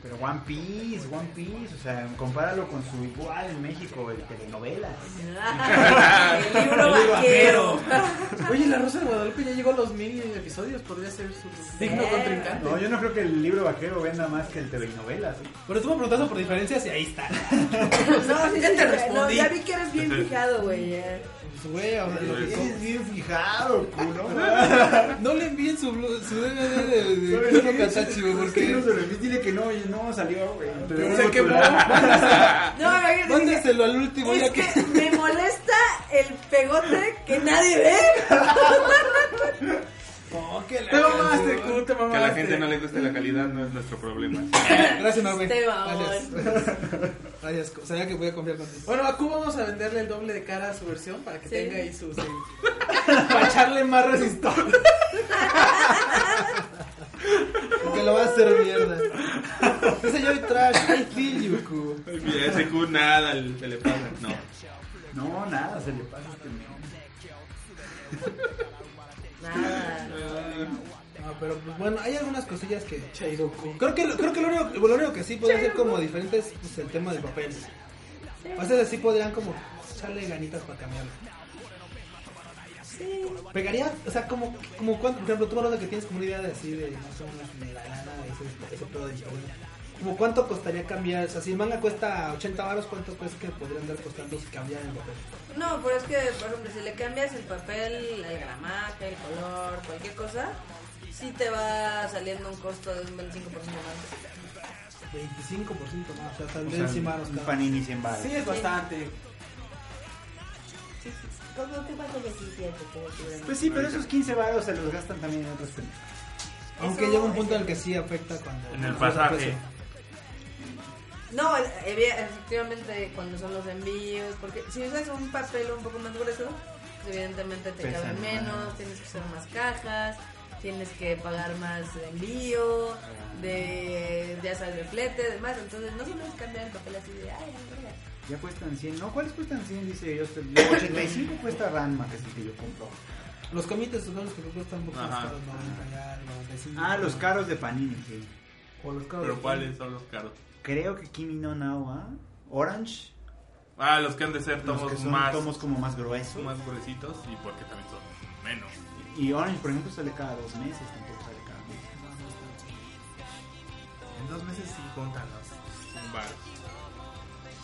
Pero One Piece, One Piece, o sea, compáralo con su igual en México, el telenovelas.
el libro vaquero.
Oye, la Rosa de Guadalupe ya llegó a los mil episodios. Podría ser su digno
Eh.
Sí.
contrincante.
No, yo no creo que el libro vaquero venda más que el telenovelas. ¿eh?
Pero tú me preguntaste por diferencias y ahí está.
No, sí,
Ya
sí,
te
no,
respondí.
ya vi que eres bien fijado, güey. eh.
Pues, güey, ahora lo que-
Eres bien fijado, culo.
No le envíen su, blu- su DVD de, de,
¿Sabes
de
qué?
Kuro Katachi, güey,
Es que no
porque.
se lo envíes, dile que no, y no salió, güey.
Pero
Pero
se
no,
quemó.
No, a ver, dije,
Mándeselo al último, ya
es
que.
que me molesta el pegote que nadie ve.
Oh, que la
Te mamaste, Q,
canción.
te
Que a
mamaste.
la gente no le guste la calidad no es nuestro problema.
Gracias, Norbe.
Este babón.
Gracias. Gracias, Q. sabía que podía confiar contigo.
Bueno, a Q vamos a venderle el doble de cara a su versión para que
Sí.
tenga ahí sus. eh,
Para echarle más resistencia. Porque lo va a hacer mierda. Ese yo trash, I feel you, Q.
Ay, Mira, ese Q nada le- se le pasa. No.
no, nada, se le pasa este men.
Nada.
No, pero pues, bueno, hay algunas cosillas que.
Chairo Q.
Creo que, creo que lo, único, lo único que sí podría ser como diferente es pues, el tema del papel. O sea, sí podrían como echarle ganitas para cambiarlo.
Sí.
Pegaría, o sea, como, como cuánto, por ejemplo, tú hablas de que tienes como una idea de así, de más o menos de la lana, ese, ese pedo de Japón. Como cuánto costaría cambiar, o sea, si el manga cuesta 80 baros, ¿cuánto crees que podrían dar costando si cambiar el papel?
No, pero es que, por ejemplo, si le cambias el papel, el gramaje, el color, cualquier cosa, sí te va saliendo un costo de un 25% más.
25% más, o sea, tal
O
vez 100
sea,
baros
un
cada.
panini 100 baros.
Sí, es bastante.
¿Cómo te vas a decir
Pues sí, pero esos 15 baros se los gastan también en otros temas.
Aunque
Eso-
llega un punto en el que sí afecta cuando.
En el
cuando sube
pasaje.
precio.
No, evi- efectivamente cuando son los envíos, porque si usas un papel un poco más grueso, pues evidentemente te
Pesa
caben
más.
menos, tienes que usar más cajas, tienes que pagar más de envío, de ya sabes, de flete, demás, entonces no solo es cambiar el papel así de, ay, mira.
Ya cuestan 100. No, ¿cuáles cuestan 100? Dice yo. 85 cuesta Ranma, que es el que yo compro.
Los comités son los que cuestan un poco más
Ajá.
caros, 90 ya, 95.
Ah, los caros de Panini, sí.
O los caros.
Pero
de-
¿cuáles son los caros?
Creo que Kimi no Nawa, Orange,
Ah, los que han de ser
los
tomos
que son
más,
tomos como más gruesos.
más gruesitos y porque también son menos.
Y Orange, por ejemplo, sale cada dos meses, tampoco sale cada mes.
En dos meses sí contan los baros.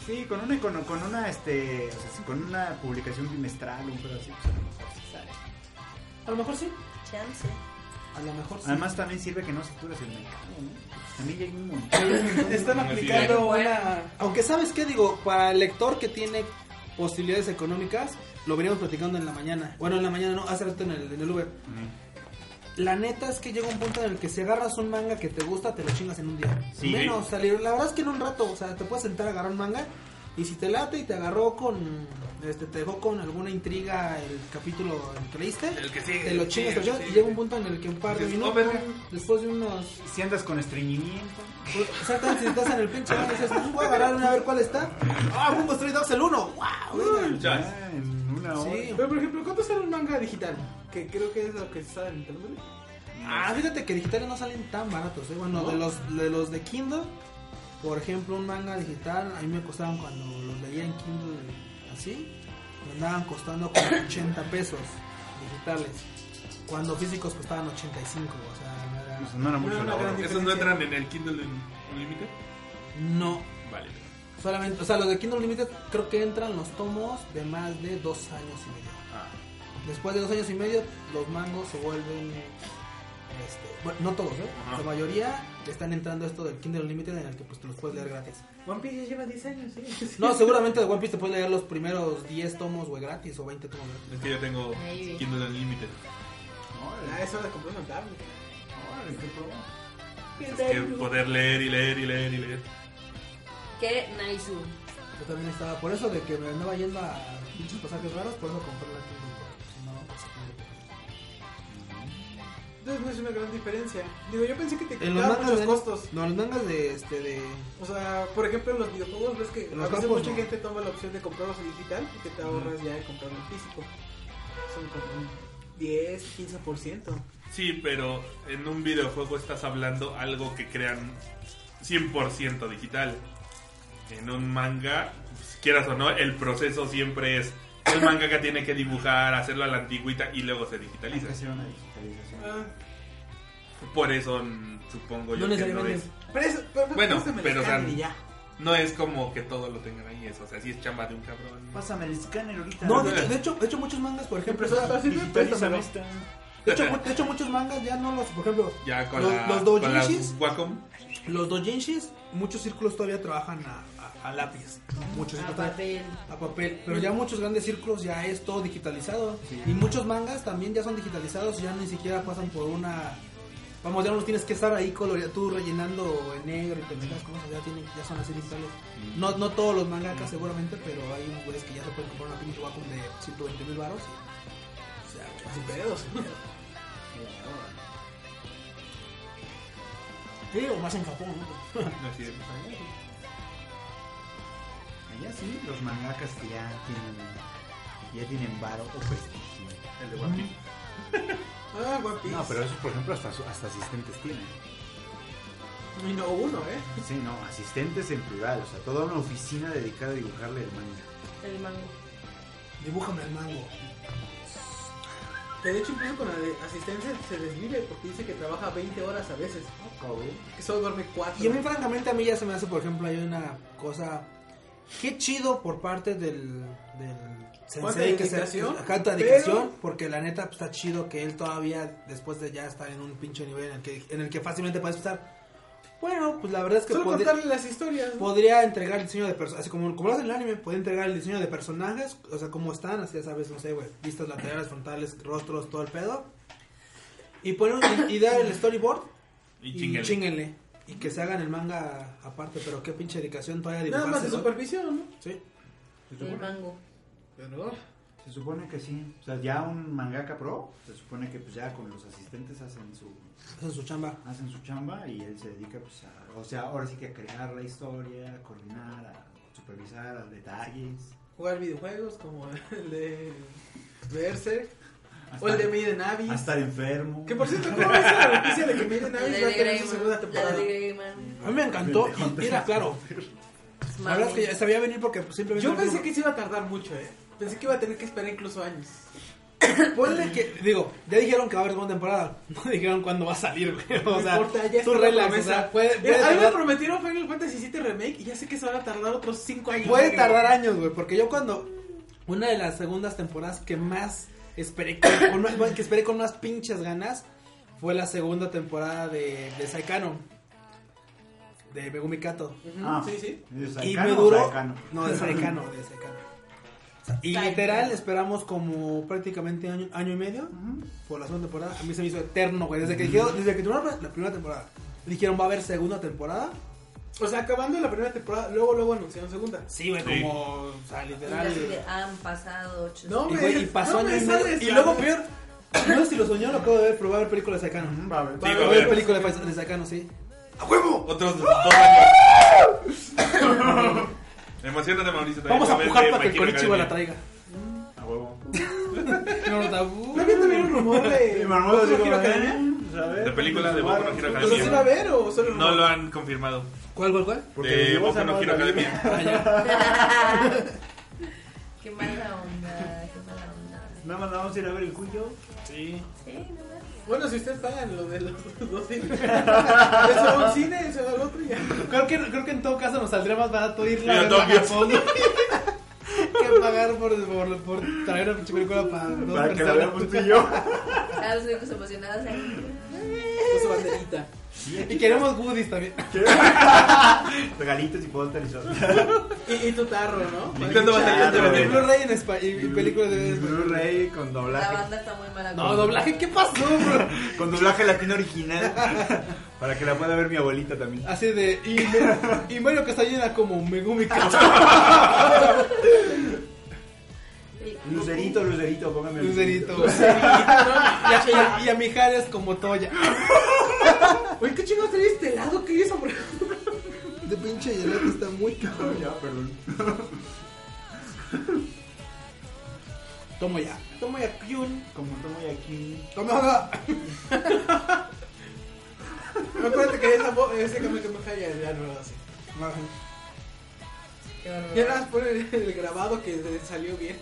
Sí, con una, con, con una, este, o sea, sí, con una publicación bimestral, un pedo así, pues, a lo mejor sí sale.
A lo mejor sí.
Chance.
A lo mejor
Ah,
sí.
Además, también sirve que no saturas el mercado, ¿no? También ya hay un montón.
Están
Así
aplicando
es.
una. Aunque sabes qué digo, para el lector que tiene posibilidades económicas, lo veníamos platicando en la mañana. Bueno, en la mañana no, hace rato en el, en el Uber. La neta es que llega un punto en el que si agarras un manga que te gusta, te lo chingas en un día.
Sí.
Menos, salir. La verdad es que en un rato, o sea, te puedes sentar a agarrar un manga. Y si te late y te agarró con. Este, te dejó con alguna intriga el capítulo en que leíste,
El que sigue.
te lo chingas, te lo chingas, Y llega un punto en el que un par de
Dices, "Oh,
minutos,
verga".
después de unos
Si andas con estreñimiento,
pues, Exactamente, si estás en el pinche bar y dices, "Mm, voy a agarrar una a ver cuál está. Ah, Bungo Stray Dogs el 1. ¡Wow!
Chas.
ya en una hora.
Sí.
Pero por ejemplo, ¿cuánto sale un manga digital? Que creo que es lo que está en internet.
Ah, fíjate que digitales no salen tan baratos, eh. Bueno,
¿No?
de los de los de Kindle Por ejemplo, un manga digital, a mí me costaban cuando los leía en Kindle así, me andaban costando como 80 pesos digitales. Cuando físicos costaban 85, o sea, no era-
O sea, Pues no era mucho
no,
el ahorro.
gran
¿Esos no
diferencia.
entran en el Kindle Unlimited?
No,
Vale.
solamente, o sea, los de Kindle Limited creo que entran los tomos de más de dos años y medio.
Ah,
Después de dos años y medio, los mangos se vuelven. Este, bueno, no todos, ¿eh?
Ajá.
La mayoría están entrando a esto del Kindle Unlimited en el que pues te los puedes leer gratis.
One Piece ya lleva 10 años, ¿sí?
No, seguramente de One Piece te puedes leer los primeros 10 tomos, güey, gratis o 20 tomos gratis.
es que yo tengo
Maybe.
Kindle Unlimited.
Ah, eso de compré una tablet.
Órale, qué pro.
Es que poder leer y leer y leer y leer.
Qué nice.
Yo también estaba, por eso de que me andaba yendo a pinches pasajes raros, por eso compré la Kindle. porque si no, pues,
Entonces no es una gran diferencia. Digo, yo pensé que te
no. En los
quitaban muchos
mangas de,
costos.
No, los mangas de este de
O sea, por ejemplo, en los videojuegos ves que
En
a
los
veces
campos,
mucha
no.
gente toma la opción de comprarlos en digital y que te ahorras ya de comprarlo en físico. Son como un 10, 15%.
Sí, pero en un videojuego estás hablando algo que crean 100% digital. En un manga, pues, quieras o no, el proceso siempre es el manga que tiene que dibujar, hacerlo a la antigüita y luego se
Hay
digitaliza.
que hacer una digitalización.
Ah,
Por eso mm, supongo yo
No
que no
necesariamente.
es,
pero eso, pero,
Bueno,
eso me lo
pero, o sea,
escanean y ya.
no es como que todo lo tengan ahí eso. O sea, sí es chamba de un cabrón.
Pásame el escáner ahorita.
No, de hecho, de hecho, de hecho muchos mangas, por ejemplo,
Empezó a
están-
hacer- préstamelo.
Digitalízame esta.
de hecho, mu- de hecho, muchos mangas ya no los, por ejemplo,
Ya con,
los,
la,
los
con las
doujinshis,
Wacom.
los doujinshis, muchos círculos todavía trabajan a, a- a lápiz, muchos
A
círculos
papel.
todavía- a papel, pero ya muchos grandes círculos ya es todo digitalizado
Sí.
y muchos mangas también ya son digitalizados, ya ni siquiera pasan por una Vamos, ya no tienes que estar ahí coloreando, tú rellenando en negro y pendejadas como esas, ya, tienen, ya son así digitales. No, no todos los mangakas seguramente, pero hay unos güeyes que ya se pueden comprar una pinche Wacom de 120 mil baros. O sea,
Sin pedos.
sí, o más en Japón, ¿no?
No es cierto.
Allá sí, los mangakas que ya tienen, ya tienen varo o prestigio.
El de One Piece.
Ah, One Piece.
No, pero esos, por ejemplo, hasta, su- hasta asistentes tienen.
Y no uno, ¿eh?
Sí, no, asistentes en plural, o sea, toda una oficina dedicada a dibujarle el manga.
El mango.
Dibújame el mango.
Que de hecho incluso con la de asistencia se desvive porque dice que trabaja 20 horas a veces. Que solo duerme 4.
Y a mí, francamente, a mí ya se me hace, por ejemplo, hay una cosa. Qué chido por parte del. del sensei que se
dedicación,
ajá, tanta
pero-
dedicación, porque la neta pues, está chido que él todavía, después de ya estar en un pinche nivel en el que, en el que fácilmente puedes estar. Bueno, pues la verdad es que
Solo
podría-
contarle las historias. ¿no?
podría entregar el diseño de personajes, así como, como lo hace en el anime, podría entregar el diseño de personajes, o sea, cómo están, así ya sabes, no sé, güey, vistas laterales, frontales, rostros, todo el pedo. Y poner un- y dar el storyboard
Y chinguele.
y Y que se hagan el manga aparte, pero qué pinche dedicación todavía
Nada
dibujarse,
más de
¿no?
supervisión, ¿no?
Sí.
El mango.
Pero
Se supone que sí. O sea, ya un mangaka pro, se supone que pues ya con los asistentes hacen su,
Esa es su chamba.
hacen su chamba y él se dedica pues a, o sea, ahora sí que a crear la historia, a coordinar, a supervisar, a detalles.
jugar videojuegos como el de Berserk
Hasta-
o el de Maiden Abyss.
a estar enfermo.
Que por cierto, ¿cómo ves la noticia de que Maiden
La
Abyss
de
va a tener su
Greyman,
segunda
La
temporada?
de Greyman.
A mí me encantó, y era claro. La verdad es que ya sabía venir porque pues, simplemente...
Yo
no-
pensé que se iba a tardar mucho, ¿eh? Pensé que iba a tener que esperar incluso años.
Ponle que, digo, ya dijeron que va a haber segunda temporada. No dijeron cuándo va a salir, güey. O
No
sea,
importa, ya está
tú
la
relax, o
promesa.
sea, puede, puede
Mira, a mí me
tardar-
prometieron Final Fantasy VII Remake y ya sé que se van a tardar otros 5 años.
Puede tardar años, güey, porque yo cuando una de las segundas temporadas que más esperé con, con más- que esperé con más pinches ganas fue la segunda temporada de de Saikano de Megumi Kato.
Ujú,
Ah.
Sí, sí.
¿De
Y
Saikano
me
o
duró
Saikano?
no de Saikano, de Saikano. O sea, Y
Saikano.
literal esperamos como prácticamente año, año y medio
Ujú.
por la segunda temporada. A mí se me hizo eterno, güey, desde que dijeron, desde que terminaron la primera temporada. Dijeron va a haber segunda temporada.
O sea, acabando la primera temporada, luego luego anunciaron segunda.
Sí, güey,
Sí.
como o sea,
Y
literal.
así de, han pasado ocho.
No,
Y,
me
güey, y pasó
no
año
me
y medio.
sales,
Y
la
luego
neta.
peor, no sé si lo soñó, lo acabo de ver, pero va a haber películas de Sakano.
Ujú, va a haber.
Va a
Va a
ver,
haber películas de Sakano, sí.
¡A huevo! Otros dos años. Emocionate, Mauricio. también.
Vamos a
ver
pujar
de
para que el
My Hero
Konichiwa la
Academia.
traiga.
A Ah, huevo.
No, no, tabú.
¿No había también un rumor de...
Y Marmota así
Tokyo
como,
Academia?
¿eh? ¿sabes?
De película de Boku no Hero
"Eh,
¿Los
Academia.
sí va a ver o solo
No lo han confirmado.
¿Cuál, cuál, cuál?
De Boku no Hero Academia.
Qué mala onda, qué mala onda.
Nada más vamos a ir a ver el cuyo.
Sí.
Sí, no más.
Bueno, si ustedes pagan lo de los dos cines. Eso va a un cine, se va al otro y ya.
Creo que, creo que en todo caso nos saldría más barato ir
Mira,
a verla a
Tokio.
Japón que pagar por, por, por traer una pinche película para dos
Para que la
personas.
veamos tú y yo.
Ah, los únicos emocionados ahí.
Con su banderita.
Y queremos goodies también.
Regalitos y póster y todo.
Y, y tu tarro, ¿no?
Me
Para que-
encanta bastante,
Y
güey.
Blu-ray en España y películas de
Blu-ray con
La
doblaje.
banda está muy mala.
No, doblaje, ¿qué pasó, bro?
Con doblaje latino original. Para que la pueda ver mi abuelita también.
Así de. Y, me- y Mario Castañeda como Megumi Kato.
Sí.
Lucerito, lucerito, póngame el
Lucerito. güey. Y a, y a- y a Mijares como Toya.
Oye, ¿qué chingados traes este helado? ¿Qué hizo por
De pinche Yolanda está muy cabrón.
Ya, perdón.
Tomo ya.
Toma ya, Kyun.
Como tomo aquí.
Toma ahora.
Acuérdate que esa bo- ese que me cae ya, ya no lo hace.
Qué barbaridad.
Ya nada más ponen el grabado que le salió bien.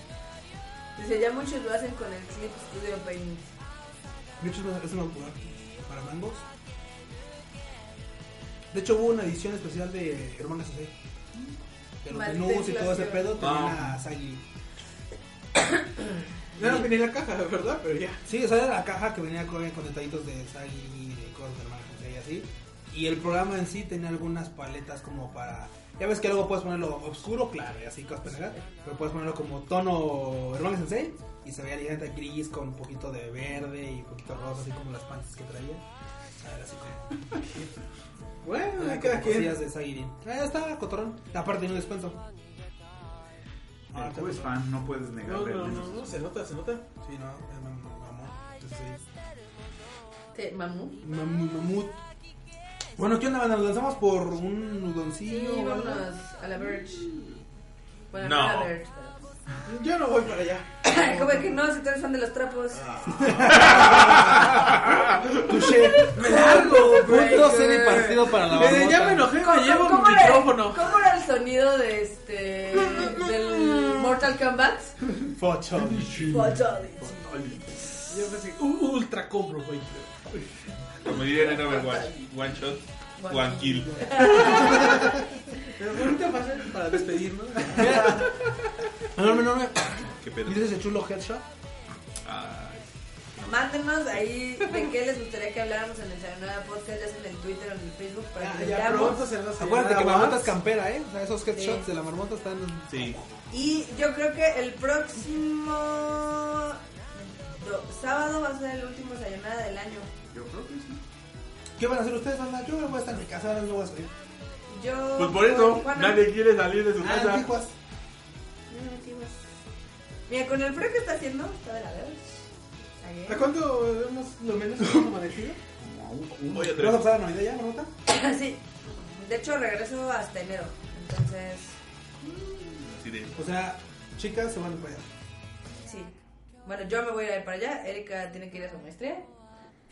Dice, ya muchos lo hacen con el Clip Studio Paint.
De hecho, es una- es una popular para mangos. De hecho, hubo una edición especial de Hermanas Sasei. De los
Maldita
menús y todo ese
inflación.
pedo tenía
Ah.
a Sagi.
No era venía la caja, ¿verdad? Pero ya.
Sí, o sea, era la caja que venía con, con detallitos de Sagi, de cosas de Hermanas Sasei y así. Y el programa en sí tenía algunas paletas como para. Ya ves que luego puedes ponerlo oscuro, claro, y así cosas pendejas, Pero puedes ponerlo como tono Hermanas Sensei. Y se veía ligeramente gris con un poquito de verde y un poquito rosa, así como las pantas que traía. A ver, así como.
Bueno,
Ah,
ahí queda
como cosillas
quien.
de Zagirin. Ah, está, cotorrón. Aparte, tiene un descuento. Ah,
Tú eres fan, no puedes
No,
negarle.
no, no, no, se nota, se nota.
Sí, no, es mam- mamón. Entonces,
¿Te mamú?
sí, mam- mamut. Bueno, ¿qué onda, banda? ¿Nos lanzamos por un
Sí,
udoncillo? o algo?
vámonos a la Verge. Bueno,
No.
no a la Verge.
Yo no voy para allá.
pero- ¿Cómo es que no? Si tú eres fan de los trapos.
Touché. Pues, eh, Me largo, Punto cero y
güey.
partido para la
Desde Eh, ya
barbota.
me enojé,
¿Cómo-
me llevo
cómo
mi
era-
micrófono.
¿Cómo era el sonido de este. del Mortal Kombat?
Focho.
Yo pensé, uh, ultra compro, güey.
Como dirían en Overwatch. One shot, one kill.
Pero ahorita va a ser para despedirnos.
No, no, no, no.
Qué pedo.
¿Dices ese chulo headshot?
Ay.
Mándenos ahí de qué les gustaría que habláramos en el Sayonara Podcast, ya sea en el Twitter o en el Facebook, para
Ah,
Ya,
que
ya
veamos.
pronto se nos
Acuérdate que
va
marmota es campera, ¿eh? O sea, esos headshots
Sí.
de la marmota están.
Sí.
Y yo creo que el próximo do- sábado va a ser el último Sayonara del año.
Yo creo que sí.
¿Qué van a hacer ustedes, banda? Yo voy a estar en mi casa, ahora no voy a salir.
Yo.
Pues por
con
eso,
Tijuana.
nadie quiere salir de su
Ah,
casa.
Antiguas.
No, no, Tijuas. Mira, con el frío que está haciendo, está de la verga.
¿A cuánto vemos lo menos que hemos amanecido?
Como a un-
Voy a
¿Te vas a
traer-
pasar la Navidad ya, Marmota?
Ayer. sí. De hecho, regreso hasta enero. Entonces,
así de-
O sea, chicas se van para allá.
sí. Bueno, yo me voy a ir para allá. Erika tiene que ir a su maestría.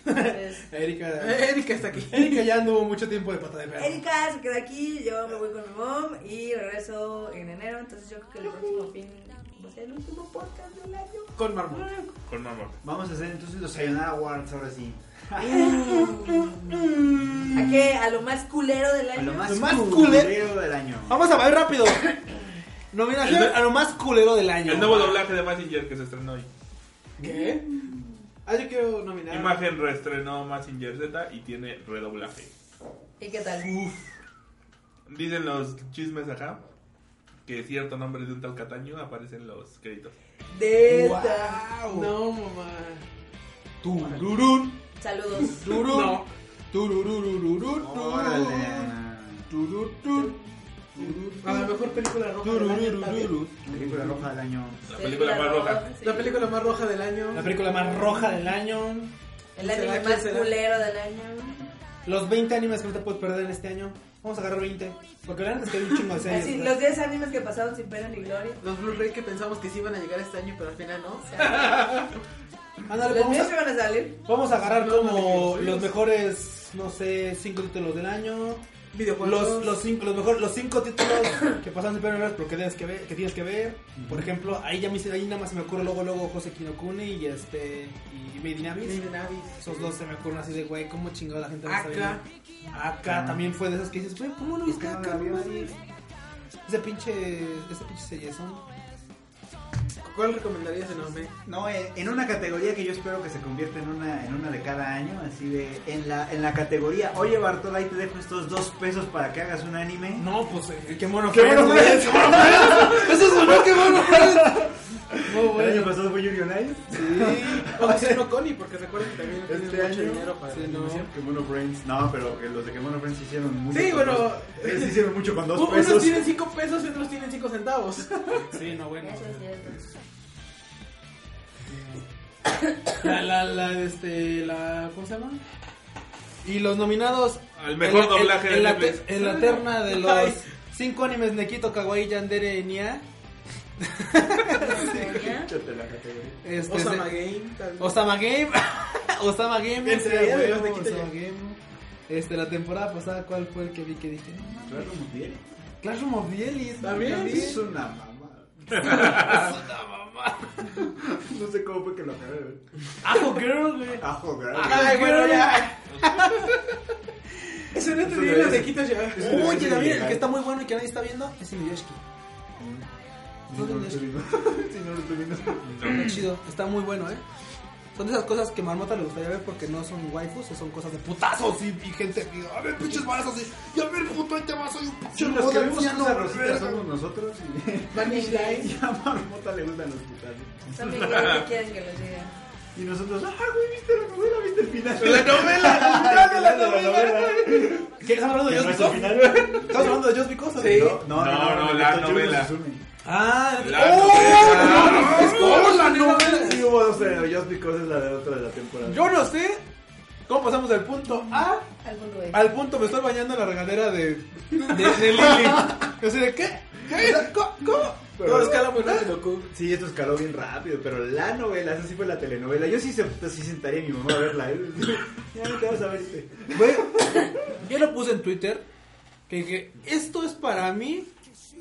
Entonces,
Erika.
Erika está aquí.
Eh, Erika ya anduvo mucho tiempo de pata de perro.
Erika se queda aquí, yo me voy con mi mom y regreso en enero, entonces yo creo que el próximo fin va a ser el último podcast del año.
Con mármol.
Con mamón.
Vamos a hacer entonces los Sayonara Awards ahora sí.
¿A qué? ¿A lo más culero del
A
año?
lo más,
Lo más Ah,
culero del año.
Vamos a ver rápido. Nominación a lo más culero del año.
El nuevo doblaje de Massinger que se estrenó hoy.
¿Qué? Ah, yo quiero nominar.
Imagen reestrenó Massinger Z y tiene redoblaje.
¿Y qué tal?
Dicen los chismes acá que cierto nombre de un tal Cataño aparece en los créditos.
De
Wow.
No, mamá.
Tururún.
Saludos.
Tururún.
No.
Turururururún.
Órale.
Tururún.
A la mejor película roja del año. está bien.
Turururururún.
Película roja del año.
La película más roja.
Sí.
La película más roja del año.
La película más roja del año.
El
¿Será
anime
quién
más
será?
culero del año.
Los 20 animes que no te puedes perder en este año. Vamos a agarrar 20. Porque la neta es que hay un chingo de series.
Así,
¿verdad?
los 10 animes que pasaron sin pena ni gloria.
Los Blu-ray que pensamos que sí iban a llegar este año, pero al final no.
Ándale,
Los
vamos
míos
a,
que van a salir.
vamos a agarrar
No, no,
como
no, no,
los
no.
mejores, no sé, cinco títulos del año.
Videojuegos.
Los, los cinco, los mejor, los cinco títulos que pasan de primeras pero que tienes que ver, que tienes que ver. Por ejemplo, ahí ya me hice- ahí nada más se me ocurre luego luego José Kinokuni y este y Made in Abyss.
Made in Abyss.
Esos dos se me ocurren así de güey, cómo chingado la gente no sabe.
Acá.
Acá también fue de esas que dices, güey, ¿cómo no
¿Por
viste
qué no
acá?
la vio
güey?
nadie?
Ese pinche, ese pinche sellezón.
¿Cuál recomendarías en anime?
No, eh, en una categoría que yo espero que se convierta en una, en una de cada año, así de, en la, en la categoría, oye Bartola, ahí te dejo estos dos pesos para que hagas un anime.
No, pues eh, qué mono
¡Qué
fue,
bueno
güey.
fue!
Eso es bueno, qué mono fue. No,
El año
bueno.
pasado fue Yuri on Ice.
O que sea no Connie, porque recuerden que también tienen
Este
mucho
año,
dinero para
sí,
la
no.
animación.
Kemono Friends. No, pero que los de Kemono Friends hicieron mucho.
Sí,
con
bueno.
dos- ellos hicieron mucho con dos
Unos
pesos.
tienen 5 pesos y otros tienen 5 centavos.
Sí, no, bueno.
Eso es cierto.
La, la, la, este, la, ¿cómo se llama? Y los nominados.
Al mejor
en la-
doblaje
en,
de
en la,
Netflix.
te- en la terna de
Ah. Ay.
los cinco animes Nekito, Kawaii, Yandere, Nia.
Sonia.
Échate la categoría.
Este,
Osama
se-
Game. tal vez.
Osama Game. Osama Game.
En
sí,
realidad,
güey,
los Nekito
Osama
ya.
Game. Este, la temporada pasada, ¿cuál fue el que vi que dije? No, mames,
Claro, como bien.
Classroom of the Elite.
También,
Es una mamada. No sé cómo fue que lo acabé de ver.
Ajo Girl, güey.
Ajo, gracias.
Ay, Ah, bueno, ya. Eso no te
Eso
digo,
no
los
es.
de Quito ya.
Eso no
Oye,
es
también el
ilegal.
que está muy bueno y que nadie está viendo es Inuyashiki.
Si no lo estoy viendo. Si no lo estoy viendo.
Está chido, está muy bueno, ¿eh? Son de esas cosas que Marmota le gustaría ver porque no son waifus, son cosas de putazos y, y gente que, a ver, pinches balazos y, y a ver, puto, ahí te vas, soy un pinche
Los
modo
que vemos
anciano,
cosas rositas
verga".
somos nosotros y...
Vanish Line.
y a Marmota le gustan los putazos.
También que quieren que los diga.
Y nosotros, ah, güey, viste la novela, viste el final.
La novela.
novela, la novela.
¿Qué? ¿Estás hablando de
¿Que
Just
no es el final?
Because? ¿Estás hablando de Just Because?
Sí.
No, no, la
Toyoyo
novela.
Suzume.
Ah,
La
¡Oh!
novela.
¡Oh, la novela!
Sí, hubo dos de Just Because es la de otra de la temporada.
Yo no sé cómo pasamos del punto A
Algún güey.
al punto me estoy bañando en la regadera de, de, de Lily. Yo sé de qué. ¿Qué? ¿Cómo? ¿Cómo?
Pero-
Todo escala muy rápido, Goku.
Sí, esto escaló bien rápido, pero la novela, esa sí fue la telenovela. Yo sí, se, pues, sí sentaría a mi mamá a verla. ¿eh? ya no te vas a ver este.
Güey, yo lo puse en Twitter que dije, esto es para mí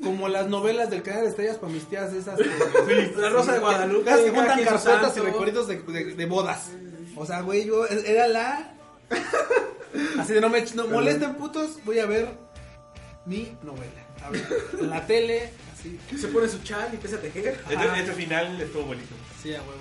como las novelas del canal de estrellas para mis tías esas que,
La Rosa de Guadalupe.
las que
Cada
juntan
quien su
carpetas y
santo.
recuerditos de, de- de bodas. O sea, güey, yo e, era la así de no me no molesten putos, voy a ver mi novela. A ver, en la tele, así,
Se pone su chal y empieza a tejer.
Este, este final estuvo bonito.
sí, a huevo.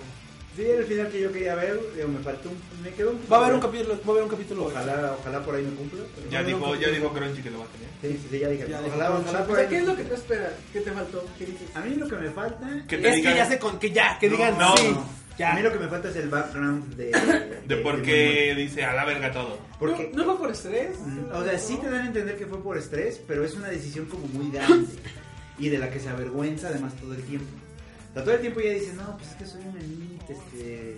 Sí, era el final que yo quería ver, digo, me faltó un, me quedó un
Va a haber un capítulo, va a haber un capítulo.
Ojalá, ojalá por ahí me cumpla. pero- pues,
Ya dijo, ya dijo Crunchy que lo va a tener.
Sí, sí, sí, ya dije.
Ya dijo. Pues,
ojalá, ojalá
O
por ahí.
sea, ¿qué es lo que te esperas? ¿Qué te faltó? ¿Qué dices?
A mí lo que me falta.
Que te
Es que
digan
ya se con que ya, que
No,
digan
no,
sí.
no.
Ya.
A mí lo que me falta es el background de.
de por qué dice a la verga todo.
Porque,
¿No, ¿No fue por estrés?
Mm. O sea, sí te dan a entender que fue por estrés, pero es una decisión como muy grande y de la que se avergüenza además todo el tiempo. O sea, todo el tiempo ella dice, no, pues es que soy una niña, este...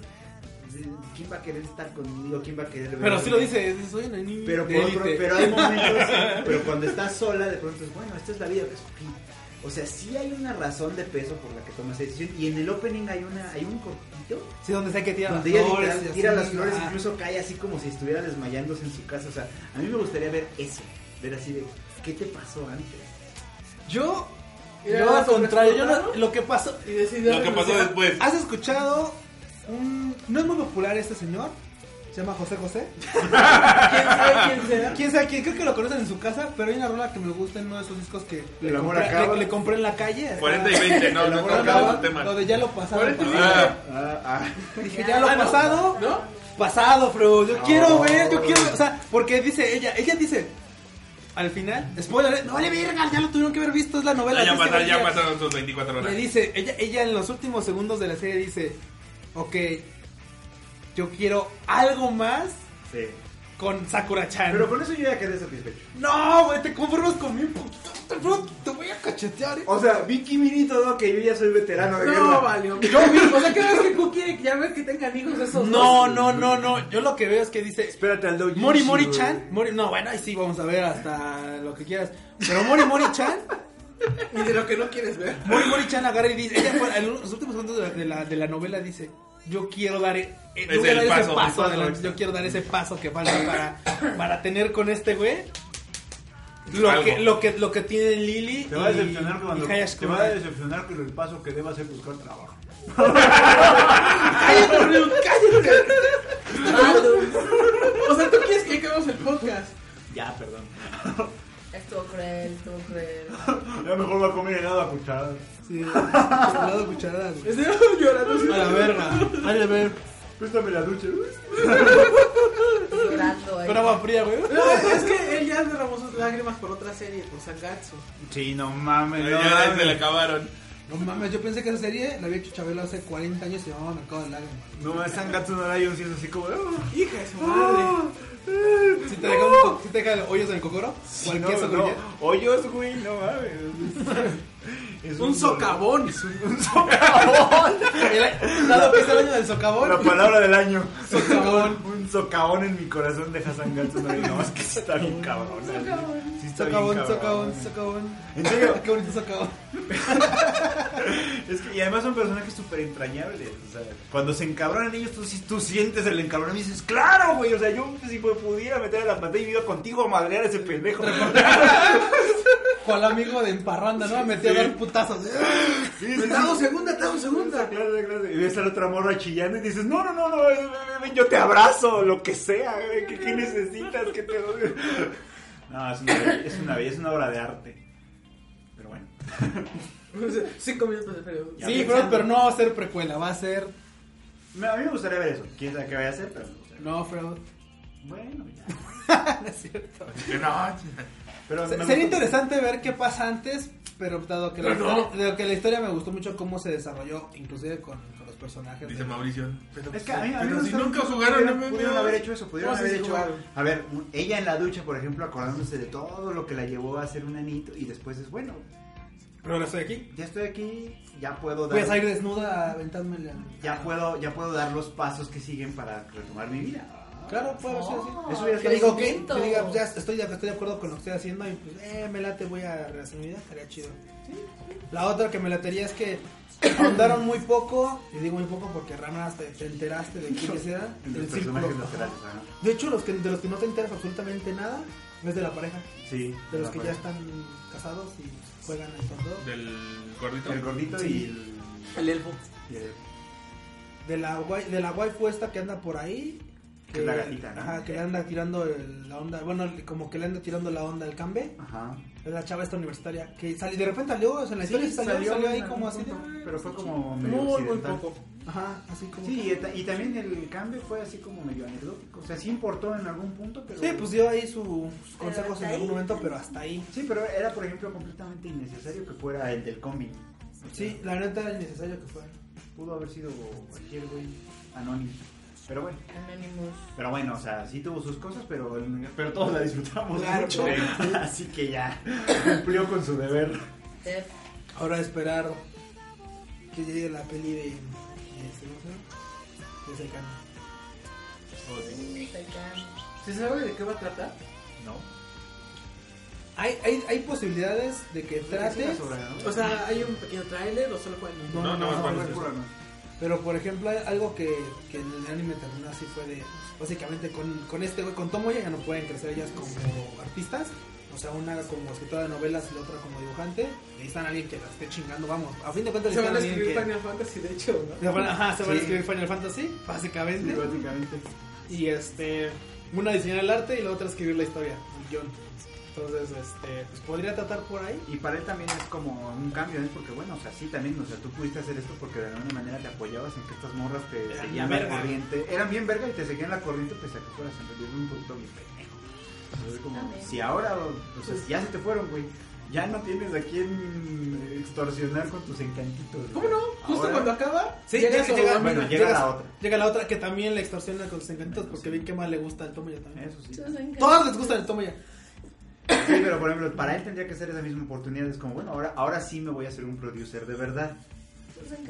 ¿Quién va a querer estar conmigo? ¿Quién va a querer verme?"
Pero sí lo dice, soy una niña
Pero, por
de
otro-
élite.
pero hay momentos, pero cuando estás sola de pronto es, bueno, esta es la vida que escogí. O sea, sí hay una razón de peso por la que tomas esa decisión y en el opening hay una hay un cortito
Sí, donde sea que tira
Donde
las
ella
flores.
literal
y
tira
así,
las flores,
ah.
incluso cae así como si estuviera desmayándose en su casa. O sea, a mí me gustaría ver eso. Ver así de, ¿qué te pasó antes?
Yo,
Mira,
yo al
sobre
contrario, yo
explotado.
lo, lo que pasó.
Y decidió
Lo que pasó
renunciar.
después.
¿Has escuchado un. No es muy popular este señor? Se llama José José.
¿Quién sabe quién será?
Quién sabe quién, creo que lo conocen en su casa, pero hay una rola que me gusta en uno de esos discos que
El
le
amor
compré,
acaba.
le- le compré en la calle. está-
40 y 20, no,
El
no
amor
tocamos
acaba,
el tema.
Lo de ya lo pasado.
Cuarenta y
pasado.
Ah, ah.
Dije, ya lo
Ah, ¿no?
pasado.
¿No?
Pasado, Fro. Yo
No.
quiero ver, yo quiero ver. O sea, porque dice ella, ella dice. Al final, spoiler, ¿eh? no vale verga, ya lo tuvieron que haber visto, es la novela.
Ah, ya
dice,
pasaron, ya
ella.
pasaron sus 24 horas.
Le dice, ella, ella en los últimos segundos de la serie dice, ok, yo quiero algo más
Sí.
con Sakura-chan.
Pero con eso yo ya quedé satisfecho.
No, güey, te conformas con mi puto, bro, te voy a cachetear. eh.
O sea, Vicky Mini todo que yo ya soy veterano de guerra.
No, valió. Yo mismo. O sea, ¿qué ves que Goku quiere que ya ves que tengan hijos esos
No,
dos?
no, no, no, yo lo que veo es que dice,
Espérate al doujinshi,
Mori
güey.
Mori-chan, Mori, no, bueno, ahí sí, vamos a ver hasta lo que quieras, pero Mori Mori-chan,
Y de lo que no quieres ver.
Mori Mori-chan agarra y dice, ella fue- en los últimos segundos de la- de la, de la novela dice, yo quiero dar, e- eh, yo
Es
quiero
el
dar ese
paso,
paso
el paso
adelante,
extra.
yo quiero dar ese paso que falta para, para tener con este güey. Lo
Algo.
que, lo, que, lo que tiene Lily
Te va a
y-
decepcionar
y
cuando
Hayashi
te va a
Kurai.
decepcionar con el paso que debas hacer buscar trabajo.
¡Cállate, Rodrigo! ¡Cállate!
Maldus.
O sea, ¿tú quieres que acabemos el podcast?
Ya, perdón.
Estuvo cruel, estuvo cruel.
Ya mejor va a comer helado a cucharadas.
Sí, chocolate cucharadas, güey.
Estoy llorando. así.
A la verga. Vale, a ver.
Préstame la ducha.
Llorando, eh.
Con agua fría, güey.
No, es que él ya derramó sus lágrimas por otra serie, por Sangatsu.
Sí, no mames. no
ya se
mames.
le acabaron.
No mames, yo pensé que esa serie la había hecho Chabelo hace 40 años y se llamaba Mercado de Lágrimas.
No mames, San Gato no hay un sí es así como. ah,
Hija de su
ah,
madre.
eh,
Si te dejan, un co- si te dejan hoyos en el cocoro,
no,
cualquier
no,
socorro.
Hoyos, güey, no mames. Es
Un
dolor.
socavón.
Un socavón.
Dado que es el año del socavón.
La palabra del año.
Socavón.
Un socavón en mi corazón deja San Gato no hay. No, es que sí está bien cabrón. Sí está bien
Socavón,
cabrón.
socavón, socavón.
En serio.
Qué bonito socavón.
Es que, y además son personajes súper entrañables. O sea, cuando se encabronan ellos, tú, sí- tú sientes el encabronamiento y dices, claro, güey. O sea, yo si me pudiera meter a la pantalla y me iba contigo a madrear a ese pendejo.
Cual amigo de emparranda, ¿no? Me metí a dar putazos.
Sí, sí,
Te hago segunda, te hago segunda.
Claro, claro. Y ves a la otra morra chillando y dices, no, no, no, no, ven, ven, yo te abrazo, lo que sea, güey, ¿qué, qué necesitas? ¿Qué te doy? No, es una, es una bella- es una obra de arte. Pero bueno.
Cinco minutos de frío.
Ya
Sí,
pensando.
bro, pero no va a ser precuela, va a ser.
Me- A mí me gustaría ver eso. ¿Quién sabe qué vaya a hacer? Pero me gustaría.
No, Frodo.
Bueno, ya.
No es cierto.
Que no,
Pero
Se-
me
Sería
gusta-
interesante ver qué pasa antes, pero dado que, la,
Pero no.
historia, dado que la historia me gustó mucho cómo se desarrolló, inclusive con, con los personajes.
dice
de-
Mauricio. Pero,
Es que a mí, a mí
pero
me
si
gusta
nunca
mucho.
jugaron,
pudieron,
no me
pudieron haber hecho eso, pudieron
No, sí,
haber
sí
hecho.
jugaron.
A ver, un- ella en la ducha, por ejemplo, acordándose de todo lo que la llevó a ser un anito y después es bueno,
pero ahora estoy aquí.
ya estoy aquí, ya puedo
Voy
dar,
a salir desnuda a aventarme la.
ya puedo, ya puedo dar los pasos que siguen para retomar mi vida.
Claro, puede ser así.
Oh,
Eso hubiera
Que
estado
digo,
bien.
¿qué? Que diga, pues, ya estoy de, estoy de acuerdo con lo que estoy haciendo y pues, eh, me late, voy a rehacer mi vida, estaría chido. La otra que me latería es que ahondaron muy poco, y digo muy poco porque Rana hasta te enteraste de quiénes eran,
Entre
del
los personajes
círculo.
laterales, ajá.
De hecho, los que, de los que no te enteras absolutamente nada, es de la pareja,
Sí.
de los que
la
ya
pareja.
están casados y juegan estos dos,
Del gordito.
El gordito y el.
El elfo.
y el-
de la, guay- de la waifu esta que anda por ahí.
Que es la gatita, ¿no?
Ajá, que le anda tirando el- la onda, bueno, como que le anda tirando la onda al cambe.
Ajá.
Es la chava esta universitaria que salió, de repente salió, o sea, en la
Sí,
historia sí salió,
salió
salió, ahí
en
como así
algún
de...
punto.
Pero fue como medio
Muy, muy
accidental.
poco.
Ajá, así como...
Sí,
Sí,
y, ta- y también el cambio fue así como medio anecdótico. O sea, sí importó en algún punto, pero.
pues dio ahí su- sus consejos
hasta
en
ahí.
algún momento, pero hasta ahí.
Sí, pero era, por ejemplo, completamente innecesario que fuera el del cómic. O sea,
Sí, la neta era innecesario que fuera.
Pudo haber sido cualquier güey anónimo. Pero bueno,
Anonymous.
pero bueno, o sea, sí tuvo sus cosas, pero, pero todos la
Pues
disfrutamos
Claro,
mucho.
güey.
Así que ya cumplió con su deber.
Def.
Ahora esperar que llegue la peli de... de este, ¿cómo se llama? De Saikano.
¿Se sabe de qué va a tratar?
No.
Hay, hay, hay posibilidades de
Pues
que trate,
O sea, ¿hay un pequeño tráiler o solo
No,
cuando?
No, no,
no,
no,
no, pero por ejemplo, hay algo que, que en el anime terminó así fue de... Básicamente con, con este güey, con Tomoya ya no pueden crecer ellas como artistas. O sea, una como escritora de novelas y la otra como dibujante. Necesitan a alguien que la esté chingando, vamos. A fin de cuentas,
Se van a
necesitan
escribir
alguien
Final Fantasy, de hecho,
que- Se van a- Ajá, se van a
Sí.
escribir Final Fantasy, básicamente.
básicamente.
Y este. Una diseñar el arte y la otra escribir la historia, el guión. Entonces, este. Pues podría tratar por ahí.
Y para él también es como un cambio, ¿no? Porque bueno, o sea, sí también, o sea, tú pudiste hacer esto porque de alguna manera te apoyabas en que estas morras te
Eran
seguían
bien
la
verga.
corriente. Eran bien verga y te seguían la corriente pese a que fueras en realidad un producto bien pendejo. Entonces, como,
También.
si ahora, o- o sea, si ya se te fueron, güey, ya no tienes a quién extorsionar con tus encantitos.
¿Cómo no? Justo
Ahora-
cuando acaba,
Sí,
llega
llega-
su
llega-
amigo.
Bueno, llega la otra.
Llega la otra que también la extorsiona con sus encantos porque bien que más le gusta el Tomoya
Eh.
también.
Eso sí.
Todas les gusta el Tomoya.
Sí, pero por ejemplo, para él tendría que ser esa misma oportunidad. Es como, bueno, ahora, ahora sí me voy a hacer un producer de verdad.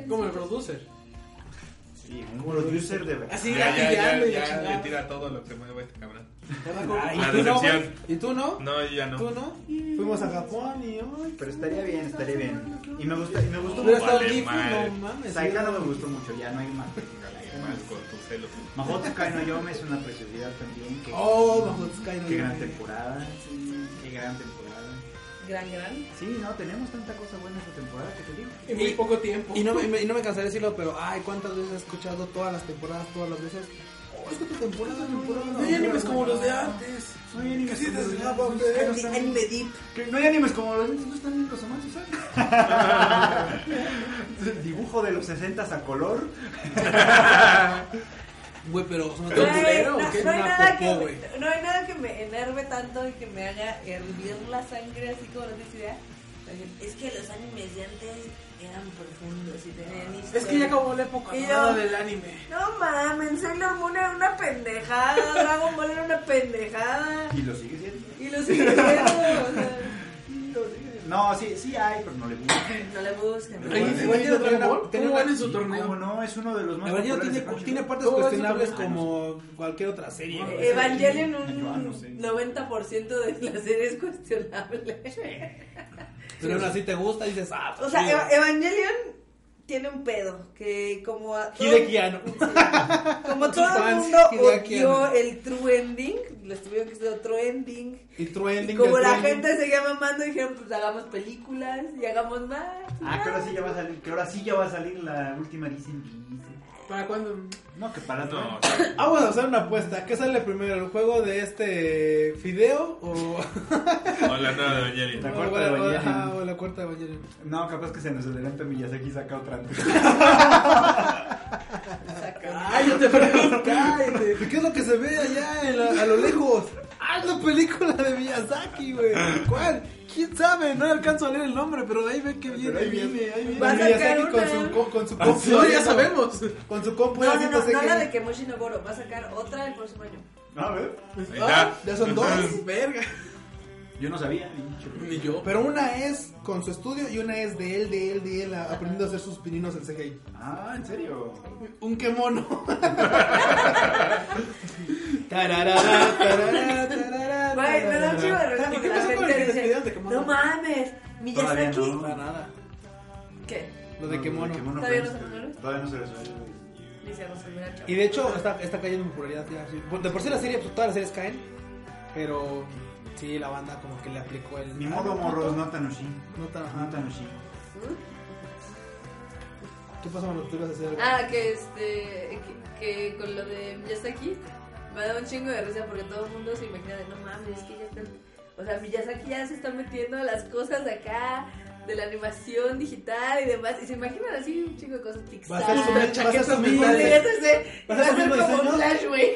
Como el producer.
Sí, un producer de verdad.
Así
ya, ya, ya,
gatillando y la
ya le
chingada.
tira todo lo que mueve este cabrón.
Cada como-
Ay,
¿Y
la
tú no, güey?
decepción.
¿Y tú no?
No, yo ya no.
¿Tú no?
Fuimos a Japón y. ay,
Pero estaría bien, estaría bien. Y me, gusta, y me gustó
Hubiera
mucho.
estado
vale,
Gifu,
madre.
no mames.
Saika no me gustó mucho, ya no hay más.
Mal con tus celos.
Mahoutsukai no Yome es una preciosidad también. Que,
Oh, Mahoutsukai no
Qué gran
Yome.
temporada. Qué gran temporada.
Gran, gran.
Sí, no, tenemos tanta cosa buena esta temporada que te digo.
En muy poco tiempo.
Y no, me- y me- y no me cansaré de decirlo, pero ay, cuántas veces he escuchado todas las temporadas, todas las veces. Oh, es que tu temporada, temporada.
No hay animes como los de antes.
No hay animes
Casi
como los
desde
de
Japón,
antes,
bebé.
que no están-
Anime Deep.
que No hay animes como los de antes, no están bien los amantes, ¿sabes? Dibujo de los 60 a color.
Güey, pero son
¿Todo
Güey,
otro
culero
no,
o
no
qué?
hay
Una
nada
popó,
que,
güey.
no hay nada que me enerve tanto y que me haga hervir la sangre así como lo dice idea. Es que los animes de antes eran profundos y tenían historia.
Es que ya acabó la época
Y yo-
dorada del anime.
No mames, Sailor Moon era una pendejada, Dragon Ball era una pendejada.
Y lo sigue siendo.
Y lo sigue siendo, o sea,
Lo sigue siendo. No, sí, sí hay, pero no le gusta.
no le busquen.
Ahí
Igual
sí,
tiene
tiene
otra-
Dragon Ball.
tiene
¿Cómo
una-
van en su
sí,
torneo?
cómo no, es uno de los más
La verdad, ya
populares
tiene,
de Crunchyroll.
tiene partes
Todo eso
cuestionables
también.
como cualquier otra serie.
eh,
güey.
Evangelion
Yo no
un
sé.
90% de la serie es cuestionable.
Pero aún así te gusta y dices, ah,
O sea, eh,
sí.
Eva- Evangelion tiene un pedo que como a todo-
Hideki Anno.
como todo el
Fans
mundo
Hideki
odió
Anno.
el true ending, les tuvieron que hacer otro ending.
Y True
Y
Ending.
como
el
la
True Ending.
gente seguía mamando, dijeron, pues hagamos películas y hagamos más.
Ah, que ahora sí ya va a salir, que ahora sí ya va a salir la última dicen dicen.
¿Para cuándo?
No, que para
No,
todo.
o sea,
Vamos a Ah, hacer una apuesta. ¿Qué sale primero, el juego de este Fideo o,
o la nueva de Evangelion.
La cuarta de
o- o-
Evangelion.
ajá, o la cuarta de Evangelion?
No, capaz que se nos adelanta Miyazaki y saca otra antes.
Cállate, Fran, cállate.
Eh, ¿Qué es lo que se ve allá en la- a lo lejos? ¡Ah, es la película de Miyazaki, güey! ¿Cuál? ¿Quién sabe? No alcanzo a leer el nombre, pero ahí ve que viene,
ahí viene,
viene, ahí viene.
Va a sacar
Miyazaki con
una.
su, co- con su
Ah,
compu.
sí,
No, ya
haciendo-
sabemos.
Con su compu
No, no,
haciendo
no,
sé
no
qué.
la de Kemoshi Noboro, va a sacar otra el próximo año.
No, a ver.
Ahí
Ah,
está.
ya son dos.
Verga.
Yo no sabía. pinche.
Ni yo.
Pero una es con su estudio y una es de él, de él, de él, a- aprendiendo a hacer sus pininos en CGI.
Ah, ¿en serio?
Un quemono. Tararara, tarara, tarara,
Güey, me da un chivo de
tarara.
risa
¿Y
porque
qué
la
pasó con el
gente
que se
dice,
pidieron de Kemono?
no mames,
Todavía
Miyazaki.
no.
Para nada.
¿Qué?
Lo de
mono?
quemono.
¿Todavía no se resuelve?
Todavía no se resuelve.
Dice Rosalía Chao.
Y de hecho, está, está cayendo en popularidad. ya, sí. Bueno, De por sí la serie, pues, todas las series caen. Pero sí, la banda como que le aplicó el. Ah,
Ni modo morros, no Tanushi.
No tan. ajá.
No Tanushi.
¿Qué pasa cuando tú ibas a hacer algo?
Ah, que este. Que, que con lo de Miyazaki me da un chingo de risa porque todo el mundo se imagina de no mames, es que ya están. O sea, Miyazaki ya se está metiendo a las cosas de acá, de la animación digital y demás. Y se imaginan así un chingo de cosas
Va
Pixar.
a ser su,
Una
va a ser
chaqueta
su
de
mismo-
madre.
Y eso es de-
¿Vas
va
a
a
hacer
ser
los
como
diseños?
Flash, güey.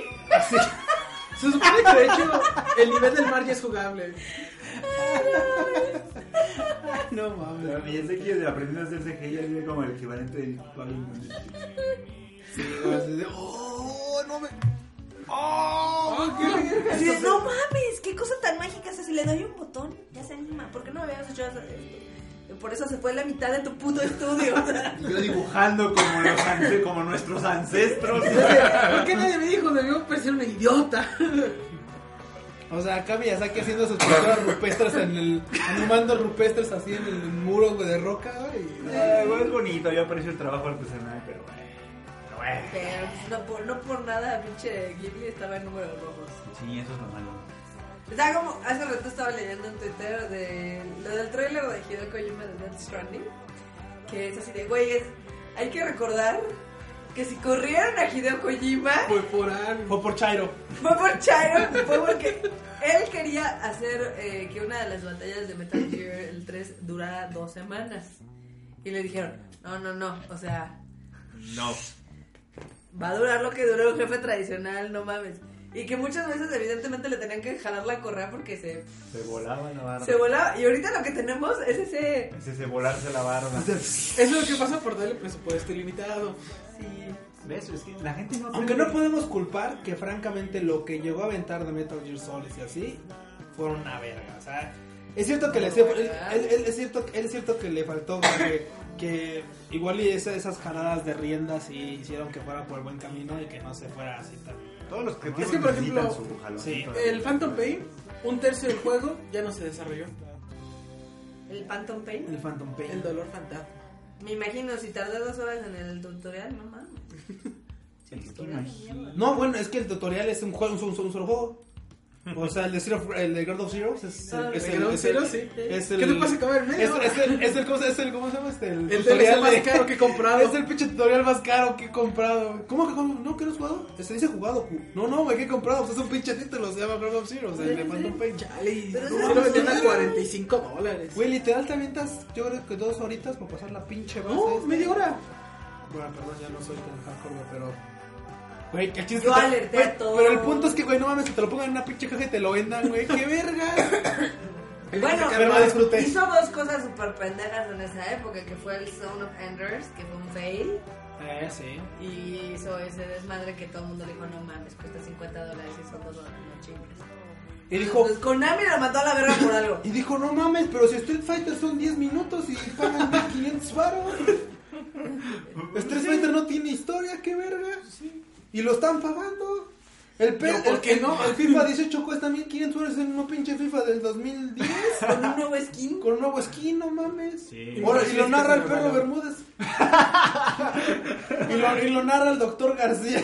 Se supone que de hecho el nivel del mar ya es jugable.
No
Pero
mames.
Miyazaki desde aprendiendo a hacer CGI es como el equivalente de Pablo.
Sí, güey, así de, Oh, no me. Oh, qué
Así de, no mames, qué cosa tan mágica. O sea, si le doy un botón, ya se anima. ¿Por qué no habíamos hecho eso? Por eso se fue la mitad de tu puto estudio. O sea,
Yo dibujando como, los ance- como nuestros ancestros.
¿Por qué nadie me dijo? Me vio parecer una idiota.
O sea, acá Miyazaki haciendo sus pinturas rupestres en el. animando rupestres así en el muro güey, de roca, güey.
Eh, güey, es bonito, yo aprecio el trabajo artesanal, pero bueno. Pero bueno.
Pero pues, no por, no por nada, pinche Ghibli estaba en números rojos.
Sí, eso es lo malo.
Estaba como, hace rato estaba leyendo en Twitter de lo del tráiler de Hideo Kojima de Death Stranding, que es así de, güey, es- hay que recordar que si corrieron a Hideo Kojima
Fue por algo.
O por Chairo.
fue por Chairo, fue porque él quería hacer eh, que una de las batallas de Metal Gear el 3 durara dos semanas. Y le dijeron, no, no, no, o sea,
No.
va a durar lo que duró un jefe tradicional, no mames. Y que muchas veces evidentemente le tenían que jalar la correa porque se
Se volaba la barba.
Se volaba. Y ahorita lo que tenemos es ese.
Es ese volarse la barba.
Es lo que pasa por darle presupuesto ilimitado.
Sí.
¿Ves? Es que la gente no
Aunque
aprende.
no podemos culpar que francamente lo que llegó a aventar de Metal Gear Solid y así fueron una verga. O sea, es cierto que le es, es- es cierto, es cierto que le faltó como que que igual y esa- esas jaladas de riendas sí hicieron que fuera por el buen camino y que no se fuera así tan...
Todos los creativos
que, por
necesitan
ejemplo,
su jalón.
sí,
El Phantom Pain, un tercio del juego ya no se desarrolló.
El Phantom Pain.
El Phantom Pain.
El dolor fantasma.
Me imagino, si tardé dos horas en el tutorial, no mames.
Sí, me
Tutorial de
imagino.
mierda.
No, bueno, es que el tutorial es un juego, es un, un solo juego. O sea, el de, Zero, el de Guard of Zeros es,
Ah,
es
¿El
el...
Ground
es el-
Zero? Sí.
es
¿Qué
el-
te pasa que va en
Es,
medio?
es el, es el- ¿cómo, se- es el- ¿Cómo se llama este? El,
El
tutorial
DLC más
de-
caro que he comprado.
Es el pinche tutorial más caro que he comprado. ¿Cómo que cómo? no? ¿Que no has jugado? Se dice jugado. cu- No, no, güey, que he comprado. Pues es un pinche título, se llama Ground of Zeros, el de Phantom Pain.
Chale, y
Pero
no,
eso
sí
no
lo vendían
es
a
nada.
45 dólares.
Güey, literal te avientas, yo creo que dos horitas para pasar la pinche base.
No, media hora.
Bueno, perdón, ya no soy tan hardcore, güey, pero... Güey, que el chiste
Yo
es que-
alerté
güey,
a todos.
Pero el punto es que, güey, no mames, que te lo pongan en una pinche caja y te lo vendan, güey. ¡Qué verga!
Bueno,
Pero la disfruté.
hizo dos cosas súper pendejas en esa época, que fue el Zone of Enders, que fue un fail,
Eh, sí.
y hizo ese desmadre que todo el mundo dijo, no mames, cuesta 50 dólares y son dos dólares, no chingues.
Y dijo...
Entonces, Konami lo mandó a la verga por algo.
Y dijo, no mames, pero si Street Fighter son 10 minutos y pagan 1500 varos. Street Fighter no tiene historia, qué verga. Y lo están pagando. El, pe-
Yo, ¿por
el-
qué
el-
no?
el FIFA 18 cuesta 1500 varos en una pinche FIFA del 2010
Con un nuevo skin.
con un nuevo skin, no mames.
Sí.
Ahora, y lo narra el
Me
perro
regaló.
Bermúdez. y, lo, y lo narra el doctor García.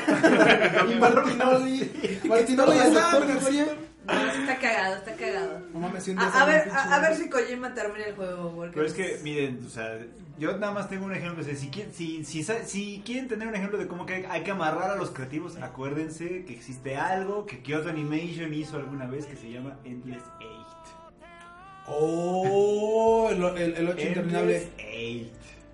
y Martinoli. Martinoli y el doctor García.
No, sí está cagado, está cagado.
No mames, si un día
A, a
sale un
ver,
pinche-
a, a ver si Kojima termina el juego, porque... pues,
Pero es que,
pues
miren, o sea, yo nada más tengo un ejemplo. O sea, si, quieren, si, si, sa- si quieren tener un ejemplo de cómo que hay, hay que amarrar a los creativos, acuérdense que existe algo que Kyoto Animation hizo alguna vez que se llama Endless Eight.
Oh, el, el, el ocho
Endless
interminable.
Eight.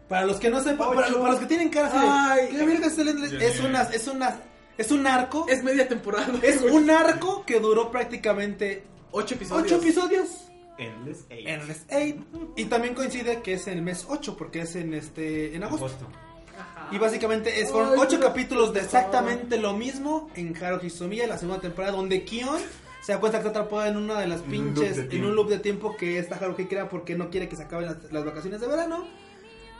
Para los que no sepan, para,
Ocho.
para los que tienen cara así de,
Ay.
¿qué verga es el Endless?
Ya
Es
sé.
una, es una, es un arco. Es,
Es media temporada.
un arco que duró prácticamente
8 episodios.
ocho episodios.
Endless Eight.
Endless Eight. Y también coincide que es en el mes 8 porque es en este, en agosto.
Ajá.
Y básicamente
Ay,
es,
Ah.
fueron ocho
pero-
capítulos de exactamente lo mismo en Haruhi Suzumiya, la segunda temporada, donde Kion se da cuenta que está atrapada en una de las
En un loop
pinches,
de
en
tiempo.
un loop de tiempo que esta Haruhi crea porque no quiere que se acaben las, las vacaciones de verano.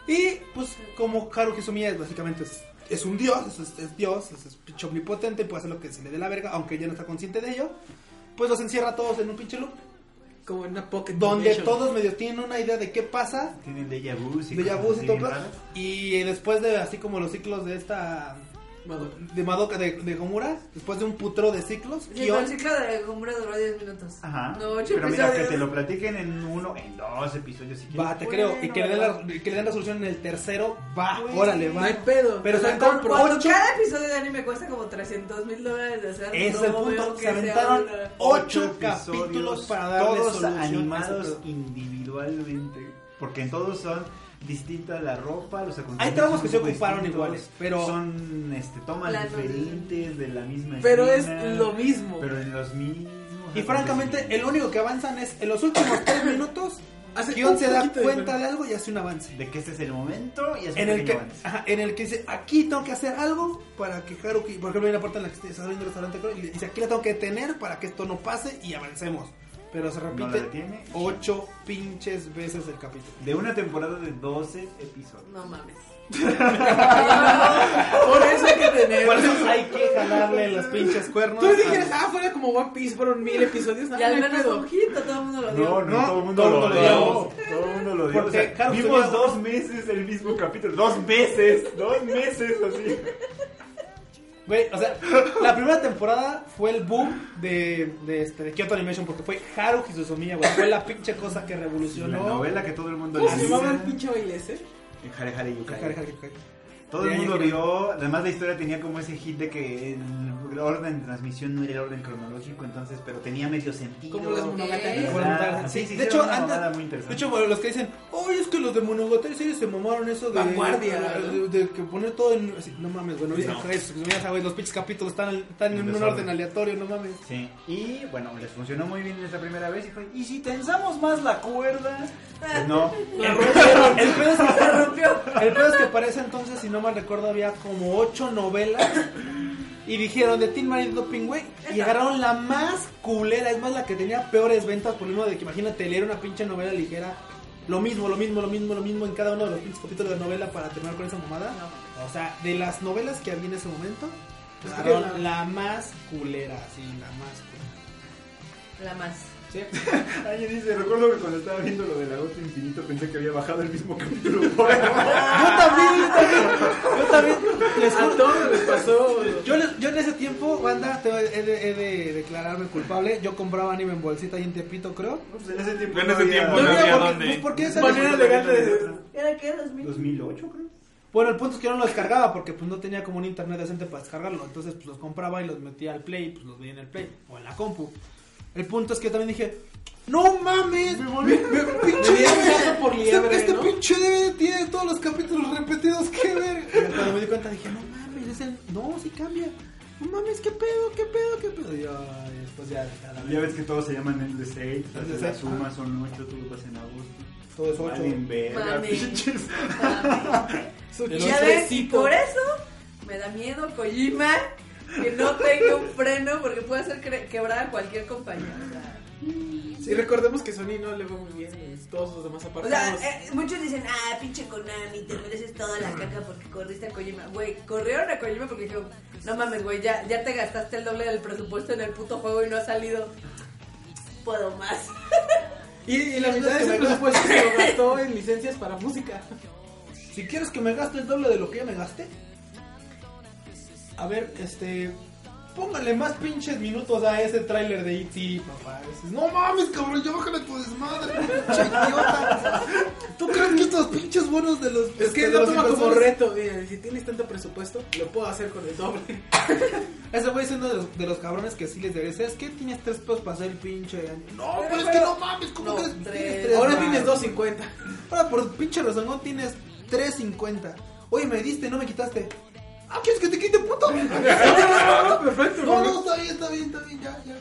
Y pues como Haruhi Suzumiya es básicamente es, es un dios, es, es- es dios, es, es pinche omnipotente, puede hacer lo que se le dé la verga, aunque ya no está consciente de ello, pues los encierra a todos en un pinche loop,
Como en una pocket.
donde
dimension.
todos medio tienen una idea de qué pasa
Tienen Deja Vu. sí,
Deja vu,
cosas
sí,
así
todo,
bien
pero-
raras.
y eh, después de así como los ciclos de esta
Madoka.
de Madoka de, de Homura, después de un putro de ciclos,
Sí,
Kion-
el ciclo de Homura duró 10 minutos.
Ajá.
No, 8
Pero mira, que
episodios.
te lo platiquen en uno, en dos episodios si quieres.
va, te creo, y que le, den la, que le den la solución en el tercero, va, órale,
No
va.
hay pedo.
Pero
se
se compro
Cuando
ocho.
cada episodio de anime cuesta como 300 mil dólares de hacer.
Ese es el
no veo
punto,
que
se
sea
aventaron
una-
ocho
episodios,
capítulos para darle
todos
solución a ese
animados
pedo.
individualmente, porque en todos son distinta la ropa, los acontecimientos
Hay tramos que se
son
ocuparon
distintos,
iguales, pero-
son este tomas
Planos.
diferentes de la misma
Pero es
escena,
lo mismo.
pero en los mismos
Y
acontecimientos.
francamente, el único que avanzan es en los últimos tres minutos,
Hace
Kion
un
se da
poquito de
cuenta
diferencia.
de algo y hace un avance.
de que este es el momento y es un
en el
pequeño
que
avance.
ajá, en el que dice aquí tengo que hacer algo para que Haruki por ejemplo hay una parte en la que está saliendo del restaurante creo, y le dice aquí la tengo que detener para que esto no pase y avancemos pero se
No la
repite
detiene.
ocho pinches veces el capítulo
de una temporada de 12 episodios.
No mames.
Por eso hay que tener.
por eso hay que jalarle los pinches cuernos
Tú
a-
dijeras, ah, fuera como One Piece, fueron mil episodios. No,
Y al
no hay
menos
pedo.
un hit, todo el mundo lo vio.
No, no,
No,
todo el mundo
todo
lo
el mundo
odió.
lo
Todo el mundo lo odió.
Porque
O sea,
Carlos
vimos
tenía-
dos meses el mismo capítulo. Dos veces, dos meses así.
Güey, o sea, la primera temporada fue el boom de, de, este, de Kyoto Animation porque fue Haruki Suzumiya, güey. Fue la pinche cosa que
La
revolucionó.
novela que todo el mundo
¿Cómo se
leía.
llamaba el pinche baile ese?
En Hare Hare Yukai.
Jare, jare, jare.
Todo
De
el
ahí
mundo
que-
vio, además la historia tenía como ese hit de que el orden de transmisión no era el orden cronológico, entonces, pero tenía medio sentido.
Como las
Sí.
monogatari.
Como las
Ah,
montañas.
sí, sí,
de
sí,
hecho,
era una
antes,
mamada muy
de
interesante.
hecho, bueno, los que dicen, oye, es que los de Monogatari series se mamaron eso de.
Vanguardia,
De, de que poner todo en. así, no mames, bueno, viste
No.
que eso, que miras, ah, güey, los pinches capítulos están, están
En
en un
desorden.
orden aleatorio, no mames.
Sí, y bueno, les funcionó muy bien esa primera vez. Y, fue, ¿y si tensamos más la cuerda?
Ah,
Pues no.
El pedo, el pedo es que,
Se rompió.
el pedo es que para ese entonces, si no mal recuerdo, había como ocho novelas. Y dijeron de Teen Marie Doping, güey. Y agarraron la más culera, es más, la que tenía peores ventas. Por lo mismo de que imagínate leer una pinche novela ligera Lo mismo, lo mismo, lo mismo, lo mismo en cada uno de los pinches capítulos de novela para terminar con esa mamada. O sea, de las novelas que había en ese momento,
Es que
agarraron
la-
la más culera, sí, la más
La
culera.
más.
Alguien dice, recuerdo que cuando estaba viendo lo del agosto infinito pensé que había bajado el mismo capítulo.
Yo también, yo también, yo también. Les
A
juro-
todos les pasó.
Yo, les- yo en ese tiempo, banda, te- he, de, he de declararme culpable. Yo compraba anime en bolsita ahí en Tepito, creo.
Pues en ese tiempo.
En ese tiempo
No,
no
mira,
había
porque-
dónde.
pues, ¿por qué esa-
Manera legal de.
¿Era qué? ¿2000?
2008, creo.
Bueno, el punto es que yo no los cargaba porque pues no tenía como un internet decente para descargarlo. Entonces pues los compraba y los metía al Play, pues los veía en el Play o en la compu. El punto es que también dije, no mames, me volví, pinche
gato por liebre,
este, este
¿no?
pinche DVD tiene todos los capítulos repetidos, qué ver. Y cuando me di cuenta dije, no mames, es el, no, sí cambia. No mames, qué pedo, qué pedo, qué pedo. Y yo, ay, después ya, ya la
Ya ves que todos se llaman Endless Eight,
Endless
las
Eight,
sumas son 8, tú lo pasas en agosto.
todo es ocho.
Valen verga,
Mami.
pinches.
Su
Pero
Ya ves, y
chistecito.
por eso me da miedo Kojima que no tenga un freno porque puede hacer cre- quebrar a cualquier compañía. o sea.
Sí, recordemos que Sony no le va muy bien en todos los demás
O sea,
apartados.
eh, muchos dicen, ah, pinche Konami, te mereces toda la caca porque corriste a Kojima. Güey, corrieron a Kojima porque dijeron, no mames, güey, ya, ya te gastaste el doble del presupuesto en el puto juego y no ha salido. Puedo más.
Y, y la mitad de
que
ese
me
presupuesto se lo gastó en licencias para música.
Si quieres que me gaste el doble de lo que ya me gasté. A ver, este. Póngale más pinches minutos a ese tráiler de E.T., papá. Dices, no mames, cabrón, ya bájale tu desmadre, pinche idiota. ¿Tú crees que estos pinches buenos de los.
Es que
de
lo
los
toma como
inversores-
reto. Miren, si tienes tanto presupuesto, lo puedo hacer con el doble.
Ese güey es uno de los, de los cabrones que sí les debe. ¿Sabes qué? Tienes tres pesos para hacer el pinche. No, pero,
Pero,
es que
pero-
no mames, ¿cómo
No,
crees?
tres.
Tienes tres
Ahora
más.
tienes 250.
Ahora por pinche razón tienes 3.50. Oye, me diste, no me quitaste. Ah, ¿quieres que te quite, puto?
Perfecto,
No, no, está bien, está bien, está bien, ya, ya.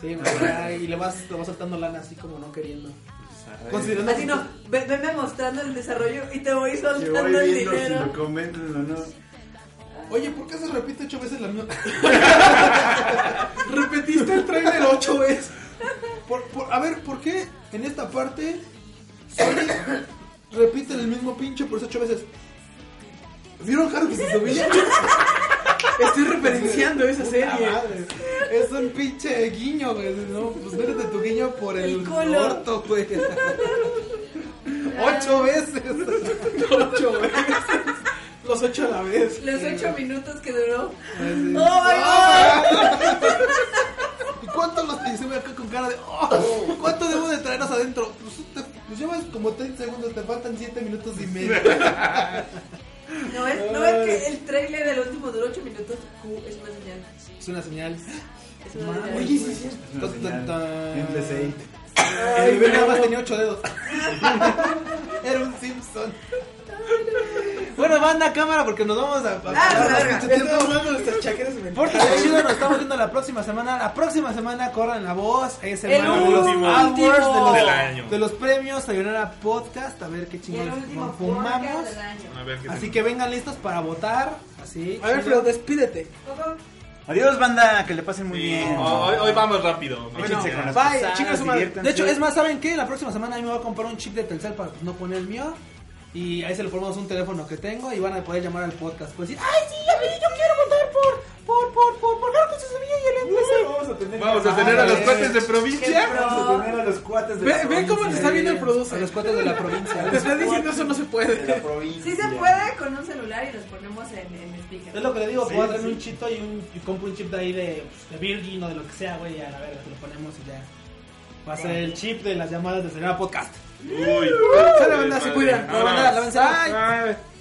Sí, güey, ya, y le vas, le vas saltando lana así como no queriendo. Considerando
Así no, ve- venme mostrando el desarrollo y te voy
Te
soltando
voy
el
viendo si
dinero.
lo comenten o no.
Oye, ¿por qué se repite ocho veces la misma?
Repetiste el trailer 8 veces.
Por, por- a ver, ¿por qué en esta parte Sony repite el mismo pinche por ocho veces? ¿Vieron claro que se subía?
Estoy referenciando esa
Puta
serie.
madre. Es un pinche guiño, güey. No, pues vete tu guiño por el,
El culo.
orto, güey. Ocho veces.
Ocho veces. Los ocho a la vez.
Los ocho minutos que duró.
Pues
Así.
¡Oh,
¡Ah!
my God!
¿Y cuánto los te me acá con cara de "Oh, ¿Cuánto debo de traernos adentro? Pues, te- pues llevas como 30 segundos, te faltan 7 minutos y medio.
¿No es, no es que el trailer del último duró 8 minutos? Q, es una señal.
Es una señal.
Es una señal.
Oye, sí, sí.
Es una señal. Endless Eight.
El bebé nada más tenía 8 dedos. Era un Simpson. Bueno, banda cámara porque nos vamos a... a
Ah, la verga.
mucho tiempo.
Estamos hablando de nuestras chaqueras mentales.
Pórtense chido, nos estamos viendo la próxima semana. La próxima semana corran la voz. Es el,
El
mano de los
último.
awards de los,
Del año.
de los premios Sayonara Podcast. A ver qué
Y el
chingados
último podcast
fumamos.
del año.
A ver qué
Así que vengan listos para votar. Así.
A ver, pero despídete.
Adiós, banda, que le pasen muy
Sí,
bien.
Hoy, hoy vamos rápido.
Échense
Bueno,
con las
Bye,
pasadas,
chinga su madre.
diviértanse.
De hecho, es más, ¿saben qué? La próxima semana a mí me voy a comprar un chip de Telcel para pues, no poner el mío. Y ahí se le ponemos un teléfono que tengo y van a poder llamar al podcast. Pues decir, ¡ay, sí! A ver, yo quiero votar por, por, por, por, por Carlos Escamilla y el NPC".
pues, Vamos a tener,
Vamos a tener a los
Ay,
cuates de
qué
provincia.
pro-
vamos a tener a los cuates de
Ve,
la
ve cómo te
provincia.
está viendo el
A los
producer.
cuates de la provincia.
Te está diciendo eso no se
De la
puede.
provincia.
Si se puede, con un celular y los ponemos en, en speaker.
Es lo que le digo,
Sí,
puedo traer
sí.
un chito y, un, y compro un chip de ahí de, pues, de Virgin o de lo que sea, güey, a la verga, te lo ponemos y ya. Va a ser el chip de las llamadas de Señora Podcast.
Uy.
Sale, banda, se cuidan.
La banda, lávense.
Bye.